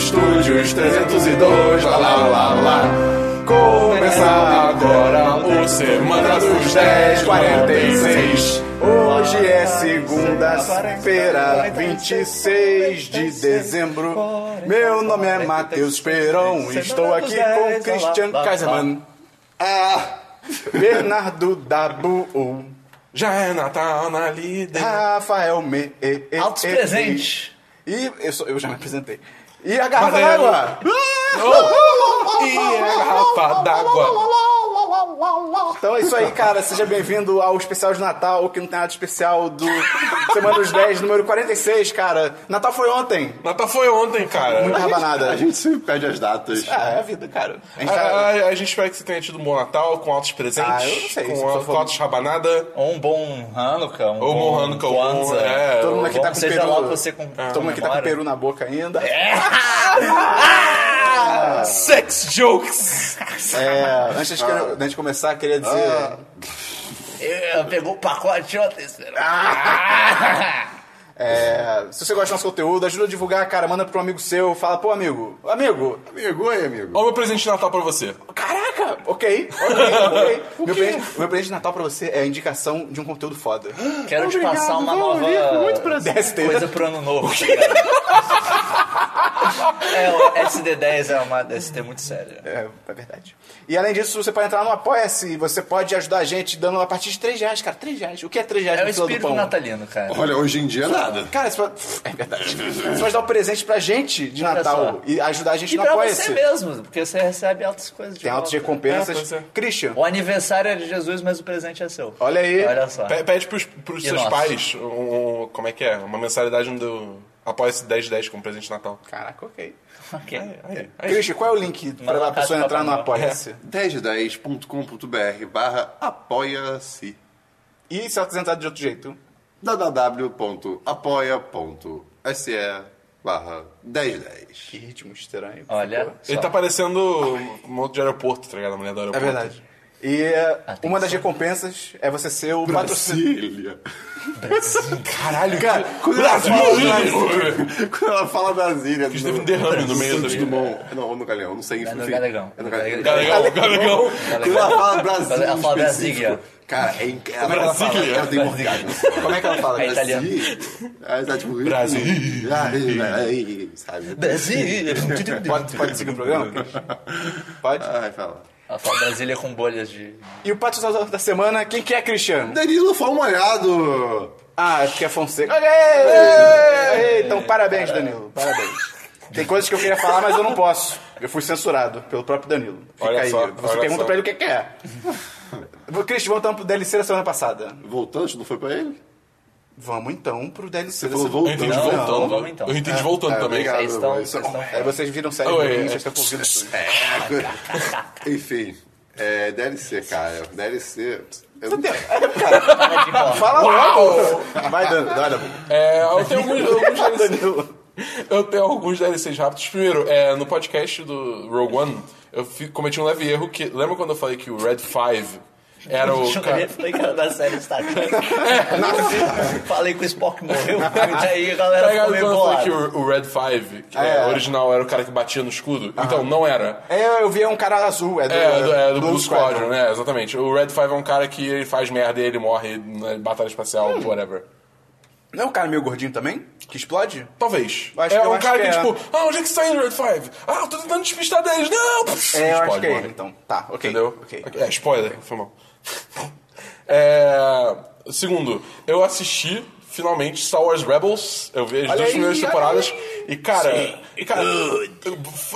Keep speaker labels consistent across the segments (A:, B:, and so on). A: 2, 302, blá blá blá blá. Começa agora o Semana dos 10, 46. Hoje é segunda-feira, 26 de dezembro. Meu nome é Matheus Peron, estou aqui com Christian Kaiserman. Ah, Bernardo Dabu.
B: Já é Natal na líder.
A: É. Rafael Me. e- e-
C: Altos
A: e-
C: presentes.
A: E eu, sou- eu já me apresentei. E a garrafa
B: Mas é eu.
A: d'água?
B: Oh! E a garrafa d'água.
A: Então é isso aí, cara. Seja bem-vindo ao especial de Natal, que não tem nada de especial do Semana dos 10, número 46, cara. Natal foi ontem.
B: Natal foi ontem, cara.
A: Muita rabanada.
D: A gente sempre perde as datas.
A: Ah, é a vida, cara. A gente
B: A,
A: tá-
B: a- a gente espera que você tenha tido um bom Natal, com altos presentes,
A: Ah, eu não sei, se
B: com,
A: for
B: a,
A: for-
B: com altos rabanada,
C: Ou um bom Hanukkah, um
B: ou
C: bom
B: morrando com algum.
C: Kwanzaa.
B: É,
A: Todo mundo aqui
C: Bom,
A: tá com
C: seja
A: peru.
C: lá o que você com-
D: Ah,
A: Todo mundo aqui tá com
C: comemora.
A: peru na boca ainda.
D: É.
C: tá?
B: Sex jokes!
A: É, antes,
D: Ah.
A: de, antes de começar, queria dizer.
C: É, pegou o pacote ontem, será?
A: Ah, É, se você gosta do nosso conteúdo, ajuda a divulgar, cara. Manda pro amigo seu. Fala, pô, amigo. Amigo.
D: Amigo, oi, amigo.
B: Olha o meu presente de Natal pra você.
A: Caraca. Ok. Ok. ok. meu, presente, meu presente de Natal pra você é a indicação de um conteúdo foda.
C: Quero te passar uma nova
A: DST.
C: coisa pro ano novo. tá ligado? é, o SD10 é uma DST muito séria.
A: É, é verdade. E além disso, você pode entrar no Apoia-se. Você pode ajudar a gente dando a partir de 3 reais, cara. 3 reais. O que é 3 reais
C: É o
A: no fila do
C: espírito
A: pão?
C: natalino, cara.
D: Olha, hoje em dia nada.
A: Cara, você pode... É verdade. Você pode dar um presente pra gente de
C: Olha
A: Natal
C: só.
A: e ajudar a gente
C: E
A: no
C: pra você
A: Apoia-se.
C: mesmo, porque você recebe altas coisas de
A: Tem altas
C: volta. né?
B: É, pois
A: recompensas.
B: é.
A: Christian,
C: O aniversário é de Jesus, mas o presente é seu.
A: Olha aí.
C: Olha só.
B: Pe- Pede pros, pros
C: Tá. E
B: seus
C: nós?
B: pais um, um- como é que é? Uma mensalidade do. Após 10-10 como presente de Natal.
A: Caraca, ok.
C: Ok.
B: Aí, aí.
A: Christian, qual é o link
C: Manda
A: pra a
C: uma
A: pessoa
C: carta
A: entrar
C: pra
A: no
C: nós.
A: Apoia-se?
D: 1010.com.br barra apoia-se.
A: E se ela quiser entrar de outro jeito?
D: www.apoia.se barra 1010.
A: Que ritmo estranho. por
C: Olha.
A: favor.
B: Ele
C: só.
B: tá parecendo um monte de aeroporto, tá ligado? A mulher do
A: É
B: aeroporto.
A: verdade. E eh,
C: Atenção.
A: uma das recompensas é você ser o patrocinador.
D: Brasília.
B: Caralho,
D: Cara,
B: que-
D: quando ela fala
B: Brasil!
D: Brasília, quando ela fala Brasília...
B: Eles
D: no-
B: teve um derrame no meio
D: Santos
B: do-
D: Dumont. Não, no Galeão, não sei.
C: É no
D: enfim.
C: Galegão.
D: É no Galegão.
B: Galegão, galegão.
D: Quando ela fala Brasília
C: Ela fala
D: em específico,
C: Brasília.
D: Cara, é incrível.
B: Brasília.
D: Ela tem um orgasmo.
A: Como é que ela fala?
C: É italiano.
D: Aí tá tipo...
B: Brasil.
D: Ai, Sabe?
C: Brasília.
A: Pode, pode seguir o programa? Christian? Pode.
D: Ai, fala.
C: Ela fala Brasília é com bolhas de.
A: E o patrocinador da semana, quem que é, Christian?
D: Danilo foi um molhado.
A: Ah, é porque é Fonseca. Olha aí! Ei, Então, parabéns, Danilo. Parabéns. Tem coisas que eu queria falar, mas eu não posso. Eu fui censurado pelo próprio Danilo. Fica
B: Olha
A: aí.
B: só,
A: Você
B: olha
A: pergunta
B: só.
A: pra ele o que que é. Christian, voltamos então pro DLC da semana passada.
D: Voltante, não foi pra ele?
A: Vamos então pro DLC
D: Você
A: da
D: falou
A: semana
B: Eu entendi
D: voltante.
C: Não,
B: voltando.
C: vamos então.
B: Eu entendi voltando
D: Ah,
B: também.
D: obrigado.
C: Vocês estão.
D: mas isso é
C: vocês estão-
A: Aí vocês viram série
B: Oi,
A: ruim,
B: é.
A: vocês estão ouvindo tudo.
D: Enfim, é, DLC, cara. DLC. Eu não
A: Fala logo! Vai, Dan- vai, Dan-
B: É, eu tenho alguns, alguns DLCs.
A: Danilo.
B: Eu tenho alguns DLCs rápidos. Primeiro, é, no podcast do Rogue One, eu fi- cometi um leve erro que. Lembra quando eu falei que o Red 5 era o. Tá
C: Eu
B: ca-
C: nem falei que era da série Star Trek.
B: É.
C: Falei que o Spock morreu, e daí a galera
B: Tá
C: ficou
B: ligado
C: meio
B: quando eu falei que
C: bolada.
B: o, o Red 5, que
A: Ah,
B: é,
A: é.
B: original, era o cara que batia no escudo? Então, não era.
A: É, eu vi é um cara azul, é do,
B: É, do, é, do Blue
A: Squadron.
B: Squadron, né? Exatamente. O Red 5 é um cara que ele faz merda e ele morre na batalha espacial,
A: Hum.
B: whatever.
A: Não é um cara meio gordinho também? Que explode?
B: Talvez.
A: Eu acho
B: é
A: que- eu
B: um
A: acho
B: cara
A: que
B: que,
A: é.
B: tipo, ah, onde é que você tá indo, Red 5? Ah, eu tô tentando despistar deles. Não!
A: É, eu
B: Explode,
A: acho que é
B: morre.
A: ele, então. Tá, ok.
B: Entendeu?
A: ok.
B: É, spoiler, foi mal. É, segundo, eu assisti finalmente Star Wars Rebels. Eu vi as
A: Olha
B: duas
A: aí,
B: primeiras
A: olha
B: temporadas. E cara, e, cara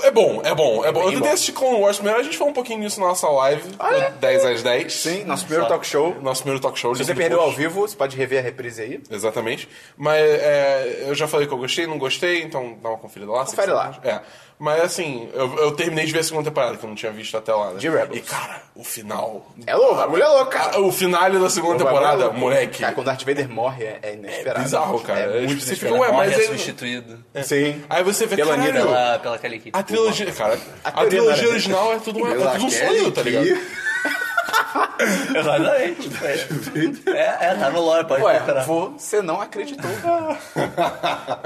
B: é bom, é bom, é bom. Eu tentei assistir Clone Wars primeiro, a gente falou um pouquinho nisso na nossa live,
A: Olha.
B: do 10 às 10.
A: Ah, é? Sim, nosso primeiro talk show.
B: Nosso primeiro talk show.
A: Se você
B: link no
A: perdeu
B: post.
A: ao vivo, você pode rever a reprise aí.
B: Exatamente. Mas é, eu já falei que eu gostei, não gostei, então dá uma conferida lá. se
A: Confere
B: você
A: lá.
B: gosta. É. Mas assim, eu, eu terminei de ver a segunda temporada, que eu não tinha visto até lá. Né?
A: De Rebels.
B: E cara, o final.
A: É louco, o bagulho é louco, cara. é
B: Ah, O finale da segunda temporada, moleque.
A: Cara, quando Darth Vader morre, é, é inesperado.
B: bizarro, cara. É.
A: É muito
B: Você fica,
A: inesperado.
B: ué,
C: Morre
B: mas ele-
C: substituído
A: Sim.
B: Aí você vê,
A: Pela
B: caralho,
A: Nira.
C: pela, pela Kaliki.
B: a trilogia, cara, a
A: teoria
B: trilogia
A: era-
B: original é tudo, uma, é
D: Ela
B: tudo um
D: quer
B: sonho, tá
D: que-
B: ligado?
C: Exatamente. foi. É, é, tá no lore, pode
A: Ué,
C: procurar.
A: você não acreditou.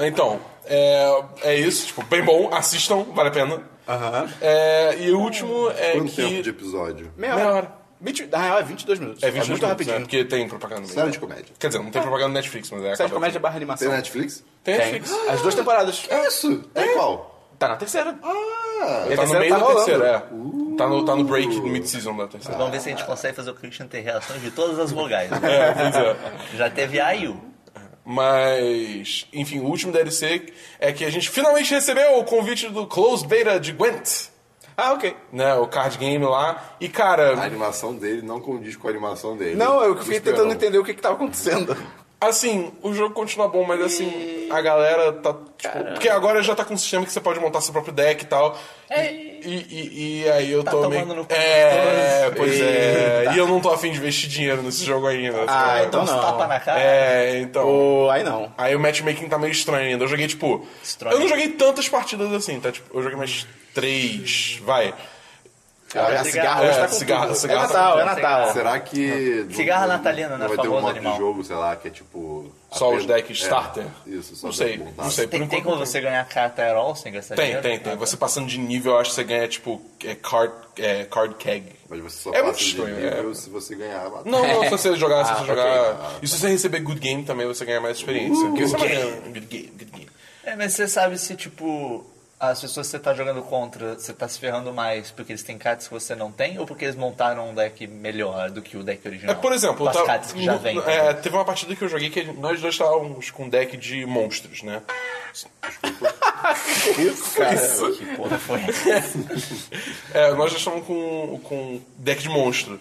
B: Então, é, é isso. Tipo, bem bom. Assistam, vale a pena. É, e o último é
D: Quanto
B: que...
D: tempo de episódio?
A: Meia
B: Meia
A: hora.
B: hora.
A: 20, na real, é 22 minutos.
B: É 22
A: muito
B: minutos,
A: rapidinho.
B: né? Porque tem propaganda. no meio.
D: Série de comédia.
B: Quer dizer, não tem propaganda no Netflix, mas é...
A: Série de
B: acaba
A: comédia
B: assim.
A: barra
D: Tem
A: animação.
D: Netflix?
B: Tem
A: Tem.
B: Netflix.
A: As duas temporadas.
D: Isso. Tem qual?
A: Tá na terceira.
D: Ah,
A: E a
B: Tá no
A: terceira
B: meio
A: tá
B: da
A: rolando.
B: terceira, é. Tá no, tá no break, no mid-season da terceira.
C: Vamos ver se a gente consegue fazer o Christian ter reações de todas as vogais. né?
B: É, pois é.
C: Já teve A e U.
B: Mas, enfim, o último DLC é que a gente finalmente recebeu o convite do Close Beta de Gwent,
A: Ah, ok.
B: né? O card game lá. E, cara,
D: a animação dele não condiz com a animação dele.
A: Não, eu fiquei
D: Esperão.
A: tentando entender o que que tava acontecendo.
B: assim, o jogo continua bom, mas, assim, a galera tá. Tipo, porque agora já tá com um sistema que você pode montar seu próprio deck e tal. E, e, e aí eu
C: Tá
B: tô
C: tomando
B: meio.
C: no cu.
B: É, pois é. E eu não tô afim de investir dinheiro nesse jogo ainda.
A: Ah,
B: sabe?
A: então
C: Uns tapa
A: não.
C: na cara.
B: É, então.
A: Pô, aí não.
B: Aí o matchmaking tá meio estranho ainda. Eu joguei, tipo.
C: Estranho.
B: Eu não joguei tantas partidas assim, tá? Tipo, eu joguei mais três, vai.
D: Cara,
A: A cigarra
B: É,
A: hoje tá com
B: cigarra-
A: tudo.
B: cigarra
A: É
B: tá
A: Natal,
B: com
A: é
C: tudo.
A: Natal.
D: Será que. não-
C: Cigarra
D: não-
C: natalina, né?
D: Não vai ter um
C: Famoso
D: modo
C: animal.
D: de jogo, sei lá, que é tipo.
B: Só os
D: apenas-
B: decks
D: é,
B: starter?
D: Isso, só
B: Não
D: os
B: sei,
D: decks
B: não sei. Por
C: Tem, tem
B: enquanto
C: como
B: não
C: você ganhar carta Herol sem gastar
B: Tem,
C: dinheiro?
B: tem, tem. Você passando de nível, eu acho que você ganha, tipo, é, card, é, card keg.
D: Mas você só
B: É muito
D: passa de
B: estranho,
D: nível se você ganhar a batalha.
B: Não, não, se você jogar, se
A: Ah,
B: você
A: ok.
B: jogar. E se você receber good game também, você ganha mais experiência. Isso
C: Uh,
B: é maneiro. Good game, good game.
C: É, mas você sabe se, tipo, as pessoas que você tá jogando contra, você tá se ferrando mais porque eles têm cartas que você não tem ou porque eles montaram um deck melhor do que o deck
B: É,
C: original?
B: por exemplo,
C: Com as
B: tá-
C: cartas que já né?
B: no-
C: vêm.
B: é, teve uma partida que eu joguei que nós dois estávamos com um deck de monstros, né?
C: Cara,
D: É,
C: que porra foi essa?
B: É, nós já estamos com, com deck de monstro.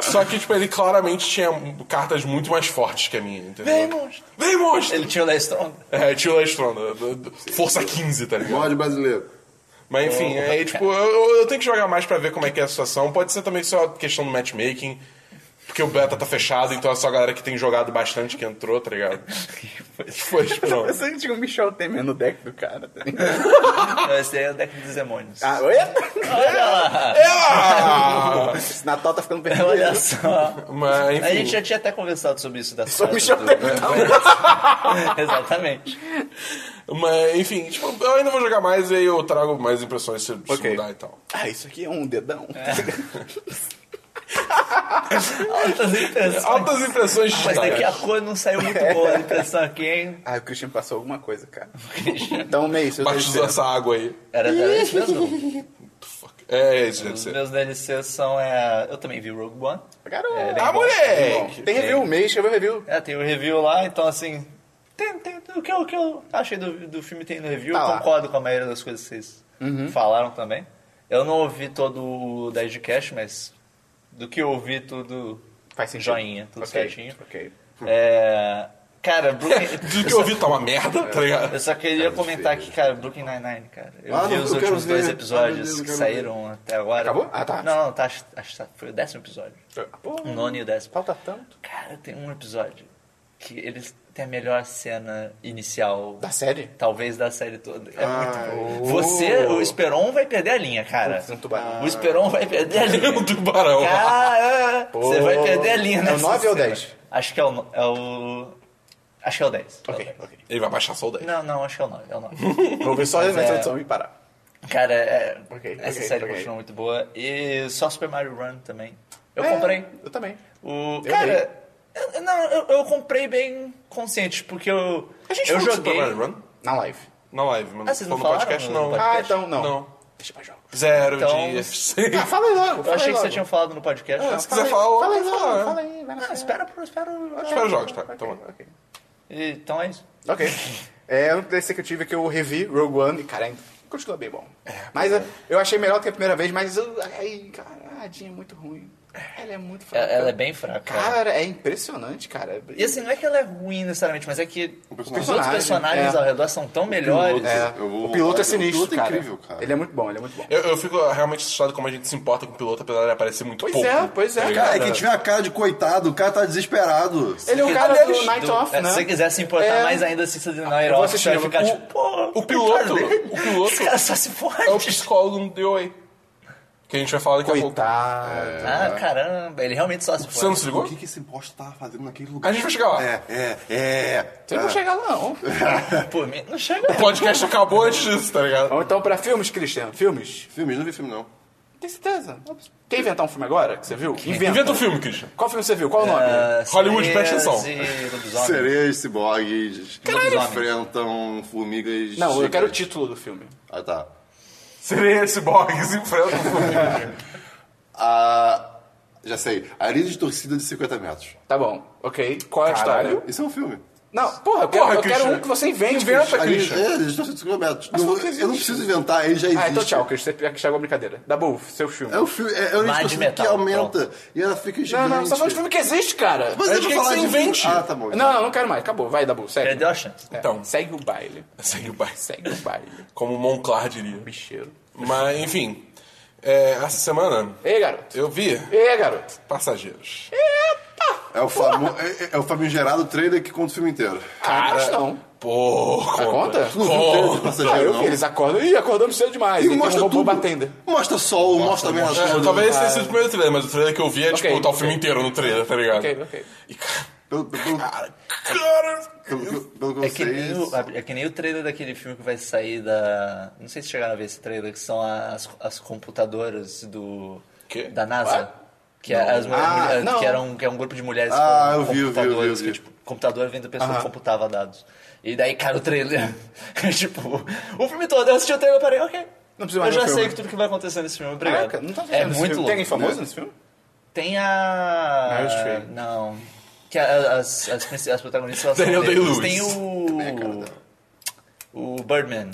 B: Só que, tipo, ele claramente tinha cartas muito mais fortes que a minha, entendeu? Vem, monstro! Vem, monstro!
C: Ele tinha o da Strong.
B: É, Tio Lestronda, do- do- força 15, tá ligado?
D: Mod brasileiro.
B: Mas enfim,
C: Oh,
B: aí, tipo, eu, eu- eu tenho que jogar mais pra ver como é que é a situação. Pode ser também só questão do matchmaking, porque o beta tá fechado, então é só a galera que tem jogado bastante que entrou, tá ligado? Foi, tipo, Esperão.
A: Pensando que tinha o Michel Temer no deck do cara. tá
C: né?
A: ligado?
B: Ah!
C: Esse aí é o deck dos demônios.
A: Ah, eita!
C: Olha lá!
B: Ah!
A: Esse Natal tá ficando
C: Olha
A: perdido.
C: só!
B: Mas enfim.
C: A gente já tinha até conversado sobre isso da
A: Só o Michel Temer.
C: Exatamente.
B: Mas, enfim, tipo, eu ainda vou jogar mais e aí eu trago mais impressões se, se
A: Ok.
B: mudar e tal.
A: Ah, isso aqui é um dedão.
C: Altas intenções.
B: Altas impressões
C: Mas daqui
B: digitais.
C: a cor não saiu muito boa a impressão aqui, hein?
A: Ah, o Christian passou alguma coisa, cara. Então, meio, seu
B: Batizou essa água aí.
C: Era era isso mesmo?
B: Fuck. É isso, deve
C: Os
B: ser.
C: meus DLCs são. É... Eu também vi Rogue One.
A: Garoto!
C: É,
B: Ah, moleque!
A: Tem review, o May escreveu review.
C: É, tem o review lá, então assim. Tem, tem, o, que eu, o que eu achei do, do filme tem no review.
A: Tá
C: eu
A: lá.
C: concordo com a maioria das coisas que vocês
D: Uhum.
C: falaram também. Eu não ouvi todo o da Edcast, mas do que eu ouvi, tudo.
A: Faz sentido.
C: Joinha, tudo
A: Ok,
C: certinho.
A: Ok.
D: Uhum.
C: É. Cara, Brooklyn.
B: Do que eu ouvi tá uma merda, tá ligado?
C: Eu só queria
D: Cara,
C: comentar
D: difícil.
C: aqui, cara, Brooklyn Nine-Nine, cara. Eu
D: Ah,
C: vi
D: não,
C: os
D: eu quero
C: últimos dois
D: ver. Ah, meu
C: episódios
D: Deus, eu
C: que
D: quero
C: saíram até agora.
A: Acabou? Ah, tá.
C: Não, não, tá, acho, acho que tá- foi o décimo episódio. O nono e o décimo.
A: Falta tanto.
C: Cara, tem um episódio que eles têm a melhor cena inicial,
A: Da série?
C: talvez, da série toda. É
D: Ah,
C: muito bom. Você,
A: Oh.
C: o Esperon vai perder a linha, cara. Ah.
A: Putz, um tubarão.
C: O Esperon vai perder a linha.
B: Um tubarão.
C: Cara,
A: Pô.
C: você vai perder a linha
A: É o
C: nessa
A: nove ou
C: cena.
A: dez?
C: Acho que é o... no- É o... Acho que é o 10.
A: Ok, ok.
B: Ele vai baixar só o 10.
C: Não, não, acho que é o 9. É o 9.
A: Vou ver só
C: Mas
A: nessa
C: é-
A: edição e parar.
C: Cara, é-
A: Ok,
C: essa
A: ok,
C: série
A: ok.
C: continua muito boa. E só Super Mario Run também. Eu
A: É,
C: comprei.
A: Eu também.
C: O...
A: Eu
C: Cara, eu- eu- não, eu, eu comprei bem consciente, porque eu,
B: A gente
C: eu
B: falou de
C: joguei...
B: Super Mario Run
A: Na live.
B: na live, mas
C: Ah, vocês
B: não
C: não
B: falou no
C: falaram
B: podcast,
C: no
B: não.
C: podcast?
A: Ah, então não.
B: Não.
A: Deixa pra jogo.
B: Zero
C: Então-
B: de FC.
A: Ah, fala aí logo.
C: Eu
A: fala
C: achei
A: aí
C: que você
A: logo.
C: tinha falado no podcast. né? não.
B: Se quiser falar,
A: Fala aí
B: eu
A: logo,
B: vou falar.
A: fala aí. Vai
C: Ah,
A: lá.
C: espera, pro- espera. espera.
B: Espera os jogos, tá? Então, vai.
A: Ok.
C: E- Então é isso.
A: Ok. É um DLC que eu tive que eu revi Rogue One e, cara, ainda continua bem bom.
C: É,
A: mas eu- eu achei melhor do que a primeira vez, mas eu, ai, cara, a Jean é muito ruim. Ela é muito fraca.
C: Ela, ela é bem fraca.
A: Cara, é impressionante, cara.
C: E assim, não é que ela é ruim necessariamente, mas é que os outros
A: personagem,
C: personagens
A: é.
C: ao redor são tão melhores.
D: piloto.
A: É,
D: Eu vou
B: um
A: o piloto
D: voltar,
A: é sinistro,
D: o piloto é
A: cara.
D: incrível, cara.
A: Ele é muito bom, ele é muito bom.
B: Eu, eu fico realmente assustado como a gente se importa com o piloto, apesar de aparecer muito
A: Pois
B: pouco.
A: é, pois é,
B: tá ligado?
D: Cara, é que tiver a cara de coitado, o cara tá desesperado.
A: Ele é o cara do Night Off,
C: é,
A: né?
C: Se você quiser se importar
A: É.
C: mais ainda, assista de
A: eu
C: Night
A: vou
C: Off,
A: assistir,
C: você
A: eu vou-
C: vai ficar
B: o-
C: tipo, pô...
B: o piloto-
C: coitado dele.
B: o piloto-
C: Esse cara só se fode.
B: É o psicólogo do The Way. Que a gente vai falar daqui a pouco.
A: Coitado.
C: Ah, caramba, ele realmente só se
B: Você
C: foi.
B: não se ligou?
D: O que, que esse imposto tava fazendo naquele
B: A
D: lugar?
B: gente vai chegar lá.
D: É, é, é.
A: Você não chega lá, não.
C: Por mim, não chega.
B: O podcast acabou antes disso, tá ligado?
A: Ou então pra filmes, Cristiano. Filmes?
D: Filmes, não vi filme não.
A: Tem certeza? Quer inventar um filme agora que você viu? Inventa.
B: Inventa É, um filme, Christian.
A: Qual filme você viu? Qual o nome?
C: Ah,
B: Hollywood,
C: sereias
B: presta atenção.
C: e lobisomem.
D: Sereias, ciborgues,
C: Caralho.
D: enfrentam formigas.
A: não, eu
D: gigantes.
A: quero o título do filme.
D: Ah, tá.
B: Sereias, ciborgues, enfrenta o formiga.
D: Ah, já sei. A linha de torcida de 50 metros.
A: Tá bom, ok. Qual é a história?
D: Isso é um filme.
A: Não, porra, eu quero,
B: Porra,
A: eu quero
B: Christian.
A: um que você invente.
B: Inventa,
A: Christian.
D: A linha,
B: Christian.
D: é, a linha de torcida de 50 metros. Não,
A: falou que
D: eu não preciso inventar, ele já existe.
A: Ah, então tchau, Christian. Você chegou a brincadeira. Dabu, seu filme.
D: É um filme, é, é uma linha de
C: Mas de
D: torcida que
C: metal,
D: aumenta e ela fica
A: Não,
D: gigante.
A: não, só É falando de filme que existe, cara.
D: Mas
B: Mas
D: eu
B: de que
D: vou
B: que
D: falar
B: você
D: de filme.
B: invente?
D: Ah, tá bom. então.
A: Não, não quero mais. Acabou, vai, Dabu, segue.
C: Perdeu a chance.
A: É,
B: Então.
A: Segue o baile.
B: Segue o baile.
A: Segue o baile.
B: Como Monclar diria.
A: Bicheiro.
B: Mas, enfim. é, essa semana
A: Ei, garoto.
B: eu vi
A: Ei, garoto.
B: Passageiros.
D: É o, famo... é, é- é o famigerado trailer que conta o filme inteiro.
A: Cara, acho não.
B: Pô,
A: Dá conta?
D: Tu não viu o trailer de
A: Ah,
D: passageiro,
A: eu
D: não?
A: vi, eles acordam. Ih, acordamos cedo demais. E, tem um robô batendo.
D: Mostra sol, mostra, merda
B: É,
D: toda.
B: talvez esse tenha sido o primeiro trailer, mas o trailer que eu vi é
A: Ok,
B: tipo, tá o
A: ok.
B: filme inteiro no trailer, tá ligado?
A: Ok, ok.
B: E, cara,
D: Pelo, pelo,
B: cara,
D: pelo, que eu- pelo que eu
C: É que, nem
D: sei.
C: o, é que nem o trailer daquele filme que vai sair da. Não sei se chegaram a ver esse trailer, que são as, as computadoras do.
B: Quê?
C: Da NASA. Que, é as,
A: Ah,
C: mulher-
A: não.
C: que era um, que é um grupo de mulheres
D: Ah,
C: com
D: eu vi, eu vi, eu vi, eu
C: computadores.
D: vi.
C: Que, tipo, computador vem da pessoa que computava dados. E daí, cara, o trailer. tipo, o filme todo, eu assisti o trailer e parei, ok.
A: Não precisa
C: eu
A: mais
C: já
A: ver o
C: sei
A: filme.
C: que tudo que vai acontecer nesse filme, obrigado.
A: Caraca, não tá
C: é
A: vendo esse
C: muito
A: filme.
C: louco.
A: Tem alguém famoso nesse filme?
C: Tem a.
A: Meryl Streep.
C: Não. Que a- as, as, princi- as protagonistas elas são
B: Daniel
C: negras.
B: Day-Lewis.
C: Tem o. O Birdman.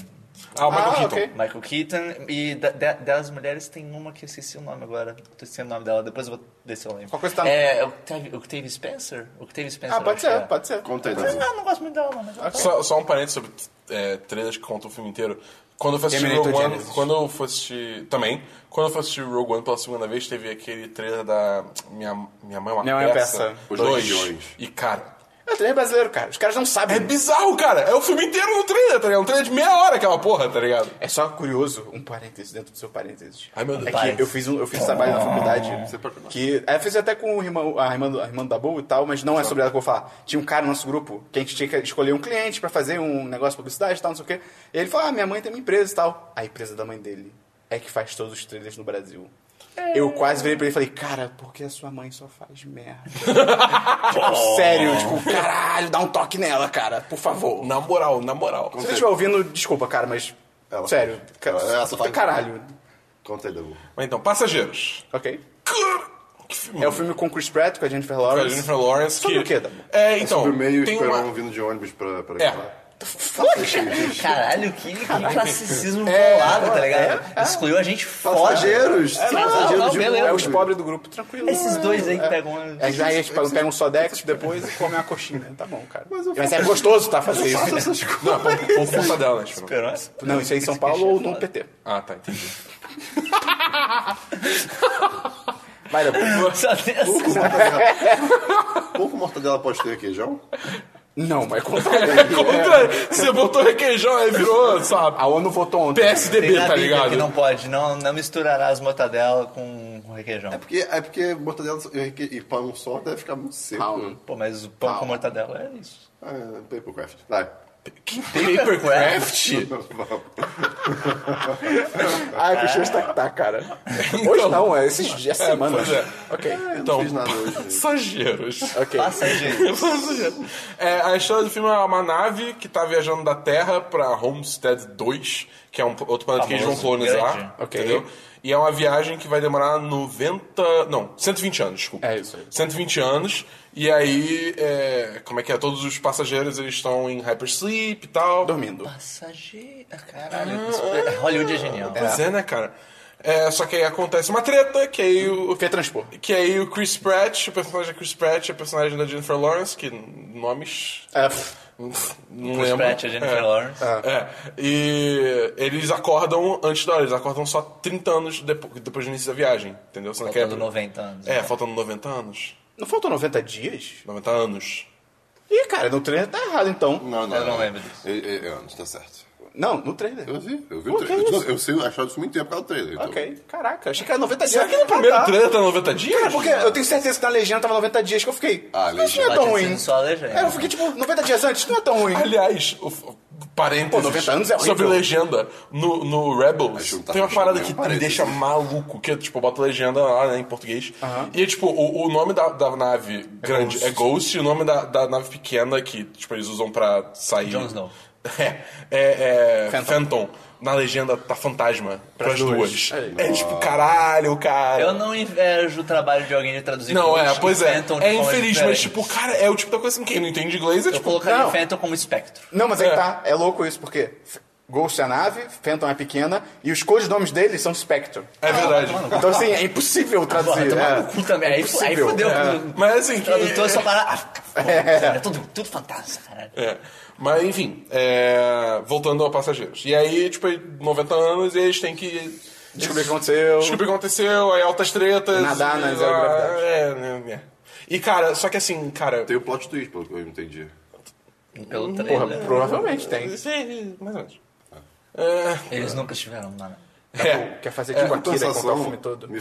B: Ah, o Michael
A: Ah,
B: Keaton.
A: ok.
C: Michael Keaton. E da- da- das mulheres tem uma que eu esqueci o nome agora. Tô esquecendo o nome dela, depois eu vou ver se eu lembro.
A: Qual coisa tá no-
C: É. Octavia, Octavia Spencer? Octavia Spencer.
A: Ah, pode
C: eu acho
A: ser,
C: que é.
A: pode ser.
D: Conta aí,
C: Mas
D: Dabu.
C: não, não gosto muito dela, não. Mas ela-
B: Só, só um parênteses sobre é, trailers que contam o filme inteiro. Quando eu fui assistir
A: Terminator
B: Rogue One,
A: Genesis.
B: quando eu fui assistir. Também, quando eu fui assistir Rogue One pela segunda vez, teve aquele trailer da Minha, minha Mãe é uma
A: Minha Mãe é uma
B: Peça.
A: Peça.
D: Os
B: dois.
D: Legiões.
B: E cara,
A: É trailer brasileiro, cara. Os caras não sabem.
B: é bizarro, cara! É o filme inteiro no trailer, tá ligado? Um trailer de meia hora aquela porra, tá ligado?
A: É só curioso, um parênteses dentro do seu parênteses.
B: Ai, meu Deus.
A: É
C: Parênteses.
A: que eu fiz, um, eu fiz trabalho na faculdade. Que, aí eu fiz até com o irmão, a, irmã, do- a irmã da Bull e tal, mas não é sobre ela que eu vou falar. Tinha um cara no nosso grupo que a gente tinha que escolher um cliente pra fazer um negócio de publicidade e tal, não sei o quê. E ele falou: Ah, minha mãe tem uma empresa e tal. A empresa da mãe dele é que faz todos os trailers no Brasil.
B: É.
A: Eu quase virei pra ele e falei, cara, por que a sua mãe só faz merda? Tipo, sério, tipo, caralho, dá um toque nela, cara, por favor.
B: Na moral, na moral.
A: Se você estiver ouvindo, desculpa, cara, mas.
D: Ela-
A: sério. ca-
D: Ela- ela só faz-
A: Caralho.
D: Conta aí, Dabu.
B: Mas então, Passageiros.
A: Ok.
B: Cara, que filme.
A: É o filme com Chris Pratt, com a Jennifer
B: Com a
A: Lawrence.
B: Jennifer Lawrence.
A: Sobre
B: que...
A: o quê, Dabu?
B: É, então.
D: Sobre o meio
B: tem
D: esperão
B: uma...
D: vindo de ônibus pra... pra
B: É.
D: gravar.
C: Caralho, que, que classicismo
A: É,
C: bolado, tá ligado? Excluiu a gente foda.
D: Passageiros! sim,
C: não,
D: passageiros
C: não,
D: de
C: beleza.
D: ônibus.
A: É os pobres do grupo, tranquilo.
C: Esses dois aí que tá- pegam.
A: É, já eles pegam pegam um Sodex depois e comem uma coxinha. Tá bom, cara.
D: Mas eu
A: Mas é gostoso, tá? Fazer
D: Faça
A: isso.
D: essas coisas.
B: Não, por, por conta dela, né? Esperão?
C: Esperança?
A: Não, isso aí em São Paulo ou no PT.
B: Ah, tá, entendi.
A: Vai, Dabu.
C: Só tem essa.
D: Pouco mortadela. Pouco mortadela pode ter queijão?
A: Não, mas conta.
B: É contra. Você botou requeijão, aí virou, sabe?
A: A ONU votou ontem.
B: PSDB,
C: Tem na
B: tá
C: Bíblia
B: ligado?
C: que não pode, não, não misturará as mortadela com, com requeijão.
D: É porque, é porque mortadela e reque- e pão só deve ficar muito seco.
A: Calma.
C: Pô, mas o pão com mortadela é isso.
D: Ah, é, papercraft. Vai.
B: Que papercraft?
A: Ah, que chance tá que tá, cara. Hoje
B: Então.
A: não, é esses, essa
B: É,
A: semana.
B: pois é.
A: Ok.
D: Eu
B: Então,
D: não fiz nada hoje.
B: passageiros.
A: Ok.
C: Passa, gente.
B: Passageiros. É, a história do filme é uma nave que tá viajando da Terra pra Homestead 2, que é um outro planeta que eles vão
C: Famoso, grande.
B: colonizar.
A: Ok.
B: Entendeu? E é uma viagem que vai demorar 90. Não, 120 anos, desculpa.
A: É isso aí.
B: 120 anos. E aí, é, como é que é? Todos os passageiros eles estão em hypersleep e tal.
A: Dormindo.
C: Passageiro. Caralho, isso- é- Hollywood é genial.
B: Pois Ah. é, né, cara? É, só que aí acontece uma treta, que aí o.
A: Fê transpor.
B: Que aí o Chris Pratt, o personagem da Chris Pratt, é o personagem da Jennifer Lawrence, que nomes.
A: É, pff,
B: Não lembro.
C: Chris Pratt, a Jennifer
B: é.
C: Lawrence.
B: É. E eles acordam antes da hora, eles acordam só 30 anos depo- depois do início da viagem, entendeu? Você não
C: Faltando
B: quer-
C: 90 anos.
B: É, faltando 90 anos.
A: Não faltam 90 dias?
B: 90 anos.
A: Ih, cara, no trailer tá errado, então.
D: Não, não.
C: Eu não lembro disso.
D: É, é, é, não está certo.
A: Não, no trailer.
D: Eu vi, eu vi
A: Pô,
D: o trailer.
A: que
D: Eu,
A: é
D: te- eu sei achar isso muito tempo por causa do trailer. então.
A: Ok, caraca, achei que era 90 dias.
B: Será que no primeiro
A: Ah, tá.
B: trailer tá 90 dias?
A: Cara, porque eu tenho certeza que na legenda tava 90 dias que eu fiquei.
D: Ah,
A: não
D: legenda.
A: tinha tão
C: Pode ser
A: ruim.
C: só a legenda.
A: É, eu fiquei tipo, 90 dias antes não é tão ruim.
B: Aliás, o, o- parênteses.
A: Pô, 90 anos é horrível.
B: Sobre legenda, no, no
D: Acho
B: Rebels,
D: que não tá
B: tem uma
D: fechando
B: parada
D: nenhum
B: que me
D: parênteses.
B: deixa maluco, que é, tipo, bota legenda lá, né, em português. E é, tipo, o, o nome da, da nave grande
C: Ghost.
B: é Ghost, e o nome da, da nave pequena que, tipo, eles usam pra sair...
C: Jon Snow.
B: É, é, é Phantom.
A: Phantom.
B: Na legenda tá fantasma pras duas.
A: duas.
B: É, tipo, caralho, cara.
C: Eu não invejo o trabalho de alguém de traduzir
B: Não, é,
C: Ghost e
B: pois é.
C: Phantom de
B: É
C: formas
B: infeliz, mas,
C: diferentes.
B: tipo, cara, é o tipo da coisa assim, quem não entende inglês é,
C: Eu
B: tipo,
C: colocaria
A: não.
C: Phantom como espectro.
A: Não, mas aí
B: É.
A: tá, é louco isso, porque F- Ghost é a nave, Phantom é pequena, e os codinomes deles são Spectre.
B: é verdade.
A: Então, assim, é impossível
C: Porra,
A: traduzir. é.
C: tomar no cu também. Aí, fu- aí
A: Impossível,
C: fudeu.
A: é.
C: quando o
B: Mas, assim, que-
C: Tradutor só para. Ah, porra,
A: É.
C: é tudo, tudo fantasma, caralho.
B: É. Mas enfim, é, voltando ao Passageiros. E aí, tipo, 90 anos e eles têm que
A: Descobrir o que aconteceu.
B: descobrir o que aconteceu, aí altas tretas.
A: Nadar na
B: e-
A: zero gravidade.
B: É, né, né. E cara, só que assim, cara.
D: Tem o plot twist, pelo que eu entendi.
C: Pelo
A: Porra,
C: trailer.
A: provavelmente tem.
B: Sim, Mais ou menos.
A: Ah.
C: Eles nunca estiveram lá. né? não.
B: É.
A: Quer fazer tipo aqui, daí contar o
D: Sensação,
A: filme todo.
D: Me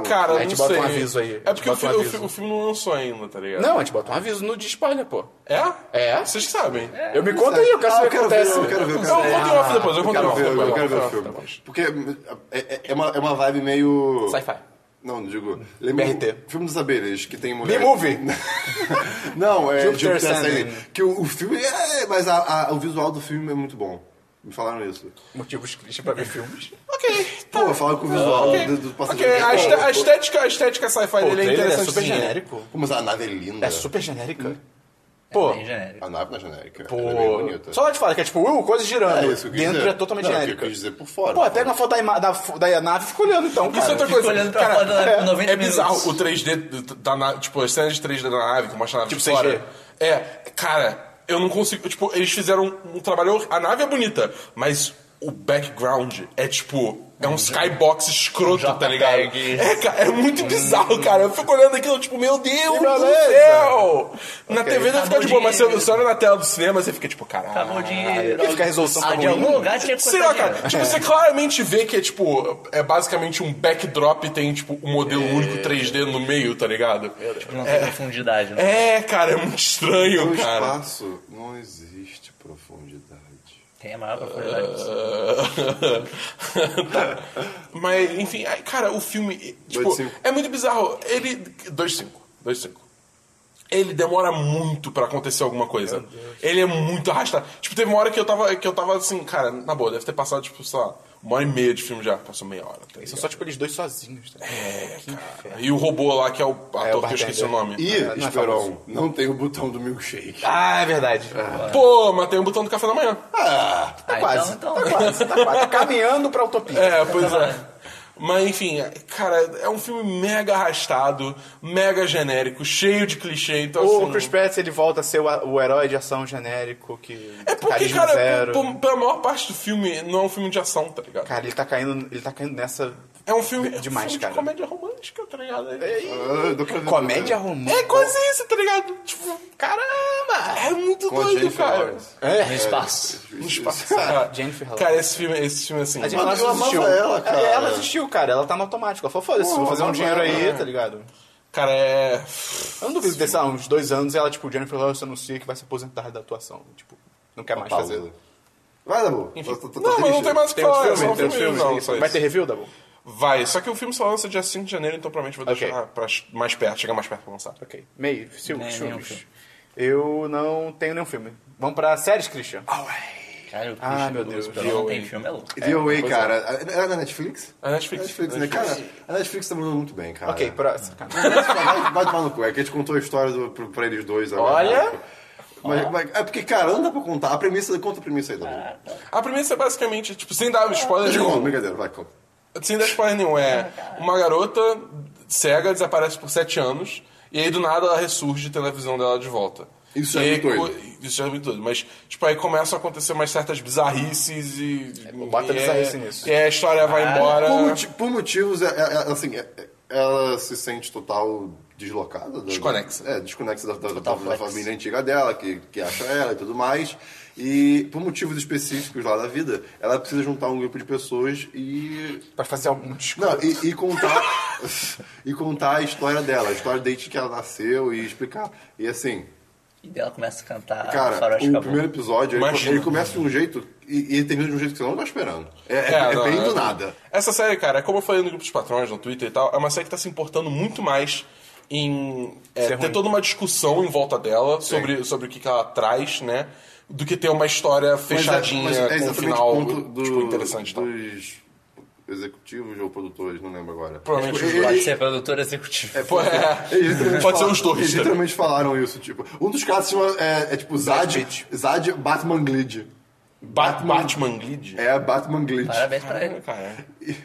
B: Cara,
A: A
B: não
A: gente bota
B: sei.
A: um aviso aí, a gente
B: É porque o,
A: bota um
B: fi- o
A: aviso.
B: fi- o filme não lançou ainda, tá ligado?
A: Não, a gente bota um aviso no de spoiler, pô.
B: É?
A: É? Ah,
B: Vocês que sabem. Então,
A: Eu me conta aí, eu quero
D: Ah,
A: saber o
D: eu
A: que
D: quero ver,
A: acontece.
D: eu quero ver, eu
B: Eu
D: quero ver.
B: contei off depois, eu um
D: Eu
B: contei
D: quero
B: off
D: ver,
B: depois.
D: eu quero ver
B: off
D: o
B: depois.
D: filme. Porque é, é- é uma, é uma vibe meio.
A: Sci-fi.
D: Não, não digo. Lembra
A: BRT.
D: o filme dos abelhas, que tem mulher.
A: B-Movie.
D: Não, é
A: Jupiter
D: Jupiter Ascending.
A: Ascending.
D: Que o, o filme é. Mas a- a- o visual do filme é muito bom. Me falaram isso.
A: Motivos Christian pra ver filmes.
B: Ok, tá.
D: Pô, eu falo que o
A: Ah,
D: visual
B: Ok.
D: do, do passageiro.
B: Ok, a,
D: é
B: este-
D: bom.
B: a estética, a estética sci-fi dele é interessante.
D: Pô, Mas a nave é linda.
A: É super É genérica. Pô,
C: Bem genérico.
D: A nave na genérica.
A: pô.
D: Ela é bem bonita.
A: Só lá de fora, que é tipo, uh, coisa girando.
D: É isso que eu quis
A: Dentro
D: dizer.
A: é totalmente
D: Não, é o que
A: genérica.
D: eu quis dizer por fora.
A: Pô, pega uma foto da, ima- da, fo- da nave e fica olhando então,
B: Isso é
A: cara.
B: outra
A: Tipo,
B: coisa.
C: olhando pra
B: Cara,
C: foto da-
B: é,
C: 90
B: é bizarro
C: minutos.
B: o 3D da nave, tipo, as cenas de 3D da nave, que mostra a nave
A: Tipo
B: de fora.
A: 6D.
B: É, cara, eu não consigo. Tipo, eles fizeram um, um trabalho. hor- A nave é bonita, mas o background é tipo. É um skybox escroto, tá
C: JPEG.
B: ligado? É, cara, é muito bizarro, cara. Eu fico olhando aquilo, tipo, meu
A: Que
B: Deus do
A: beleza.
B: céu! Na
A: Ok.
B: TV deve ficar de boa, mas você você olha na tela do cinema, você fica tipo, caralho.
C: Acabou o dinheiro.
A: Fica a resolução
C: ah,
A: tá
C: de
A: ruim.
C: algum lugar tinha que
B: Sei lá,
C: cortar
B: cara.
C: dinheiro.
B: Tipo, você claramente vê que é tipo. É basicamente um backdrop e tem, tipo, um modelo
D: É.
B: único 3D no meio, tá ligado?
C: Tipo, não tem profundidade. né? Não.
B: É, cara, é muito estranho,
D: No
B: cara.
D: espaço não existe profundidade.
C: Tem a maior profundidade possível.
B: Tá. Mas, enfim, aí, cara, o filme. Tipo,
D: Dois de cinco.
B: é muito bizarro. Ele. 2-5. 2-5. Ele demora muito pra acontecer alguma coisa. Ele é muito arrastado. Tipo, teve uma hora que eu tava, que eu tava assim, cara, na boa, deve ter passado, tipo, sei lá, uma hora e meia de filme já. Passou meia hora. tá
A: São
B: ligado?
A: só tipo eles dois sozinhos. Tá? É, que inferno.
B: E o robô lá, que é o
A: É, o
B: ator que eu esqueci
A: bartender.
B: o nome.
D: E,
A: não é
D: Esperon, não tem o botão do milkshake.
A: Ah, é verdade.
B: Pô, mas tem um botão do café da manhã.
A: Tá,
C: Ah,
A: quase,
C: então-
A: tá
C: então-
A: quase. Tá quase. Tá caminhando pra utopia.
B: É, pois é. Mas enfim, cara, é um filme mega arrastado, mega genérico, cheio de clichê. Então,
A: O
B: assim,
A: Chris Pratt, ele volta a ser o, o herói de ação genérico que...
B: É porque,
A: carisma
B: cara,
A: zero.
B: por- por- pela maior parte do filme, não é um filme de ação, tá ligado?
A: Cara, ele tá caindo, ele tá caindo nessa...
B: É um filme, é um
A: Demais,
B: filme
A: cara.
B: de comédia romântica, tá ligado? É,
D: Ah, dá pra ver.
A: Comédia romântica.
B: é quase isso, tá ligado? Tipo, caramba! É muito
D: Com a
B: doido,
D: Jennifer
B: cara.
D: Lawrence.
C: No
A: É.
C: espaço.
B: No
D: é
B: espaço, cara.
A: Jennifer Lawrence.
B: Cara, esse filme, esse filme assim.
A: A gente
D: Mano,
A: não
D: eu amava
A: assistiu.
D: ela, cara.
A: É, Ela assistiu, cara. Ela tá no automático. Ela falou, foda-se, vou
D: Porra,
A: fazer um
D: amava
A: dinheiro aí,
D: ela.
A: tá ligado?
B: Cara, é.
A: Eu não duvido desse, uns dois anos, ela, tipo, Jennifer Lawrence anuncia que vai se aposentar da atuação. Tipo, não quer mais fazer.
D: Pausa. Vai, Dabu. Tá- tá- tá
B: Não, mas não
D: triste?
B: tem mais o que
A: Tem outro
B: falar, é só
A: filme,
B: um
A: tem outro
B: filme.
A: filme.
B: Não, só
A: vai
B: isso.
A: ter review, Dabu?
B: Vai, só que o filme só lança dia 5 de janeiro, então provavelmente vou
A: Ok.
B: deixar pra mais perto, chegar mais perto pra lançar.
A: Ok. Meio,
C: Nem-
A: filmes,
C: nenhum
A: filmes.
C: filme.
A: Eu não tenho nenhum filme. Vamos pra séries, Christian?
C: Cara, o
A: Ah,
C: Christian-
A: meu Deus,
C: o Esperon
A: Deus.
C: não tem filme, é louco.
D: The Away, cara. É na Netflix?
B: É na Netflix.
D: Netflix, né, cara? A Netflix tá mandando muito bem, cara.
A: ok, próximo.
D: Vai, vai tomar no cu. É que a gente contou a história do, pro- pra eles dois. agora.
A: Olha.
D: Mas, mas- é porque, cara, não dá pra contar. A premissa, conta a premissa aí, Dabu.
B: A premissa é basicamente, tipo, sem dar spoiler
D: Não,
B: nenhum.
D: brincadeira, vai, conta.
B: Sem dar spoiler nenhum, é uma garota cega desaparece por 7 anos, e aí do nada ela ressurge tendo a visão dela de volta.
D: Isso
B: E
D: é
B: aí,
D: muito
B: co-
D: doido.
B: Isso já é muito doido. Mas, tipo, aí começam a acontecer umas certas bizarrices e.
A: bota
B: e
A: bizarrice
B: é,
A: nisso.
D: Ah,
B: E aí a história vai embora.
D: Por, moti- por motivos, é- é- é, assim, é- é- ela se sente total deslocada. Da,
B: Desconexa.
D: É, desconexa da, da,
C: Total
D: da
C: flex.
D: família antiga dela, que, que acha ela e tudo mais. E por motivos específicos lá da vida, ela precisa juntar um grupo de pessoas e
A: Pra fazer algum disco.
D: não, e, e contar e contar a história dela, a história desde que ela nasceu e explicar. E assim,
C: E daí ela começa Ah, a cantar
D: cara,
C: Faroeste
D: o
C: Caboclo.
D: primeiro episódio ele,
B: Imagina.
D: ele começa de um jeito e, e ele termina de um jeito que você não tá esperando. É, é, é
B: não,
D: bem
B: é-
D: do nada.
B: Essa série, cara, é como eu falei no grupo dos patrões, no Twitter e tal, é uma série que tá se importando muito mais em é,
A: Ser
B: ter
A: ruim.
B: toda uma discussão em volta dela sobre, sobre o que, que ela traz, né? Do que ter uma história fechadinha
D: mas é- mas é
B: com um
D: exatamente
B: final
D: o ponto do-
B: tipo, interessante. e tal.
D: dos executivos ou produtores, não lembro agora.
B: Provavelmente
D: Tipo,
B: os
D: ele-
B: dois.
C: Pode ser produtora executiva.
B: Pô, é.
D: Eles
B: Pode ser
D: literalmente falaram-
B: os dois,
D: Eles
B: tá?
D: literalmente falaram isso, tipo. Um dos caras se chama, é, é tipo Zad, Zad Batman Glid.
B: Bat- Batman Glid.
D: É Batman Glid.
C: Parabéns pra ele.
B: Caralho, cara.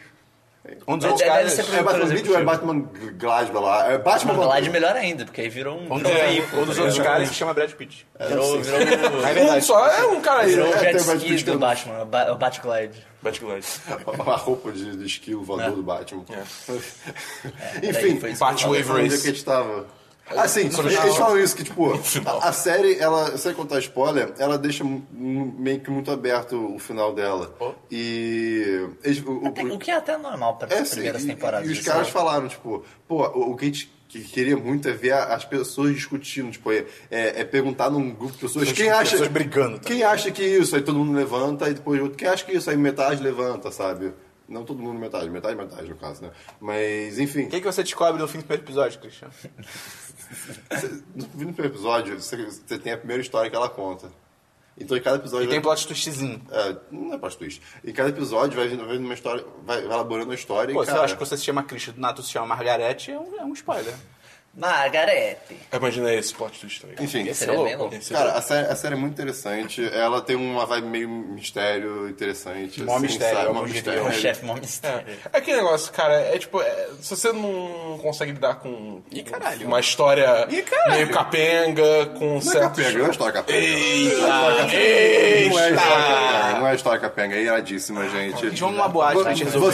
A: Um dos
C: Mas
A: outros
C: deve
A: caras.
C: ser
D: É Batman Glid ou é Batman Glasgow lá? É Batman
C: Mano, lá de melhor ainda, porque aí virou um.
A: Um dos,
B: É,
A: um dos outros caras se chama Brad Pitt.
C: Virou, virou, virou,
A: É verdade.
B: Um só é um cara aí.
C: virou o
D: É,
C: jet
D: tem o Brad
C: ski
D: Pitt
C: do
D: todo.
C: Batman, o Ba- o Batglide.
B: Batman Glid.
D: A roupa de, de esquilo voador do Batman.
C: daí
D: Enfim,
C: foi isso.
B: Bat Wave
D: onde é que a
B: Race.
D: gente tava? Ah, sim,
B: Sobre
D: eles
B: o final.
D: falam isso, que tipo,
B: final.
D: a, a série, ela, sem contar spoiler, ela deixa mu- mu- meio que muito aberto o final dela. E. eles- o- o-
C: Até- O que é até normal para
D: É,
C: as
D: sim,
C: primeiras
D: e-
C: temporadas. assim.
D: E os
C: de
D: caras
C: série.
D: falaram, tipo, pô, o, o que a gente que- queria muito é ver a- as pessoas discutindo, tipo, é, é- é perguntar num grupo de pessoas quem acha.
A: pessoas brigando, tá?
D: Quem acha que isso? Aí todo mundo levanta, e depois outro, quem acha que isso? Aí metade levanta, sabe? Não todo mundo metade, metade, metade, no caso, né? Mas, enfim,
A: O que, que você descobre no fim do primeiro episódio, Cristiano?
D: no fim do primeiro episódio, você, você tem a primeira história que ela conta. Então, em cada episódio.
A: E tem plot twistzinho.
D: É, não é plot twist. Em cada episódio vai vindo vai vindo uma história, vai vai elaborando uma história
A: Pô,
D: e,
A: se
D: cara...
A: eu acho que você se chama Cristian, do Nato se chama Margarete, é um, é um spoiler.
C: Margarete.
B: Imagina esse plot twist aí.
D: Enfim,
A: Esse
C: Seria
A: é
C: bem
A: louco.
C: louco.
B: Esse é
D: Cara, a série, a série é muito interessante. Ela tem uma vibe meio mistério interessante. assim,
A: Mó mistério,
D: sabe?
A: eu
D: Mó
A: diria.
D: mistério.
C: O
A: É.
C: Um chefe mó mistério.
B: É aquele negócio, cara, é tipo, é, se você não consegue lidar com
A: caralho.
B: uma história
A: Ih, caralho.
B: meio capenga, com
D: Não é
B: certos...
D: capenga, não é história capenga. Não é história
A: Eita!
D: capenga, não é história capenga. É iradíssima, gente.
A: gente, vamos numa boate pra gente resolver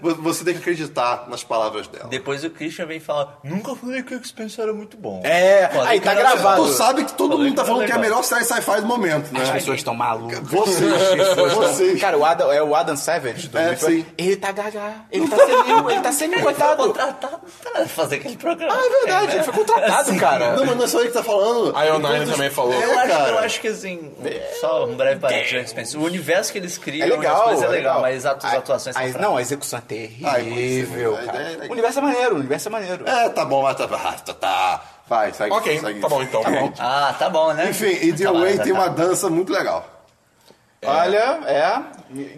D: Você, você tem que acreditar nas palavras dela.
C: Depois o Christian vem falar: Nunca falei que o X-Penso era muito bom.
A: É,
C: Pô,
A: aí
C: o
A: tá
C: cara-
A: gravado.
D: Tu sabe que todo
C: Falei
D: mundo tá
C: que
D: falando
C: era
D: que é a
C: legal.
D: melhor série sci-fi do momento,
A: As
D: né?
A: pessoas estão malucas.
D: Vocês, vocês.
A: Cara, o Adam, é o Adam Savage do
D: É,
A: Big Bang.
D: sim.
A: Ele tá gaga. Ele tá senil, ele tá senil,
C: Tá
A: coitado.
C: contratado pra fazer aquele programa.
A: Ah, é verdade, ele foi contratado, cara.
D: Não, mas não é só ele que tá falando.
B: A Ionine também falou.
D: É,
C: Eu acho,
D: cara.
C: eu acho que assim, só um breve parênteses. O universo que eles criam
A: É legal,
C: as coisas é
A: é
C: legal,
A: legal.
C: mas as atuações
A: Aí,
C: são
A: não, a execução é terrível,
D: Ah, é muito ruim, a
A: cara.
D: ideia é legal.
A: o universo é maneiro, o universo é maneiro.
D: É, tá bom, mas tá. Tá, tá. Vai, segue.
B: Ok,
D: segue.
B: tá bom então.
D: Tá bom.
C: Ah, tá bom, né?
D: Enfim, e The
C: Tá lá,
D: Way
C: tá,
D: tem
C: tá.
D: uma dança muito legal.
A: Olha, é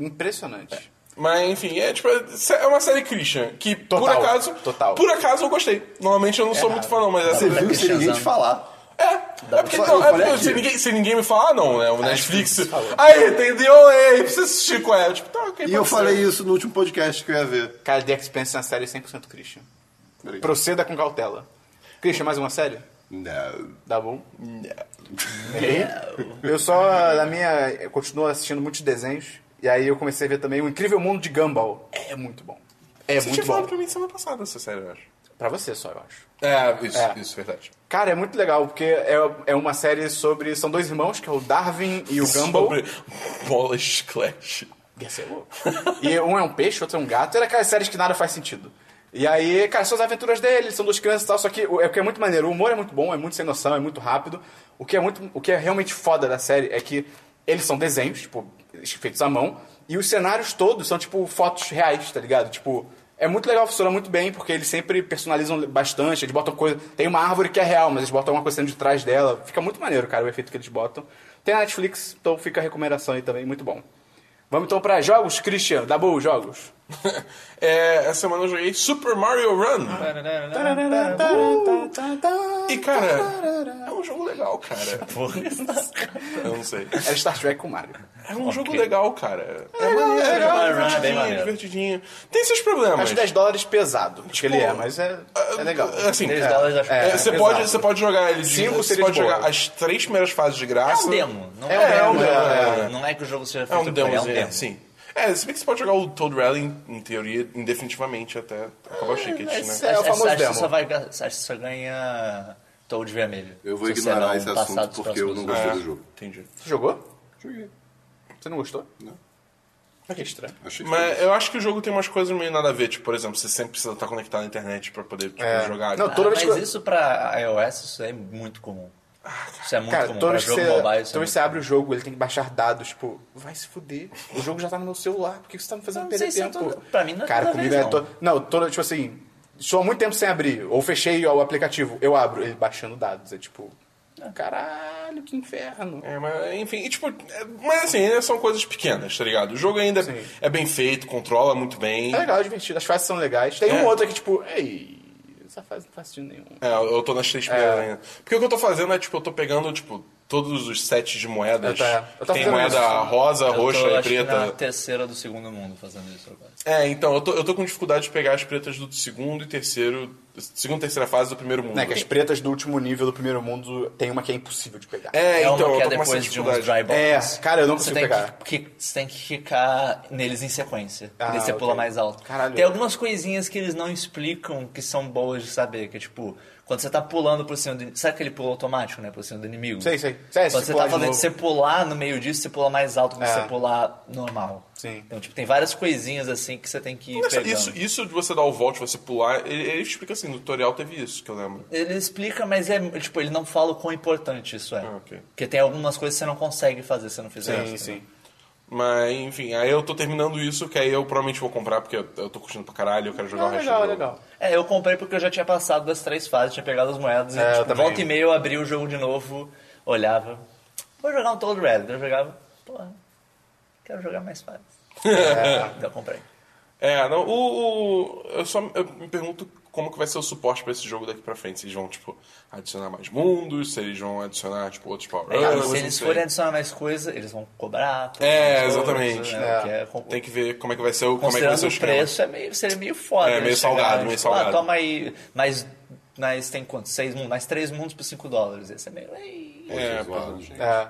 A: impressionante.
B: Mas enfim, é tipo, é uma série Christian, que
A: Total,
B: por acaso.
A: total.
B: Por acaso eu gostei. Normalmente eu não sou muito fã, não,
C: Tá
B: mas essa.
D: Você viu sem ninguém te falar.
B: É, é porque,
D: Eu
B: não, é
D: falei
B: porque
D: aqui.
B: se, ninguém, se ninguém me falar, não, né? O Netflix.
A: Netflix falou.
B: Aí, tem The OA, precisa assistir com ela. Tipo, tá, ok,
D: E
B: pode
D: eu
B: ser.
D: falei isso no último podcast que eu ia ver.
A: Cara, The Expanse é uma série 100% Christian.
D: Peraí.
A: Proceda com cautela. Christian, mais uma série?
D: Não.
A: Dá Tá bom? Eu só, na minha, eu continuo assistindo muitos desenhos. E aí eu comecei a ver também O Incrível Mundo de Gumball. É muito bom. É
B: Você
A: muito
B: tinha
A: bom.
B: falado pra mim semana passada essa série, eu acho.
A: Pra você só, eu acho.
B: É, isso,
A: É.
B: isso, verdade.
A: Cara, é muito legal, porque é, é uma série sobre... São dois irmãos, que é o Darwin e o Gumball.
B: Sobre bolas Clash.
A: Ia ser louco. E um é um peixe, outro é um gato. Era aquelas séries que nada faz sentido. E aí, cara, são as aventuras dele, são duas crianças e tal, só que o, é, o que é muito maneiro, o humor é muito bom, é muito sem noção, é muito rápido. O que é, muito, o que é realmente foda da série é que eles são desenhos, tipo, feitos à mão, e os cenários todos são, tipo, fotos reais, tá ligado? Tipo, é muito legal, funciona muito bem, porque eles sempre personalizam bastante, eles botam coisa... Tem uma árvore que é real, mas eles botam alguma coisa de trás dela. Fica muito maneiro, cara, o efeito que eles botam. Tem na Netflix, então fica a recomendação aí também, muito bom. Vamos então pra jogos, Christian. Dá boa os jogos.
B: É, essa semana eu joguei Super Mario Run.
C: Ah.
B: E, cara, é um jogo legal, cara.
C: Porra.
B: Eu não sei.
A: Era Star Trek com Mario.
B: É um jogo legal, cara. É,
C: é legal, é bem
B: divertidinho,
C: maneiro.
B: divertidinho. Tem seus problemas.
A: Acho 10 dólares pesado. Acho que ele é, mas é,
B: Ah,
A: é legal.
B: Assim,
C: 3
B: é.
C: dólares acho que
B: É,
A: É,
B: você,
A: pesado.
B: pode, você pode jogar ele de,
A: Cinco
B: Você
A: seria
B: pode
A: de boa.
B: jogar as três primeiras fases de
C: É
B: graça.
C: um demo. Não
A: É,
C: é,
A: é um
C: um
A: demo,
C: jogo.
A: é.
C: Não é que o jogo seja
B: É
C: feito
B: um
C: pra-
B: demo,
C: é um demo.
B: sim. É, se bem que você pode jogar o Toad Rally, em, em teoria, indefinitivamente até acabar o ticket,
C: Mas
A: é
B: né?
A: o
C: acho-
A: famoso
C: acho que
A: demo.
C: você só vai ga- acho que você só ganha Toad vermelho.
D: Eu vou
C: se você
D: ignorar
C: não
D: esse
C: passar
D: assunto
C: dos
D: porque eu
C: próximos
D: não
C: anos.
D: gostei
B: É,
D: do jogo.
B: Entendi.
A: Você jogou?
D: Joguei.
A: Você não gostou?
D: Não.
A: Ah, que estranho.
D: Achei
B: Mas eu acho que o jogo tem umas coisas meio nada a ver, tipo, por exemplo, você sempre precisa estar conectado à internet pra poder tipo,
A: É.
B: jogar.
A: Não,
B: Ah,
A: toda vez
C: Ah,
A: que
C: mas
A: eu-
C: isso pra iOS isso é muito comum. Isso é muito
A: Ah, Cara,
C: comum.
A: toda
C: Pra
A: vez que
C: jogo
A: você,
C: mobile
A: toda
C: isso é
A: vez que
C: muito
A: você abre o jogo, ele tem que baixar dados. Tipo, vai se fuder. O jogo já tá no meu celular. Por que você tá me fazendo
C: Não
A: perder
C: sei se é
A: tempo?
C: toda- pra mim não é
A: Cara,
C: toda
A: comigo
C: vez,
A: é
C: não.
A: to... Não, toda, tipo assim, estou há muito tempo sem abrir. Ou fechei o aplicativo. Eu abro, ele baixando dados. É tipo,
C: Ah.
A: caralho, que inferno.
B: É, mas, enfim, e, tipo, é- mas assim, ainda são coisas pequenas, tá ligado? O jogo ainda é-
A: Sim.
B: é bem feito, controla muito bem.
A: É legal, é divertido. As fases são legais. Tem
B: É.
A: um outro que, tipo, ei, essa fase não faz sentido nenhum.
B: É, eu eu tô nas três primeiras ainda. Porque o que eu tô fazendo é, tipo, eu tô pegando, tipo, todos os sets de moedas.
A: Eu tô- é. Eu tô
B: tem
A: fazendo
B: moeda
A: isso.
B: rosa,
C: comum.
B: roxa
C: eu tô,
B: e
C: acho que na
B: preta.
C: terceira do segundo mundo fazendo isso agora.
B: É, então, eu tô, eu tô com dificuldade de pegar as pretas do segundo e terceiro. Segunda e terceira fase do primeiro mundo.
A: Né, que as pretas do último nível do primeiro mundo tem uma que é impossível de pegar.
B: É,
C: É uma
B: então,
C: que
B: eu
C: é
B: tô com essa
C: depois de uns
B: dificuldade.
C: dry
A: É,
C: bombs.
A: cara, eu não
C: Você
A: consigo
C: tem
A: pegar.
C: Que, que- você tem que ficar neles em sequência.
A: Ah,
C: porque você
A: ok.
C: pula mais alto.
A: Caralho.
C: Tem algumas coisinhas que eles não explicam que são boas de saber. Que é tipo, quando você tá pulando por cima do... Sabe aquele pulo automático, né? Por cima do inimigo?
A: Sei, sei. Sei, se
C: quando você
A: pular
C: tá
A: de
C: falando de
A: é novo.
C: você pular no meio disso, você pula mais alto do que
A: É.
C: você pular normal.
A: Sim.
C: Então, tipo, tem várias coisinhas assim que você tem que ir
B: Nossa,
C: pegando.
B: Isso, isso de você dar o volte, você pular, ele, ele explica assim, no tutorial teve isso, que eu lembro.
C: Ele explica, mas é tipo, ele não fala o quão importante isso é.
B: Ah, ok.
C: Porque tem algumas coisas que você não consegue fazer se não fizer
A: Sim,
C: isso, né?
A: sim.
B: Mas, enfim, aí eu tô terminando isso, que aí eu provavelmente vou comprar, porque eu, eu tô curtindo pra caralho, eu quero jogar
A: Não,
B: o resto
A: Ah, legal,
B: do jogo.
A: legal.
C: É, eu comprei porque eu já tinha passado das três fases, tinha pegado as moedas,
A: É, eu
C: e tipo,
A: também.
C: volta e meia eu abria o jogo de novo, olhava, vou jogar um Toad Rally, eu jogava, porra, quero jogar mais fases. Então eu comprei.
B: É, não, o, o- eu só eu me pergunto como que vai ser o suporte pra esse jogo daqui pra frente. Se eles vão, tipo, adicionar mais mundos, se eles vão adicionar, tipo, outros power
C: Cara,
B: ups,
C: Ah, se
B: não
C: eles
B: sei.
C: forem adicionar mais coisa, eles vão cobrar. por
B: É,
C: mais coisa,
B: exatamente.
C: né,
A: É.
C: que é com-
B: Tem que ver como é que vai ser o, como é que vai
C: Considerando
B: ser o
C: o
B: esquema.
C: preço, é meio, seria meio foda.
B: É,
C: né,
B: meio
C: chegar,
B: salgado,
C: tipo,
B: meio salgado.
C: Ah, toma aí, mas, mas tem quanto? Seis mundos? Mais três mundos por cinco dólares. Esse é meio... ei.
B: É,
D: Hoje, zoado,
B: pô.
D: gente.
A: É.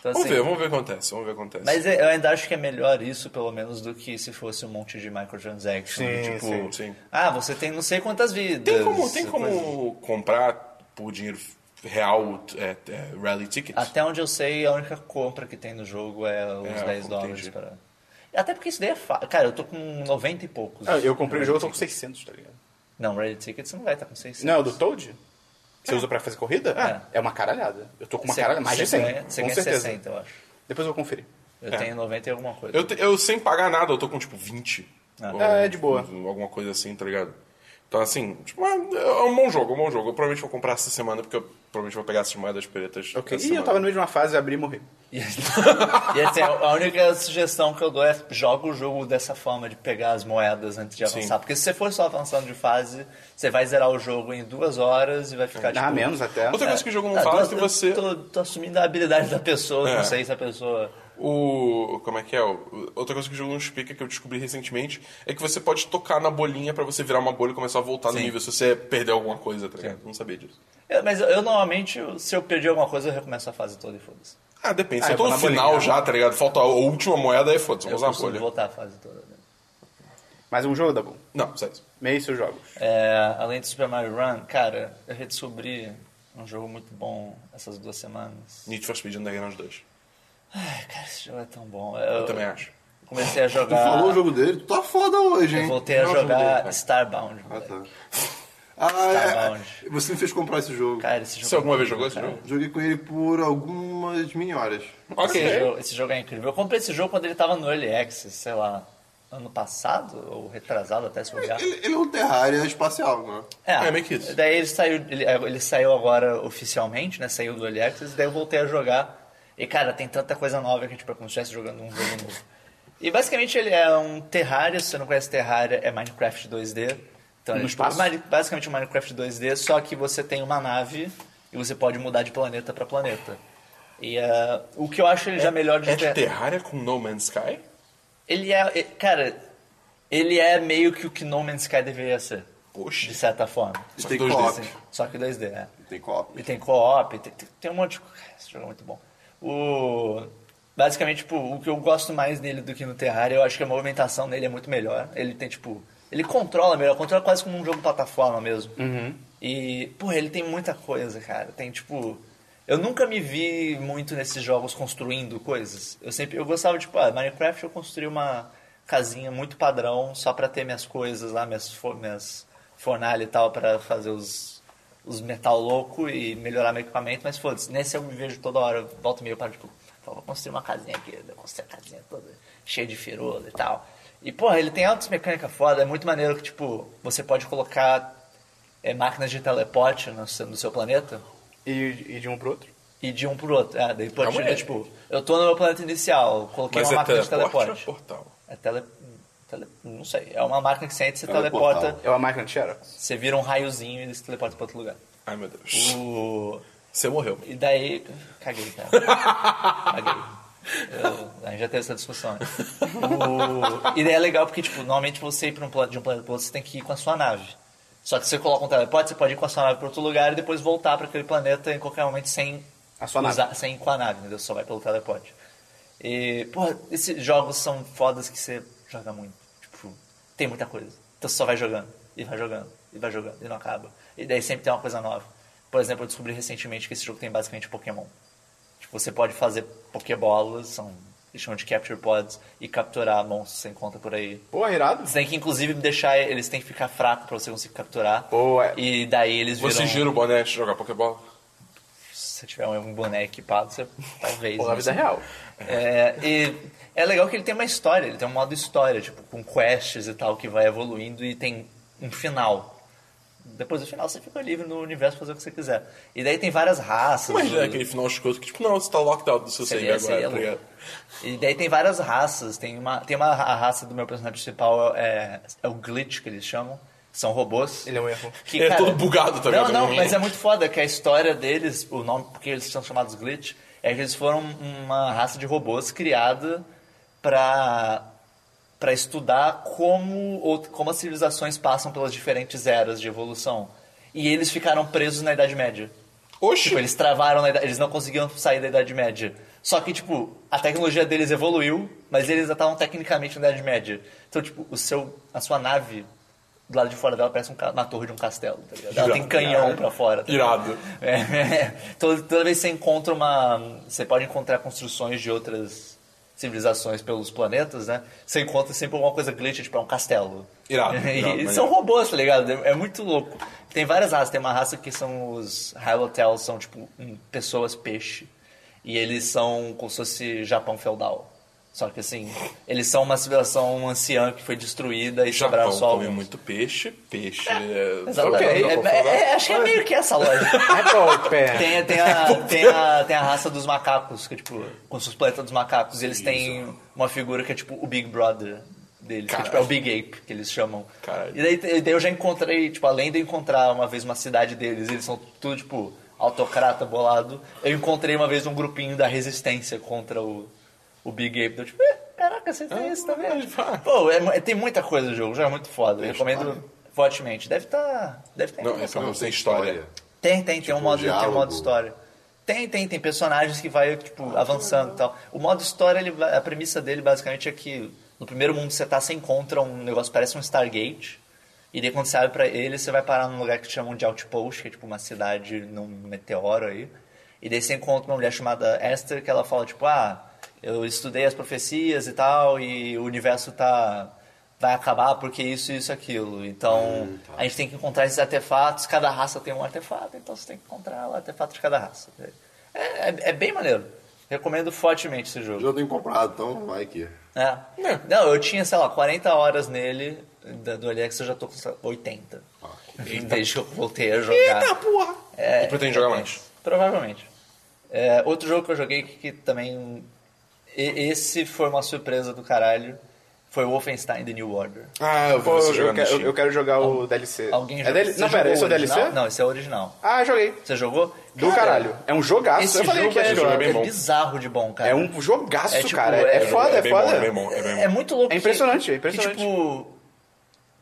C: Então,
B: Vamos
C: assim,
B: ver, vamos ver o que acontece, vamos ver o que acontece.
C: Mas eu ainda acho que é melhor isso, pelo menos, do que se fosse um monte de microtransaction.
A: Sim,
C: tipo,
A: sim,
B: sim.
C: ah, você tem não sei quantas vidas.
B: Tem como, tem
C: coisa. assim.
B: como comprar por dinheiro real é, é, rally tickets?
C: Até onde eu sei, a única compra que tem no jogo é os
B: É,
C: 10
B: entendi.
C: dólares para. Até porque isso daí é fácil. Cara, eu tô com 90 e poucos.
A: Ah, eu comprei o
C: Rally
A: jogo, eu tô com
C: Ticket.
A: 600, tá ligado?
C: Não, Ready Ticket você não vai estar com 600.
A: Não, é o do Toad? Você usa pra fazer corrida? É. uma caralhada. Eu tô com uma
C: Você-
A: caralhada, mais
C: você
A: de 100,
C: ganha- Você
A: com
C: ganha
A: certeza.
C: 60, eu acho.
A: Depois eu vou conferir.
C: Eu
B: É.
C: tenho 90 e alguma coisa.
B: Eu, te- eu sem pagar nada, eu tô com tipo 20.
C: Ah.
B: Ou,
A: É, de boa.
B: Alguma coisa assim, tá ligado? Então, assim, tipo, é é um bom jogo, é um bom jogo. Eu provavelmente vou comprar essa semana, porque eu provavelmente vou pegar essas moedas pretas.
A: Ok.
B: essa
A: Ih, eu
B: semana.
A: tava no meio de uma fase, abri e morri.
C: E, e assim, a única sugestão que eu dou é joga o jogo dessa forma de pegar as moedas antes de
B: Sim.
C: avançar. Porque se você for só avançando de fase, você vai zerar o jogo em duas horas e vai ficar tipo.
A: Ah, menos até.
B: Outra coisa que o jogo não
C: Ah,
B: fala é
C: duas-
B: que você.
C: Eu tô, tô assumindo a habilidade da pessoa,
B: É.
C: não sei se a pessoa.
B: O. Como é que é? O- Outra coisa que o jogo não explica, que eu descobri recentemente, é que você pode tocar na bolinha pra você virar uma bolha e começar a voltar no
C: Sim.
B: nível se você perder alguma coisa, tá ligado? Não sabia disso.
C: Eu- mas eu, eu, normalmente, eu- se eu perdi alguma coisa, eu recomeço a fase toda e foda-se.
B: Ah, depende.
A: Ah,
B: se eu
A: eu
B: tô
A: vou
B: no
A: na bolinha.
B: final já, tá ligado? Falta a última moeda, aí foda-se,
C: Eu
B: vou usar a
C: costumo
B: bolha.
C: voltar a fase toda. né?
A: Mais um jogo, Dabu?
B: Não, sério.
A: Meio seus jogos.
C: É, além do Super Mario Run, cara, eu redescobri um jogo muito bom essas duas semanas.
B: Need for Speed Underground 2.
C: Ai, cara, esse jogo é tão bom.
B: Eu também acho.
C: Comecei a
D: Tu falou
C: jogar.
D: o jogo dele? Tu tá foda hoje,
C: Ah. Eu
D: hein?
C: voltei a
B: Não, jogo dele,
C: jogar
B: cara.
C: Starbound.
D: Ah,
C: moleque.
D: tá. Ah,
C: Starbound.
D: é, você me fez comprar esse jogo.
C: Cara, esse jogo.
B: tá. Você alguma
C: é
B: vez jogou
C: incrível,
B: esse
C: cara.
B: jogo?
D: Joguei com ele por algumas mini horas.
C: Esse, jogo, esse jogo é incrível. Eu comprei esse jogo quando ele tava no Early Access, sei lá, ano passado ou retrasado até se lugar.
D: Ele, ele é um terrária espacial, né?
B: É, meio que isso.
C: Daí ele saiu, ele, é, ele saiu agora oficialmente, né? Saiu do Early Access, daí eu voltei a jogar. E cara, tem tanta coisa nova que tipo, é como se estivesse jogando um jogo novo. E basicamente ele é um Terraria, se você não conhece Terraria, é Minecraft 2D. Então,
A: No
C: ele é, tipo,
A: espaço?
C: mari- basicamente um Minecraft 2D, só que você tem uma nave e você pode mudar de planeta pra planeta. E eh, o que eu acho ele já melhor de
B: É de
C: Ter-
B: Terraria com No Man's Sky?
C: Ele é. e- Cara, ele é meio que o que No Man's Sky deveria ser.
B: Poxa.
C: De certa forma.
B: Só
D: Tem
B: que 2D,
D: co-op.
B: sim.
C: Só que 2D, né?
D: Tem co-op.
C: E tem co-op, tem, tem- tem um monte de coisa. Esse jogo é muito bom. é O... Basicamente, tipo, o que eu gosto mais nele do que no Terraria, eu acho que a movimentação nele é muito melhor. Ele tem, tipo. Ele controla melhor, controla quase como um jogo plataforma mesmo. E, porra, ele tem muita coisa, cara. Tem, tipo. Eu nunca me vi muito nesses jogos construindo coisas. Eu sempre. Eu gostava, tipo, ah, Minecraft eu construí uma casinha muito padrão só pra ter minhas coisas lá, minhas, fo- minhas fornalhas e tal, pra fazer os, os metal louco e melhorar meu equipamento, mas foda-se, nesse eu me vejo toda hora, eu volto meio para tipo, pô, vou construir uma casinha aqui, eu construí a casinha toda cheia de firula e tal. E porra, ele tem altas mecânicas foda, é muito maneiro que tipo, você pode colocar é, máquinas de teleporte no seu, no seu planeta
A: E, e de um pro outro?
C: e de um pro outro. É, daí pode,
B: mulher.
C: tipo, eu tô no meu planeta inicial, coloquei
B: Mas
C: uma
B: é
C: máquina de
B: teleporte ou
C: teleporte.
B: é portal?
C: É tele... tele- Não sei. É uma máquina que você entra e você
D: Teleportar.
C: teleporta.
A: É uma máquina de xerox?
C: Você vira um raiozinho e ele se teleporta pra outro lugar.
B: Ai, meu
C: Uh.
B: Deus.
C: O...
B: Você morreu.
C: E daí... Caguei, cara. Caguei. Eu- A gente já teve essa discussão, né? O... E daí é legal porque, tipo, normalmente você ir pra um plan- de um planeta pro outro, você tem que ir com a sua nave. Só que você coloca um teleporte, você pode ir com a sua nave pra outro lugar e depois voltar pra aquele planeta em qualquer momento sem...
A: A sua
C: usar- tá Sem ir com a nave, entendeu? Só vai pelo teleporte. E, porra, esses jogos são fodas que você joga muito. Tipo, tem muita coisa. Então você só vai jogando, e vai jogando, e vai jogando, e não acaba. E daí sempre tem uma coisa nova. Por exemplo, eu descobri recentemente que esse jogo tem basicamente Pokémon. Tipo, você pode fazer Pokébolas, são, eles chamam de Capture Pods, e capturar monstros sem conta por aí.
A: Pô, irado.
C: Você tem que, inclusive, deixar eles têm que ficar fracos pra você conseguir capturar.
A: Pô, é.
C: E daí eles viram...
B: Você gira o boné antes de jogar Pokébola?
C: Se você tiver um boné equipado, você talvez...
A: Pô, na
C: não
A: vida
C: sei.
A: real.
C: É, e é legal que ele tem uma história, ele tem um modo história, tipo, com quests e tal, que vai evoluindo e tem um final. Depois do final você fica livre no universo fazer o que você quiser. E daí tem várias raças.
B: Imagina
C: o-
B: é aquele final escroto que, tipo, não, você tá locked out do seu save
C: Seria,
B: agora,
C: seria
B: tá ligado?
C: louco. E daí tem várias raças. Tem uma, tem uma a raça do meu personagem principal, é, é o Glitch, que eles chamam. São robôs.
A: Ele é um erro.
C: Que,
B: Ele é todo bugado, tá ligado?
C: Não,
B: Hum.
C: não, mas é muito foda que a história deles, o nome, porque eles são chamados Glitch, é que eles foram uma raça de robôs criada pra, pra estudar como, out- como as civilizações passam pelas diferentes eras de evolução. E eles ficaram presos na Idade Média.
B: Oxi!
C: Tipo, eles travaram, na idade, eles não conseguiam sair da Idade Média. Só que, tipo, a tecnologia deles evoluiu, mas eles ainda estavam tecnicamente na Idade Média. Então, tipo, o seu, a sua nave, do lado de fora dela, parece um ca- uma torre de um castelo, tá ligado? Ela tem
B: Irado.
C: canhão pra fora. Tá ligado?
B: Irado.
C: É, é. toda, toda vez que você encontra uma... Você pode encontrar construções de outras civilizações pelos planetas, né? Você encontra sempre alguma coisa glitch, tipo, é um castelo.
B: Irado,
C: E
B: irado, maneiro.
C: são robôs, tá ligado? É é muito louco. Tem várias raças. Tem uma raça que são os Hylotels, são tipo hum, pessoas peixe. E eles são como se fosse Japão feudal. Só que assim, eles são uma civilização anciã que foi destruída e sobraram
B: Japão
C: só
B: come
C: alguns.
B: muito peixe, peixe... É,
C: Exatamente.
B: ok,
C: Um É-
B: dá pra
C: é-
B: falar.
C: é- acho que é meio que essa lógica.
A: É bom, pé.
C: Tem, tem, a, tem, a, tem a raça dos macacos, que é tipo, com os planetas dos macacos, eles têm uma figura que é tipo o Big Brother deles, que é, tipo, é o
B: Caralho.
C: Big Ape, que eles chamam.
B: Caralho.
C: E daí, e daí eu já encontrei, tipo, além de eu encontrar uma vez uma cidade deles, eles são tudo tipo autocrata, bolado, eu encontrei uma vez um grupinho da resistência contra o, o Big Ape. Eu tipo, eh, caraca, você tem
B: Ah,
C: isso também? Pô, é mu- é- tem muita coisa no jogo, o jogo é muito foda. Eu recomendo fortemente. Deve estar. deve tá ter
B: Não, é
C: informação.
B: pra não ter história.
C: Tem, tem, tem um modo, tem um
D: diálogo.
C: modo história. Tem, tem, tem personagens que vai, tipo, avançando e tal. O modo história, ele, vai- a premissa dele basicamente é que no primeiro mundo que você tá, você encontra um negócio, parece um Stargate. E daí quando você abre pra ele, você vai parar num lugar que chamam de Outpost, que é tipo uma cidade num meteoro aí. E daí você encontra uma mulher chamada Esther, que ela fala, tipo, ah, eu estudei as profecias e tal, e o universo tá vai acabar porque isso, isso, aquilo. Então, a gente tem que encontrar esses artefatos. Cada raça tem um artefato, então você tem que encontrar o artefato de cada raça. É, é, é bem maneiro. Recomendo fortemente esse
D: Eu
C: jogo.
D: já tenho comprado, então vai aqui.
C: É. Não, eu tinha, sei lá, 40 horas nele, da- do Alex eu já tô com sei lá, 80. Desde que eu voltei a jogar. Eita, porra!
B: E pretende jogar mais?
C: Provavelmente. É, outro jogo que eu joguei que, que também... e- Esse foi uma surpresa do caralho. Foi o Wolfenstein The New Order.
B: Ah, eu vi
A: Pô,
B: você
A: eu,
B: jogando no
A: quero,
B: Steam.
A: eu quero jogar o DLC.
C: Alguém
A: é
C: jogou-
A: DL...
C: você
A: Não, pera,
C: jogou
A: esse é o
C: original?
A: DLC?
C: Não, esse é o original.
A: Ah, joguei.
C: Você jogou?
A: Do caralho. É um jogaço.
C: Esse
A: eu falei
C: jogo,
A: que
B: esse
A: era
B: jogo é
A: jogo.
B: bem bom.
C: bizarro de bom, cara.
A: É um jogaço,
C: É tipo,
A: cara.
C: é-
A: É, foda, é,
B: é bem
A: foda.
B: bom, é bem bom, é bem bom.
C: É muito louco.
A: É
C: que-
A: impressionante, é impressionante.
C: Que, tipo,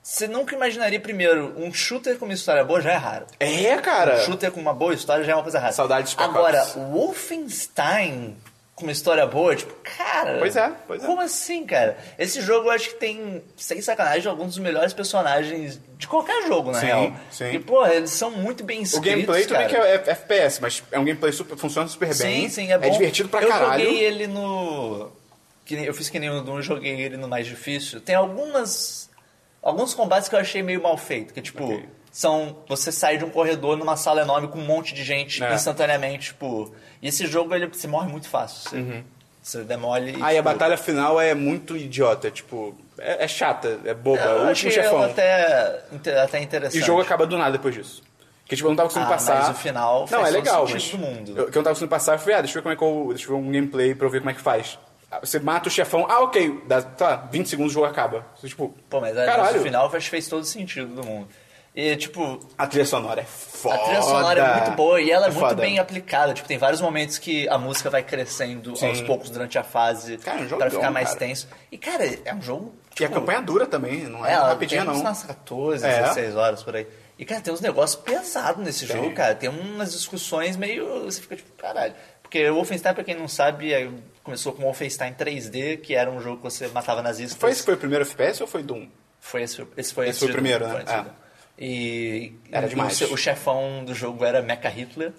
C: você nunca imaginaria, primeiro, um shooter com uma história boa já é raro.
A: É, cara.
C: Um shooter com uma boa história já é uma coisa rara.
A: Saudades de Spec Ops.
C: Agora, o Wolfenstein com uma história boa, tipo, cara.
A: Pois é, pois é.
C: Como assim, cara? Esse jogo eu acho que tem, sem sacanagem, alguns dos melhores personagens de qualquer jogo, na
A: Sim,
C: real.
A: sim.
C: E, porra, eles são muito bem
A: O
C: escritos.
A: gameplay tudo bem
C: cara.
A: que é FPS, mas é um gameplay super, funciona super bem.
C: Sim, sim, é bom.
A: divertido pra
C: eu
A: caralho.
C: Eu joguei ele no... que nem- eu fiz que nem o do eu joguei ele no mais difícil. Tem algumas... Alguns combates que eu achei meio mal feito. Que, tipo,
A: Ok.
C: são... Você sai de um corredor numa sala enorme com um monte de gente
A: É.
C: instantaneamente, tipo... E esse jogo, ele se morre muito fácil. Você, você demole... e,
A: Uhum. Aí a
C: tipo,
A: batalha final é muito idiota, é tipo, é, é chata, é boba,
C: é,
A: é o
C: eu
A: último
C: achei
A: chefão.
C: até, inte- até
A: E
C: interessante.
A: o jogo é acaba do nada depois disso. Que tipo, eu não tava conseguindo
C: Ah,
A: passar.
C: mas o final
A: Não,
C: faz
A: é
C: todo
A: legal,
C: sentido
A: mas.
C: do mundo.
A: Eu, que eu não tava conseguindo passar, eu falei, ah, deixa eu ver como é que eu. Deixa eu ver um gameplay pra eu ver como é que faz. Ah, Você mata o chefão, ah, ok, dá, tá, 20 segundos o jogo acaba. Você, tipo,
C: Pô, mas aí,
A: caralho,
C: no final faz, fez todo sentido do mundo. E, tipo,
A: a trilha sonora é foda.
C: A trilha sonora é muito boa e ela é, muito
A: foda.
C: bem aplicada. Tipo, tem vários momentos que a música vai crescendo
A: Sim.
C: aos poucos durante a fase
A: Cara, é um jogão,
C: pra ficar mais
A: cara.
C: tenso. E, cara, é um jogo.
A: E a
C: tipo,
A: campanha dura também, não é,
C: ela
A: rapidinha,
C: tem
A: não.
C: uns Nas 14,
A: É.
C: 16 horas por aí. E, cara, tem uns negócios pesados nesse
A: Tem.
C: jogo, cara. Tem umas discussões meio. Você fica tipo, caralho. Porque o Wolfenstein, pra quem não sabe, é- começou com o Wolfenstein 3D, que era um jogo que você matava nazistas.
A: Foi esse que foi o primeiro FPS ou foi Doom?
C: Foi esse, esse
A: Esse
C: foi antes
A: foi o
C: de-
A: primeiro, né?
C: foi antes
A: Ah.
C: de- E
A: Era
C: e
A: demais. Ah.
C: O, o chefão do jogo era Mecha Hitler.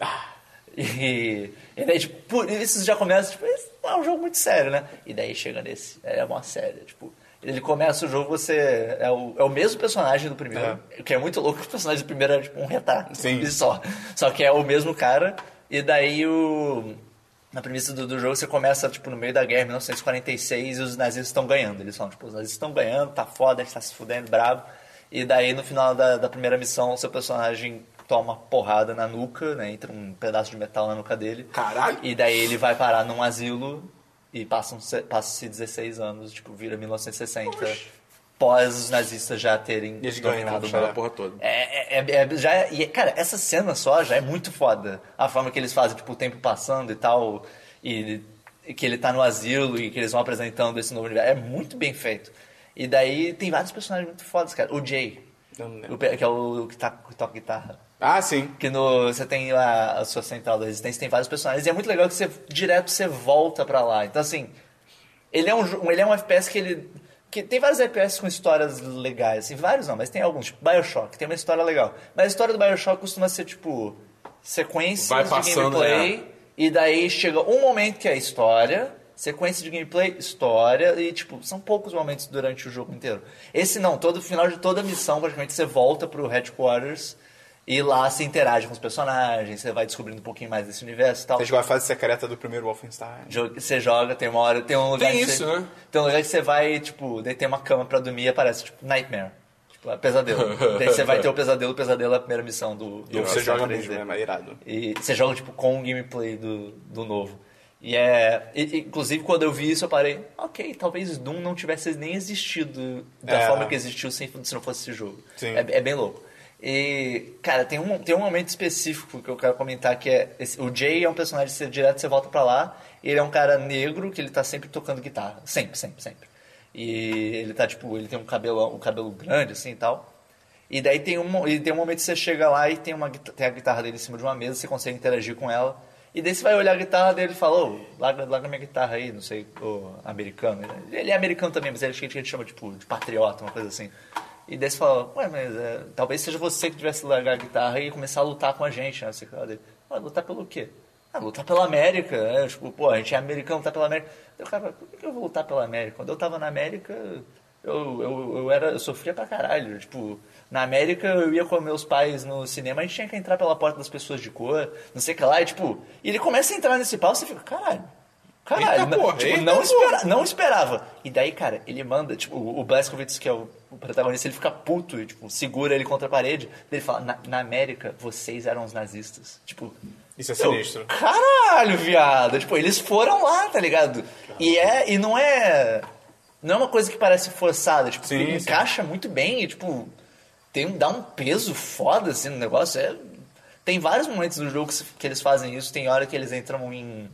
C: E, e daí, tipo, por isso já começa, tipo, esse é um jogo muito sério, né? E daí chega nesse, é uma série, tipo, ele começa o jogo, você é o, é o mesmo personagem do primeiro, o que é muito louco, porque o personagem do primeiro era tipo um retardo.
A: Sim.
C: E só. Só que é o mesmo cara, e daí o na premissa do, do jogo, você começa, tipo, no meio da guerra, em 1946, e os nazistas estão ganhando. Eles falam, tipo, os nazistas estão ganhando, tá foda, a gente tá se fudendo, brabo. E daí, no final da, da primeira missão, seu personagem toma uma porrada na nuca, né? Entra um pedaço de metal na nuca dele.
B: Caralho!
C: E daí ele vai parar num asilo e passam-se passam 16 anos, tipo, vira 1960. Pós os nazistas já terem
A: Eles ganham,
C: dominado o
A: vamos
B: Chora a
A: chorar.
C: mapa.
B: porra toda.
C: É, é, é, é- já, e, cara, essa cena só já é muito foda. A forma que eles fazem, tipo, o tempo passando e tal, e, e que ele tá no asilo e que eles vão apresentando esse novo universo. É muito bem feito. E daí tem vários personagens muito fodas, cara. O Jay,
A: Eu não lembro.
C: o pe- que é o que, tá, que toca guitarra.
A: Ah, sim.
C: Que no, você tem a, a sua central da resistência, tem vários personagens, e é muito legal que você direto você volta pra lá. Então, assim, ele é um, jo- ele é um FPS que ele. Que tem vários FPS com histórias legais, assim, vários não, mas tem alguns, tipo Bioshock, tem uma história legal. Mas a história do Bioshock costuma ser, tipo,
B: Vai
C: sequências de
B: passando, é.
C: gameplay, e daí chega um momento que é a história, sequência de gameplay, história, e, tipo, são poucos momentos durante o jogo inteiro. Esse não, todo final de toda missão, praticamente, você volta pro headquarters e lá você interage com os personagens, você vai descobrindo um pouquinho mais desse universo e tal.
A: Você jogou a fase secreta do primeiro Wolfenstein.
C: Jo- Você joga, tem uma hora, tem um lugar
B: Tem
C: que
B: isso,
C: você,
B: né?
C: Tem um lugar que você vai, tipo, daí tem uma cama pra dormir e aparece, tipo, Nightmare. Tipo, é pesadelo. daí você vai ter o pesadelo, o pesadelo é a primeira missão do, do
A: Você
C: Wolfenstein
A: joga
C: 3D.
A: mesmo, né? Mas é irado.
C: E você joga, tipo, com o gameplay do, do novo. E é... e- inclusive, quando eu vi isso, eu parei... Ok, talvez Doom não tivesse nem existido da
A: É.
C: forma que existiu sem, se não fosse esse jogo.
A: Sim.
C: É, é bem louco. E, cara, tem um, tem um momento específico que eu quero comentar, que é... esse- o Jay é um personagem que você direto, você volta pra lá. e ele é um cara negro que ele tá sempre tocando guitarra. Sempre, sempre, sempre. E ele tá, tipo... Ele tem um cabelo, um cabelo grande, assim, e tal. E daí tem um, mo- e tem um momento que você chega lá e tem, uma, guita- tem a guitarra dele em cima de uma mesa, você consegue interagir com ela. E daí você vai olhar a guitarra dele e fala, ô, larga, larga minha guitarra aí, não sei, ô, americano. Ele é americano também, mas ele acho que a gente chama, tipo, de patriota, uma coisa assim. E daí você fala, ué, mas é, talvez seja você que tivesse que largar a guitarra e começar a lutar com a gente, né? Você fala dele, ué, lutar pelo quê? Ah, lutar pela América, né? Tipo, pô, a gente é americano, lutar pela América. Eu, cara, por que que eu vou lutar pela América? Quando eu tava na América, eu, eu, eu, era, eu sofria pra caralho. Tipo, na América eu ia com meus pais no cinema, a gente tinha que entrar pela porta das pessoas de cor, não sei o que lá, e tipo, e ele começa a entrar nesse pau, você fica, caralho. Caralho,
B: Eita
C: não,
B: porra,
C: tipo,
B: eita
C: não,
B: porra.
C: espera, não esperava. E daí, cara, ele manda, tipo, o o Blazkowicz, que é o, o protagonista, ele fica puto e, tipo, segura ele contra a parede. Ele fala, na, na América, vocês eram os nazistas. Tipo,
A: Isso é
C: eu,
A: sinistro.
C: Caralho, viado. Tipo, eles foram lá, tá ligado? E é, e não é. Não é uma coisa que parece forçada, tipo,
A: Sim, sim.
C: encaixa muito bem e, tipo, tem, um- dá um peso foda, assim, no negócio. É, tem vários momentos do jogo que, se- que eles fazem isso, tem hora que eles entram em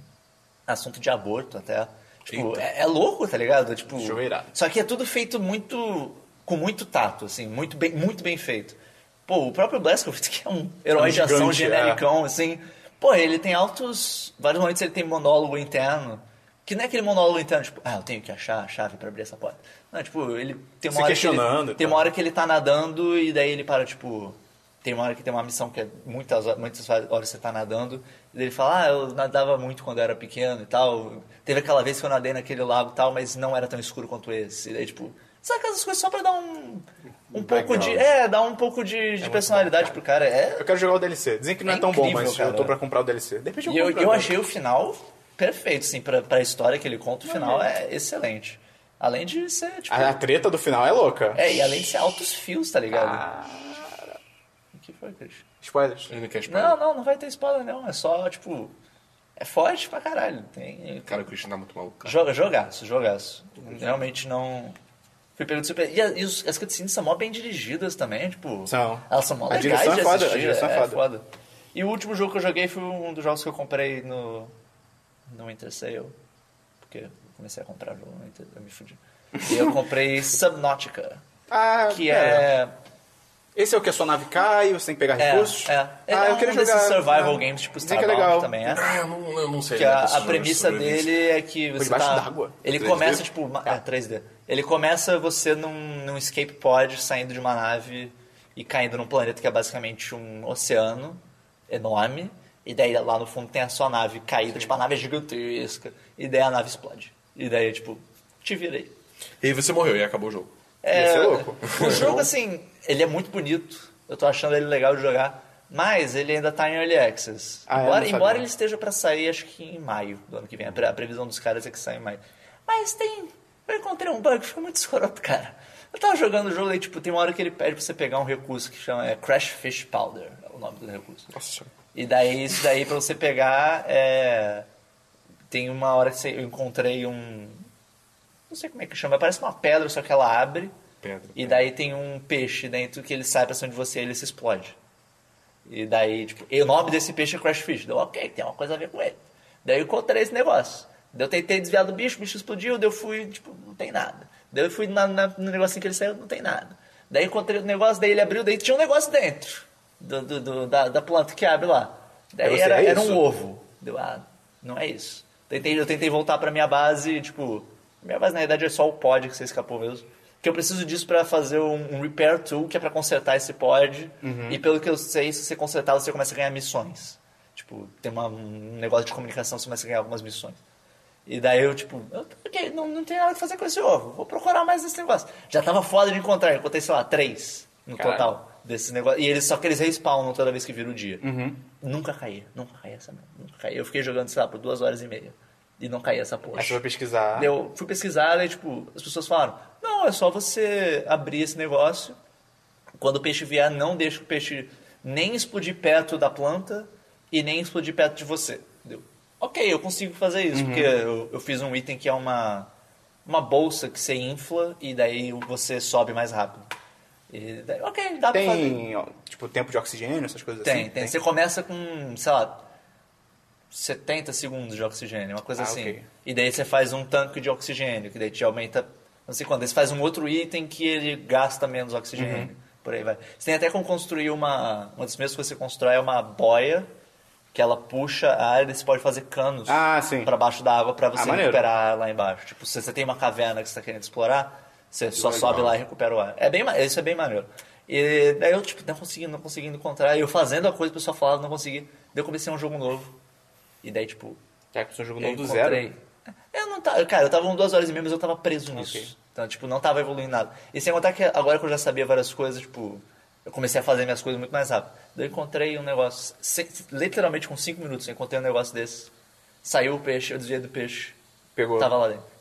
C: assunto de aborto até. Tipo, é, é louco, tá ligado? Tipo,
A: Jogo irado.
C: só que é tudo feito muito. com muito tato, assim, muito bem, muito bem feito. Pô, o próprio Blazkowicz, que é um herói de ação
A: gigante, é.
C: genericão, assim. Pô, ele tem altos. Vários momentos ele tem monólogo interno. Que não é aquele monólogo interno, tipo, ah, eu tenho que achar a chave pra abrir essa porta. Não, tipo, ele tem uma
A: Se
C: hora. que ele-
A: questionando e
C: tem
A: tal.
C: uma hora que ele tá nadando e daí ele para, tipo. Tem uma hora que tem uma missão que é muitas, ho- muitas horas você tá nadando, e daí ele fala, ah, eu nadava muito quando eu era pequeno e tal. Teve aquela vez que eu nadei naquele lago e tal, mas não era tão escuro quanto esse. E daí, tipo, saca essas coisas só pra dar um. Um pouco de. É, dar um pouco de, de personalidade pro cara. É,
A: Eu quero jogar o DLC. Dizem que não é,
C: É
A: tão bom,
C: incrível,
A: mas eu
C: cara.
A: tô pra comprar o DLC. De repente eu
C: E eu,
A: compro
C: eu
A: agora.
C: achei o final perfeito, assim, pra, pra história que ele conta, o final é excelente. Além de ser, tipo.
A: A, a treta do final é louca.
C: É, e além de ser altos fios, tá ligado? O que foi, Cris?
A: Spoilers.
B: Ele não quer spoiler.
C: Não, não, não vai ter spoiler, não. É só, tipo. É forte pra caralho. Tem.
B: Cara, o Christian tá muito maluco. cara.
C: Joga, jogaço, jogaço. Realmente não. Fui pego de surpresa. E, a- e os- as cutscenes são mó bem dirigidas também, tipo.
A: São.
C: Elas são mó
A: A
C: legais
A: direção
C: de
A: é foda, a
C: assistir.
A: direção é foda.
C: E o último jogo que eu joguei foi um dos jogos que eu comprei no. No Intercell. Porque eu comecei a comprar jogo no Inter, eu me fudi. E eu comprei Subnautica.
A: Ah,
C: Que
A: pera.
C: é.
A: Esse é o que a sua nave cai, você tem que pegar
C: É,
A: recursos?
C: é. Ele
A: ah,
C: é
A: eu
C: um
A: queria
C: desses
A: jogar.
C: survival
A: Ah,
C: games, tipo
A: dizem que é
C: Starbound
A: legal.
C: também é.
B: Ah, eu não, eu não sei.
C: Que
B: né,
C: a,
B: desses
C: a
B: jogos
C: premissa
B: sobreviventes.
C: dele é que você
A: debaixo
C: tá...
A: d'água.
C: Ele
D: 3D?
C: começa, tipo... Uma, é, 3D. Ele começa você num, num escape pod, saindo de uma nave e caindo num planeta que é basicamente um oceano enorme. E daí lá no fundo tem a sua nave caída, tipo, a nave é gigantesca. E daí a nave explode. E daí, tipo, te vira aí.
B: E aí você morreu e acabou o jogo.
A: Ia ser louco.
C: É, O jogo, assim, ele é muito bonito. Eu tô achando ele legal de jogar. Mas ele ainda tá em Early Access.
A: Ah, é? Não
C: embora,
A: sabia.
C: embora ele esteja pra sair, acho que em maio do ano que vem. A pre- a previsão dos caras é que sai em maio. Mas tem... Eu encontrei um bug, ficou muito escroto, cara. Eu tava jogando o jogo e, tipo, tem uma hora que ele pede pra você pegar um recurso que chama... É Crash Fish Powder, é o nome do recurso.
B: Nossa senhora.
C: E daí, isso daí pra você pegar, é... Tem uma hora que você- eu encontrei um... Não sei como é que chama, parece uma pedra, só que ela abre.
B: Pedra.
C: E daí tem um peixe dentro que ele sai pra cima de você e ele se explode. E daí, tipo, e o nome desse peixe é Crash Fish. Deu, ok, tem uma coisa a ver com ele. Daí eu encontrei esse negócio. Daí eu tentei desviar do bicho, o bicho explodiu, daí eu fui, tipo, não tem nada. Daí eu fui na- na- no negocinho que ele saiu, não tem nada. Daí eu encontrei o negócio, daí ele abriu, daí tinha um negócio dentro do, do- do- da, da planta que abre lá.
A: Aí
C: Daí
A: você,
C: era,
A: "É
C: era
A: isso?"
C: um ovo. Deu, ah, não é isso. Tentei, eu tentei voltar pra minha base e, tipo, minha base na verdade é só o pod que você escapou mesmo. Que eu preciso disso pra fazer um, um repair tool, que é pra consertar esse pod. E pelo que eu sei, se você consertar, você começa a ganhar missões. Tipo, tem uma- um negócio de comunicação, você começa a ganhar algumas missões. E daí eu, tipo, eu, ok, não, não tem nada que fazer com esse ovo, vou procurar mais esse negócio. Já tava foda de encontrar, eu encontrei, sei lá, três no
A: Caralho.
C: total desses negócios. E eles só que eles respawnam toda vez que vira o dia. Nunca caía, nunca caía essa merda, nunca caía. Eu fiquei jogando, sei lá, por duas horas e meia. E não caía essa porra.
A: Aí você vai pesquisar.
C: Eu fui pesquisar e, tipo, as pessoas falaram: não, é só você abrir esse negócio. Quando o peixe vier, não deixa o peixe nem explodir perto da planta e nem explodir perto de você. Deu. Ok, eu consigo fazer isso, porque eu, eu fiz um item que é uma, uma bolsa que você infla e daí você sobe mais rápido. E daí, ok, dá pra fazer.
A: Tem, ó, tipo, tempo de oxigênio, essas coisas
C: Tem,
A: assim?
C: tem. Você começa com, sei lá, 70 segundos de oxigênio, uma coisa
A: Ah,
C: assim.
A: ok.
C: E daí você faz um tanque de oxigênio, que daí te aumenta, não sei quanto. Daí você faz um outro item que ele gasta menos
A: Uhum.
C: oxigênio. Por aí vai. Você tem até como construir uma. Uma das primeiras coisas que você constrói é uma boia que ela puxa a área e você pode fazer canos
A: Ah, sim.
C: para baixo da água para
A: Ah,
C: você
A: maneiro.
C: recuperar lá embaixo. Tipo, se você tem uma caverna que você tá querendo explorar, você só
D: legal.
C: sobe lá e recupera o ar. É bem, ma- isso é bem maneiro. E daí eu, tipo, não conseguindo, não conseguindo encontrar. Eu fazendo a coisa, o pessoal falava, não consegui. Daí eu comecei um jogo novo. E daí, tipo,
A: Já que o seu jogo
C: eu
A: novo do
C: encontrei-
A: zero.
C: Eu não tava. Cara, eu tava com duas horas e meia, mas eu tava preso nisso.
A: Ok.
C: Então, tipo, não tava evoluindo nada. E sem contar que agora que eu já sabia várias coisas, tipo, eu comecei a fazer minhas coisas muito mais rápido. Daí eu encontrei um negócio. se- literalmente com cinco minutos, eu encontrei um negócio desse. Saiu o peixe, eu desviei do peixe.
A: Pegou.
C: Tava lá dentro. Tipo,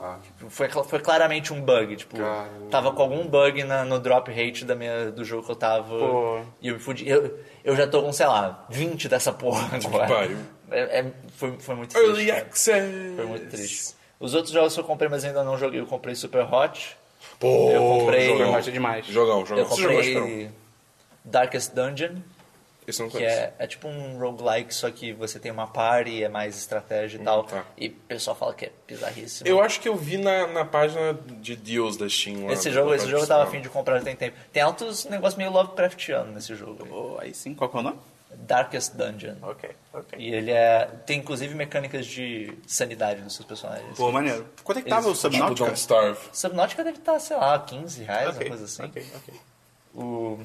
D: Ah,
C: Foi, cla- foi claramente um bug, tipo,
D: Caramba.
C: tava com algum bug na- no drop rate da minha, do jogo que eu tava.
A: Pô.
C: E eu me fudi. Eu, eu já tô com, sei lá, 20 dessa porra agora.
B: pariu.
C: É, é- foi, foi muito triste.
B: Early
C: cara.
B: Access.
C: Foi muito triste. Os outros jogos que eu comprei, mas ainda não joguei. Eu comprei Super Hot.
B: Pô,
C: Eu comprei-
B: jogão.
A: Gosta demais.
B: Jogão, jogão.
C: Eu
B: Você jogou, Esperão?
C: comprei Darkest Dungeon,
B: Esse eu não
C: que
B: conheço.
C: é, é tipo um roguelike, só que você tem uma party, é mais estratégia e tal.
B: tá.
C: E o pessoal fala que é bizarríssimo.
B: Eu acho que eu vi na, na página de Deus da Steam. lá
C: Esse
B: do-
C: jogo,
B: do
C: esse jogo eu tava
B: Steam.
C: afim de comprar já tem tempo. Tem altos negócios meio Lovecraftiano nesse jogo. né?
A: Pô, aí sim, qual que é o nome?
C: Darkest Dungeon.
E: Ok, ok.
C: E ele é. Tem inclusive mecânicas de sanidade dos seus personagens.
A: Pô, maneiro. Quanto é que tá
C: Isso.
A: meu
B: Tipo,
A: Subnautica?
B: Don't Starve.
C: Subnautica deve estar, sei lá, 15 reais,
E: Ok,
C: uma coisa assim.
E: ok, ok.
C: O-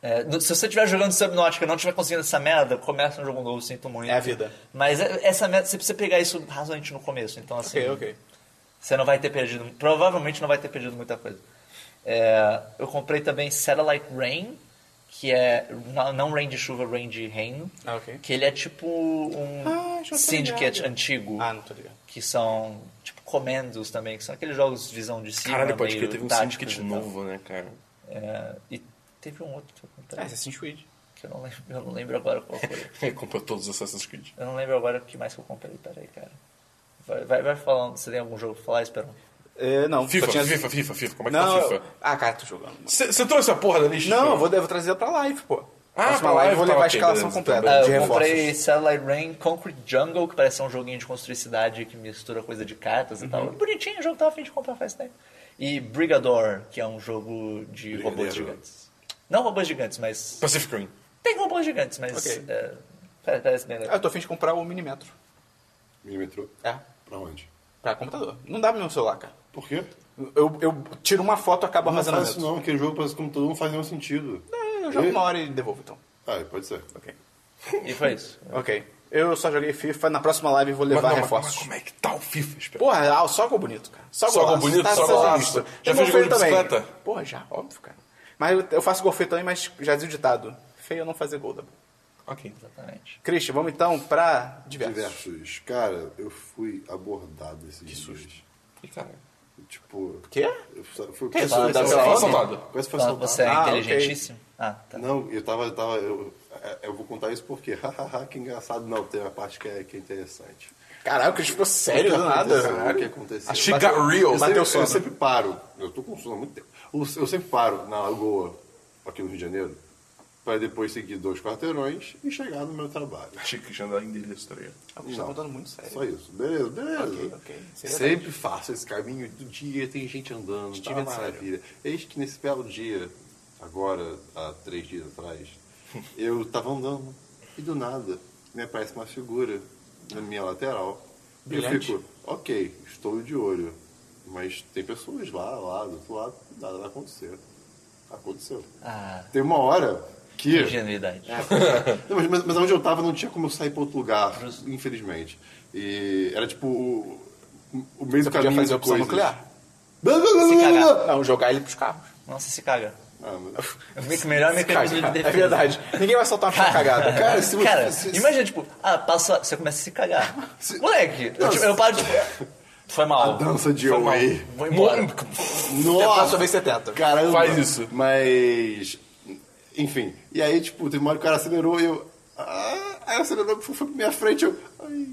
C: é, no- se você estiver jogando Subnautica e não estiver conseguindo essa merda, começa um jogo novo, sinto muito.
E: É a vida.
C: Mas é- essa merda, você precisa pegar isso razoavelmente no começo, então assim.
E: Ok, ok.
C: Você não vai ter perdido, provavelmente não vai ter perdido muita coisa. É, eu comprei também Satellite Rain, que é não- não rain de chuva, rain de reino,
E: Ah, ok.
C: que ele é tipo um syndicate antigo,
E: Ah, não tô ligado.
C: que são tipo commandos também, que são aqueles jogos de visão de cima,
B: Caralho, pode
C: meio tipo,
B: crer, teve um
C: táticos
B: syndicate
C: e tal.
B: novo, né, cara?
C: É, e teve um outro que eu comprei,
A: É,
E: Ah, Assassin's Creed.
C: que eu não, lembro, eu não lembro agora qual foi.
B: Ele comprou todos os Assassin's Creed.
C: eu não lembro agora o que mais que eu comprei, peraí, cara. Vai, vai, vai falando, você tem algum jogo pra falar, Esperão?
A: É, não.
B: FIFA,
A: só tinha-
B: FIFA, FIFA, FIFA. Como é que
A: Não,
B: tá o
A: eu-
B: FIFA?
A: ah, cara, tô jogando. mano.
B: Você trouxe a porra da lista?
A: Não, eu vou, eu vou trazer pra live, pô.
B: Ah,
A: Próxima
B: pra
A: live,
B: live,
A: eu vou
B: tá,
A: levar a
B: ok,
A: escalação
B: beleza,
A: completa
B: então
C: Ah,
A: de
C: eu
A: reforços.
C: comprei Satellite Rain, Concrete Jungle, que parece ser um joguinho de construir cidade que mistura coisa de cartas e
A: Uhum.
C: tal. Bonitinho, o jogo tava a fim de comprar faz tempo. E Brigador, que é um jogo de robôs gigantes. Não robôs gigantes, mas.
B: Pacific Rim.
C: Tem robôs gigantes, mas.
A: Ok.
C: é, pare- parece bem legal.
A: Ah, eu tô afim de comprar o Minimetro.
D: Milimetrou.
A: É,
D: Pra onde?
A: pra computador. Não dá pro meu celular, cara.
D: Por quê?
A: Eu, eu tiro uma foto, acaba
D: Não faz
A: armazenamento.
D: isso não, aquele jogo parece computador não faz nenhum sentido.
A: Eu jogo uma hora e devolvo, então.
D: Ah, pode ser.
A: Ok.
C: E foi isso.
A: Ok. Eu só joguei FIFA. Na próxima live eu vou
B: Mas,
A: levar
B: não, mas, mas
A: reforços.
B: como é que tá o FIFA? Espera.
A: Porra, ah, só gol bonito, cara. Só,
B: Só gol
A: golaço. Tá
B: bonito, só golaço.
A: sinistro.
B: Já
A: Eu gol
B: fez gol de
A: feio também.
B: bicicleta?
A: Porra, já, óbvio, cara. Mas eu- eu faço gol feio também, mas já diz o ditado. Feio é não fazer gol, da
B: Ok.
C: Exatamente.
A: Christian, vamos então pra diversos.
D: Diversos. Cara, eu fui abordado esses que dias.
B: E caralho. Tá
D: Tipo.
A: Quê?
D: Eu fui- fui
A: Que
D: fui-
A: isso?
D: fui-
C: tá
A: Você foi
B: assaltado?
D: Quase foi
C: Fala,
D: assaltado.
C: Você é
A: Ah, ok.
C: inteligentíssimo? Ah, tá.
D: Não, eu tava. Eu, tava eu, é, eu vou contar isso porque. Hahaha, que engraçado. Não, tem uma parte que é, que é interessante.
A: Caralho, o Christian ficou sério
D: O que
A: do nada.
D: aconteceu, O que aconteceu?
B: She got real.
D: Eu sempre,
A: Bateu sono.
D: eu sempre paro. Eu tô com sono há muito tempo. Eu, eu sempre paro na lagoa, aqui no Rio de Janeiro, pra depois seguir dois quarteirões e chegar no meu trabalho.
B: Chico já anda em delírio.
A: O Christian tá contando muito sério.
D: Só isso. Beleza, beleza.
A: Ok, ok. Isso é
D: Sempre faço esse caminho do dia, tem gente andando, tá uma
A: Steven Seagal.
D: maravilha. Eis que nesse belo dia, agora, há três dias atrás, eu tava andando e do nada me aparece uma figura na minha lateral. E eu
A: Brilhante.
D: fico, ok, estou de olho, mas tem pessoas lá, lá, do outro lado, nada vai acontecer. Aconteceu.
C: Ah,
D: Tem uma hora que...
C: ingenuidade.
D: Não, mas- mas, mas onde eu tava não tinha como eu sair pra outro lugar, infelizmente. E era tipo o, o meio
A: Você
D: do
A: podia
D: caminho
A: fazer
D: de
A: a opção
D: coisas.
A: nuclear.
D: Blá, blá, blá,
C: Se
D: blá, blá.
C: cagar.
A: Não, jogar ele pros carros.
C: Nossa, se caga.
D: Ah, mas-
C: É o melhor mecanismo de defesa.
A: É verdade. Ninguém vai soltar uma chave cagada. Cara,
D: se você-
C: Cara,
D: se- se-
C: imagina, tipo, ah, passa, você começa a se cagar.
D: Se-
C: Moleque, eu, tipo, eu paro de. Foi mal.
D: A dança de
C: Foi mal.
D: Away.
C: Vou embora.
A: Até a
D: Nossa,
A: próxima vez você tenta.
D: caramba.
B: Faz isso.
D: Mas, enfim. E aí, tipo, teve uma hora que o cara acelerou e eu... Ah, aí acelerou, foi foi pra minha frente, eu... Ai,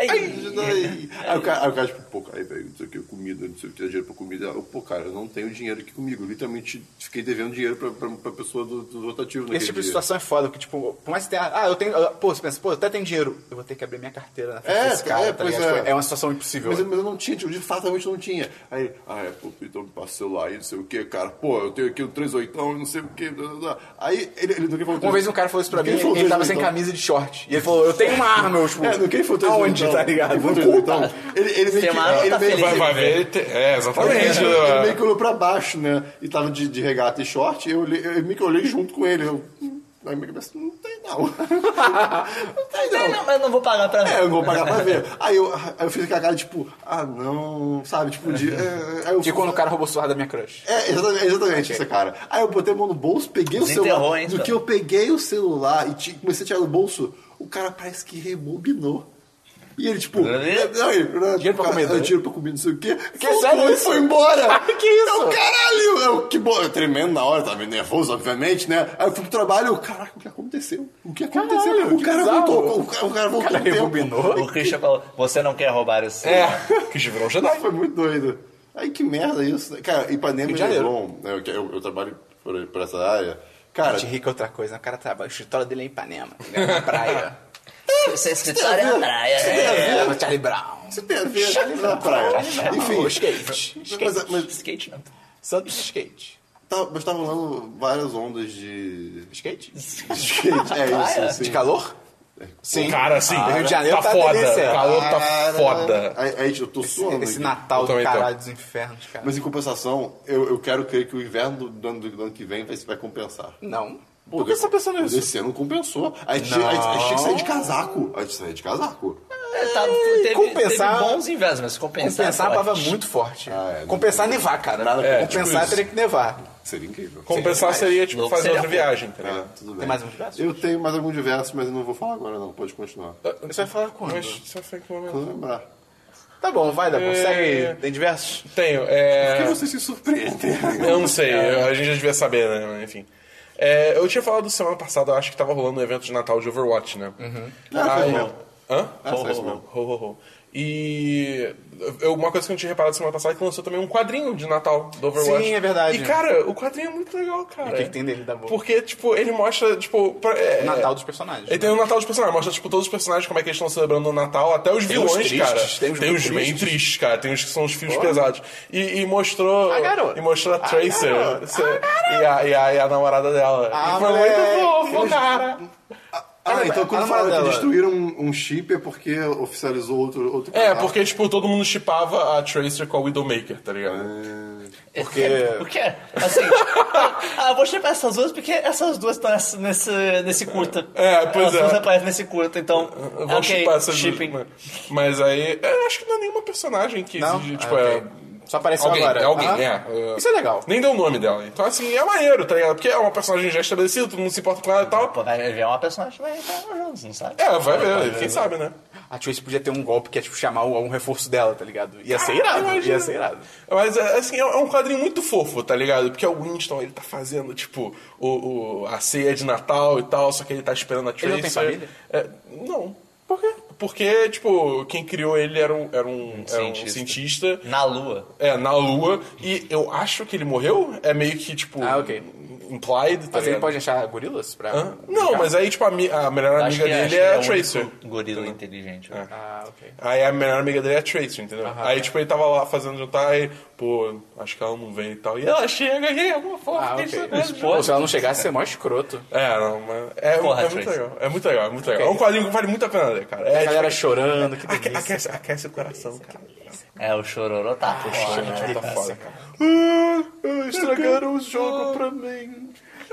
C: Ai.
D: ai, ai. Aí, o cara, aí o cara, tipo, pô, cara, velho, não sei o que, comida, não sei o que, dinheiro pra comida. Eu, pô, cara, eu não tenho dinheiro aqui comigo. Eu, literalmente fiquei devendo dinheiro pra, pra, pra pessoa do, do rotativo naquele
A: Esse tipo de
D: dia.
A: situação é foda, porque, tipo, por mais que tenha. Ah, eu tenho. ah, Pô, você pensa, pô, eu até tenho dinheiro. Eu vou ter que abrir minha carteira na frente
D: É,
A: desse cara,
D: é,
A: tá
D: pois
A: ligado?
D: é.
A: Tipo, uma situação impossível.
D: Mas, eu- mas eu não tinha, tipo, de fato realmente não tinha. Aí, ah, é, pô, então me passa o celular aí, não sei o que, cara. Pô, eu tenho aqui um 38, não sei o que. Aí ele, ele do que falou.
A: Uma vez um cara falou isso pra
D: Do
A: mim,
D: que falou
A: ele tava sem
D: 38?
A: camisa e de short. E ele falou, eu tenho uma arma, eu, tipo,
D: então? É, no que ele falou 38?
A: aonde, tá ligado?
D: Ele falou 38. Ele, ele meio
C: Tem
D: que-
C: uma arma,
D: ele
C: tá
D: meio-
C: feliz.
B: Vai, vai ver. ele te- É,
D: Ele meio
B: exatamente.
D: que- ele meio que olhou pra baixo, né? E tava de, de regata e short, eu, olhei- eu meio que olhei junto com ele. Eu, hum, aí minha cabeça, não tem não. não tem
C: É, Não, não, mas eu não vou pagar pra
D: É, eu
C: ver.
D: vou pagar pra ver. Aí eu, aí eu fiz aquela cara, tipo, ah, não, sabe? Tipo, de. é, aí eu-
A: De quando o cara roubou o celular da minha crush.
D: É, exatamente, exatamente essa cara. Aí eu botei a mão no bolso, peguei o
C: Desenterrou,
D: celular.
C: hein,
D: do
C: cara?
D: que eu peguei o celular e ti- comecei a tirar do bolso, o cara parece que rebobinou. E ele, tipo,
C: Né?
D: não, ele,
A: Dinheiro pra comida, né?
D: dinheiro pra comer, não sei o quê.
A: Que
D: Soltou
A: sério
D: e
A: isso? Ah,
D: foi embora.
A: Que isso?
D: Eu, caralho! Eu, que bo... eu tremendo na hora, tava nervoso, obviamente, né? Aí eu fui pro trabalho, eu, caraca, o que aconteceu? O que aconteceu?
A: Caralho,
D: o, cara
A: que bizarro.
D: voltou, o cara o cara voltou.
A: O cara
D: no tempo.
A: rebobinou.
C: O Christian falou: você não quer roubar esse.
B: É, que tiveram um Jedi.
D: Foi muito doido. Aí que merda isso. né? Cara, Ipanema
A: Rio de
D: e
A: Janeiro.
D: Leblon, né, eu, eu, eu trabalho por, por essa área. Cara,
A: Gente rica é outra coisa, né? o cara trabalha, o escritório dele é em Ipanema, tá ligado? na praia.
C: Você é escritório na praia. né?
A: É, no Charlie Brown.
D: você tem a ver ali na praia.
A: Enfim,
D: Enfim,
A: skate.
D: mas- é- mas-
C: Skate não.
A: Santos skate.
D: Tá- mas tá rolando várias ondas de.
A: Skate?
D: skate. É isso, sim.
A: De calor?
B: O Cara, assim,
A: Rio de Janeiro tá
B: foda.
A: delícia.
B: O calor tá
D: Cara,
B: foda.
D: Aí, aí, eu tô
A: Esse,
D: suando.
A: esse
D: aqui.
A: Natal
B: Eu
A: do
B: também tô.
A: caralho dos infernos, cara.
D: Mas em compensação, eu, eu quero crer que o inverno do ano, do ano que vem vai, vai compensar.
A: Não. Por que você tá pensando
D: Mas
A: nisso?
D: Esse ano compensou. A gente, a gente- a gente tinha que sair de casaco. A gente saía de casaco.
C: É, tá, teve,
A: compensar-
C: teve bons invernos, mas compensar.
A: Compensar a
C: sei lá,
A: palavra muito forte.
D: Ah, é.
A: Compensar é nevar, cara.
D: Nada
B: É, tipo
A: Compensar
B: isso.
A: teria que nevar.
D: Seria incrível.
B: Compensar seria, tipo,
C: Louco
B: fazer
C: seria
B: outra
C: bom.
B: viagem, tá
D: É,
B: ligado?
D: tudo bem.
A: Tem mais um diverso?
D: Eu tenho mais algum diverso, mas eu não vou falar agora, não. Pode continuar.
A: Você vai falar quando?
B: Mas isso foi que momento.
D: Vou lembrar.
A: Tá bom, vai, Dabu.
B: É.
A: Segue. Tem diversos?
B: Tenho, é...
D: Por que vocês se surpreendem?
B: Eu não sei, eu- a gente já devia saber, né? Mas, Enfim. É, eu tinha falado semana passada, eu acho que tava rolando um evento de Natal de Overwatch, né? Uhum.
D: Ah, foi mesmo.
B: Hã?
D: Ah, foi isso mesmo.
B: Ho, ho, ho. E eu- uma coisa que eu não tinha reparado semana passada é que lançou também um quadrinho de Natal do Overwatch.
A: Sim, é verdade.
B: E cara, o quadrinho é muito legal, cara.
A: O que que tem dele, Dabu?
B: Porque, tipo, ele mostra, tipo. pra- é-
A: Natal dos personagens.
B: Ele tem o Natal dos personagens, mostra tipo, todos os personagens, como é que eles estão celebrando o Natal, até os vilões,
A: tristes,
B: cara.
A: tem os bem
B: bem
A: tristes.
B: tristes, cara. Tem os que são os fios pesados. E, e mostrou.
A: Ah, garoto.
B: E mostrou a Tracer.
A: garoto.
B: se- e, a, e, a, e a namorada dela.
A: Ah,
B: e foi
A: moleque.
B: muito fofo, cara.
D: Ah,
A: Ah,
D: então
A: a
D: quando
A: namorada
D: fala que
A: dela.
D: destruíram um, um chip é porque oficializou outro, outro
A: Ah.
B: É,
D: canal.
B: porque, tipo, todo mundo chipava a Tracer com a Widowmaker, tá ligado?
D: É.
A: Porque-
C: O que é? Assim, ah, vou chipar essas duas porque essas duas estão nessa- nesse, nesse curta.
B: É, pois
C: Elas
B: é.
C: duas aparecem nesse curta, então.
B: Vamos
C: ok,
B: chipar essas
C: shipping.
B: duas. Mas aí, eu acho que não é nenhuma personagem que
A: Não?
B: exige,
A: Ah,
B: tipo,
A: ok.
B: é.
A: Só apareceu
B: Alguém,
A: agora.
B: é alguém,
A: Aham.
B: é.
A: Isso é legal.
B: Nem deu o nome dela. Então, assim, é maneiro, tá ligado? Porque é uma personagem já estabelecida, todo mundo se importa com ela e tal.
C: Pô, vai ver é uma personagem que vai entrar no jogo, não sabe?
B: É, vai ver, quem sabe, né?
A: A Trace podia ter um golpe que é, tipo, chamar o- algum reforço dela, tá ligado? Ia ser irado. Ia
B: imagina.
A: ser irado.
B: Mas, é, assim, é um quadrinho muito fofo, tá ligado? Porque o Winston, ele tá fazendo, tipo, o, o- a ceia de Natal e tal, só que ele tá esperando a Tracer.
A: Ele não tem família?
B: É, não. Por quê? Porque, tipo, quem criou ele era um, era um, era um
C: cientista.
B: cientista.
C: Na lua.
B: É, na Lua. E eu acho que ele morreu. É meio que, tipo...
A: Ah, ok.
B: Implied, tá
A: Mas ele
B: ligado?
A: pode achar gorilas pra...
B: Hã? Não, mas aí, tipo, a, mi- a melhor
C: Acho
B: amiga
C: que- acho
B: dele
C: que
B: é a
C: ele o único
B: Tracer. Tá.
C: gorila inteligente. né?
A: Ah, ok.
B: Aí a melhor amiga dele é a Tracer, entendeu? Aí, tipo, ele tava lá fazendo jantar e, pô, acho que ela não vem e tal. E ela chega e é uma foto,
A: Ah,
B: fiquei
A: ok.
B: sabendo.
A: Pô, se ela não chegasse, ia ser mó escroto.
B: É, não, mas é,
C: Porra,
B: é muito
C: Tracer.
B: legal. É muito legal, é muito legal. É um quadrinho que vale muito a pena ler, cara. É,
A: A galera
B: tipo,
A: chorando, que
B: aque-
A: delícia.
B: aquece, aquece o coração, cara.
C: É, o chororô tá
A: Ah,
C: puxando.
B: Chorando, tá foda, cara.
A: Estragaram o jogo pra mim.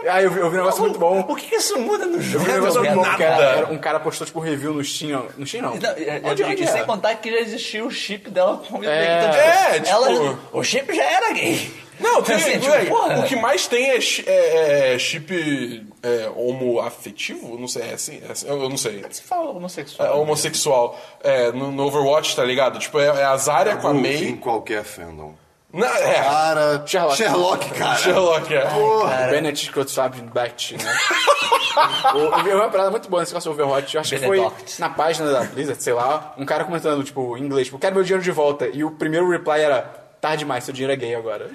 A: Ah, eu vi, eu vi um negócio
B: é
A: muito bom.
C: O que que isso muda no
A: Eu
C: jogo? é
A: vi um negócio muito bom, que
B: nada.
A: era- era- um cara postou, tipo, um review no Steam. ó. No Steam, não.
C: Não, é, é,
A: Onde,
C: e-
A: onde
C: e sem
A: era?
C: contar que já existia o chip dela com o
A: É.
B: É, tipo-
C: ela, O chip já era gay.
B: Não, tem,
C: Assim, tipo,
B: moleque,
C: porra.
B: o que mais tem é, chi- é- é chip é, homoafetivo? Não sei, é assim, é assim, eu eu não sei.
C: Se fala
B: É,
C: homossexual.
B: homossexual é, no, no Overwatch, tá ligado? Tipo, é, é a Zarya com a
D: Em
B: May.
D: qualquer fandom.
B: Não, é,
D: Cara,
A: Sherlock.
D: Sherlock, cara.
B: Sherlock, é.
D: Porra.
A: Benedict Cumberbatch, né? O- eu vi uma parada muito boa nesse negócio do Overwatch. Eu acho que
C: Benedict.
A: foi na página da Blizzard, sei lá, um cara comentando, tipo, em inglês, tipo, quero meu dinheiro de volta. E o primeiro reply era, tarde demais, seu dinheiro é gay agora.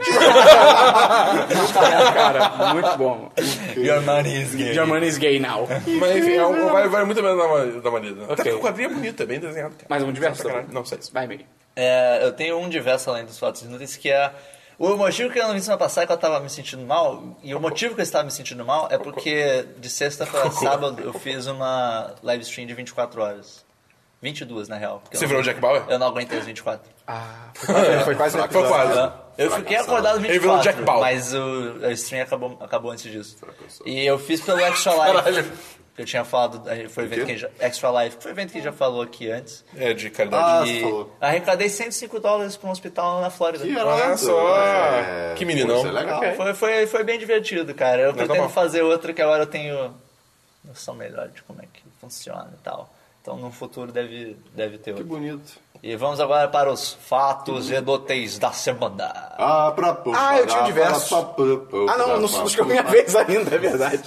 A: muito bom, cara. Muito bom.
B: É,
C: Your nariz gay.
A: Your money is gay now.
B: Mas enfim, é um, vale, vale muito a pena dar uma, dar uma lida. Até
A: Ok.
B: porque o quadrinho é bonito, é bem desenhado. Cara.
A: Mais um diverso?
B: Sacanagem. Não sei.
A: Vai, Miguel.
C: É, eu tenho um diverso além dos fatos inúteis que é. O motivo que eu não vi semana passada é que eu tava me sentindo mal, e o motivo que eu estava me sentindo mal é porque de sexta para sábado eu fiz uma live stream de 24 horas. 22, na real. porque
B: Você
C: eu
B: virou
C: não-
B: o Jack Bauer?
C: Eu não aguentei os 24.
A: Ah, foi quase- foi quase um
B: Foi
A: episódio.
B: quase.
C: Eu fiquei acordado
B: Ele virou
C: 24,
B: Jack Bauer.
C: mas o, a stream acabou, acabou antes disso. E eu fiz pelo Extra Life.
B: Caralho.
C: Que eu tinha falado, foi o evento que a gente já- Extra Life, que foi o evento que a gente já falou aqui antes.
B: É de caridade.
D: Ah,
C: E
D: falou.
C: arrecadei 105 dólares para um hospital lá na Flórida.
D: Que
B: Olha
D: irado.
B: só.
D: É,
B: Que meninão.
D: Isso é legal.
C: Foi, foi, foi bem divertido, cara. Eu pretendo
B: bom.
C: fazer outra que agora eu tenho noção melhor de como é que funciona e tal. Então no futuro deve, deve ter
D: Que
C: outra.
D: bonito.
C: E vamos agora para os fatos inúteis da semana.
D: Ah, pra pô,
A: Ah, eu
D: pra-
A: tinha um diverso.
D: pra- pra- pra-
A: Ah, não, não
D: pra-
A: não chegou a minha vez ainda, é verdade.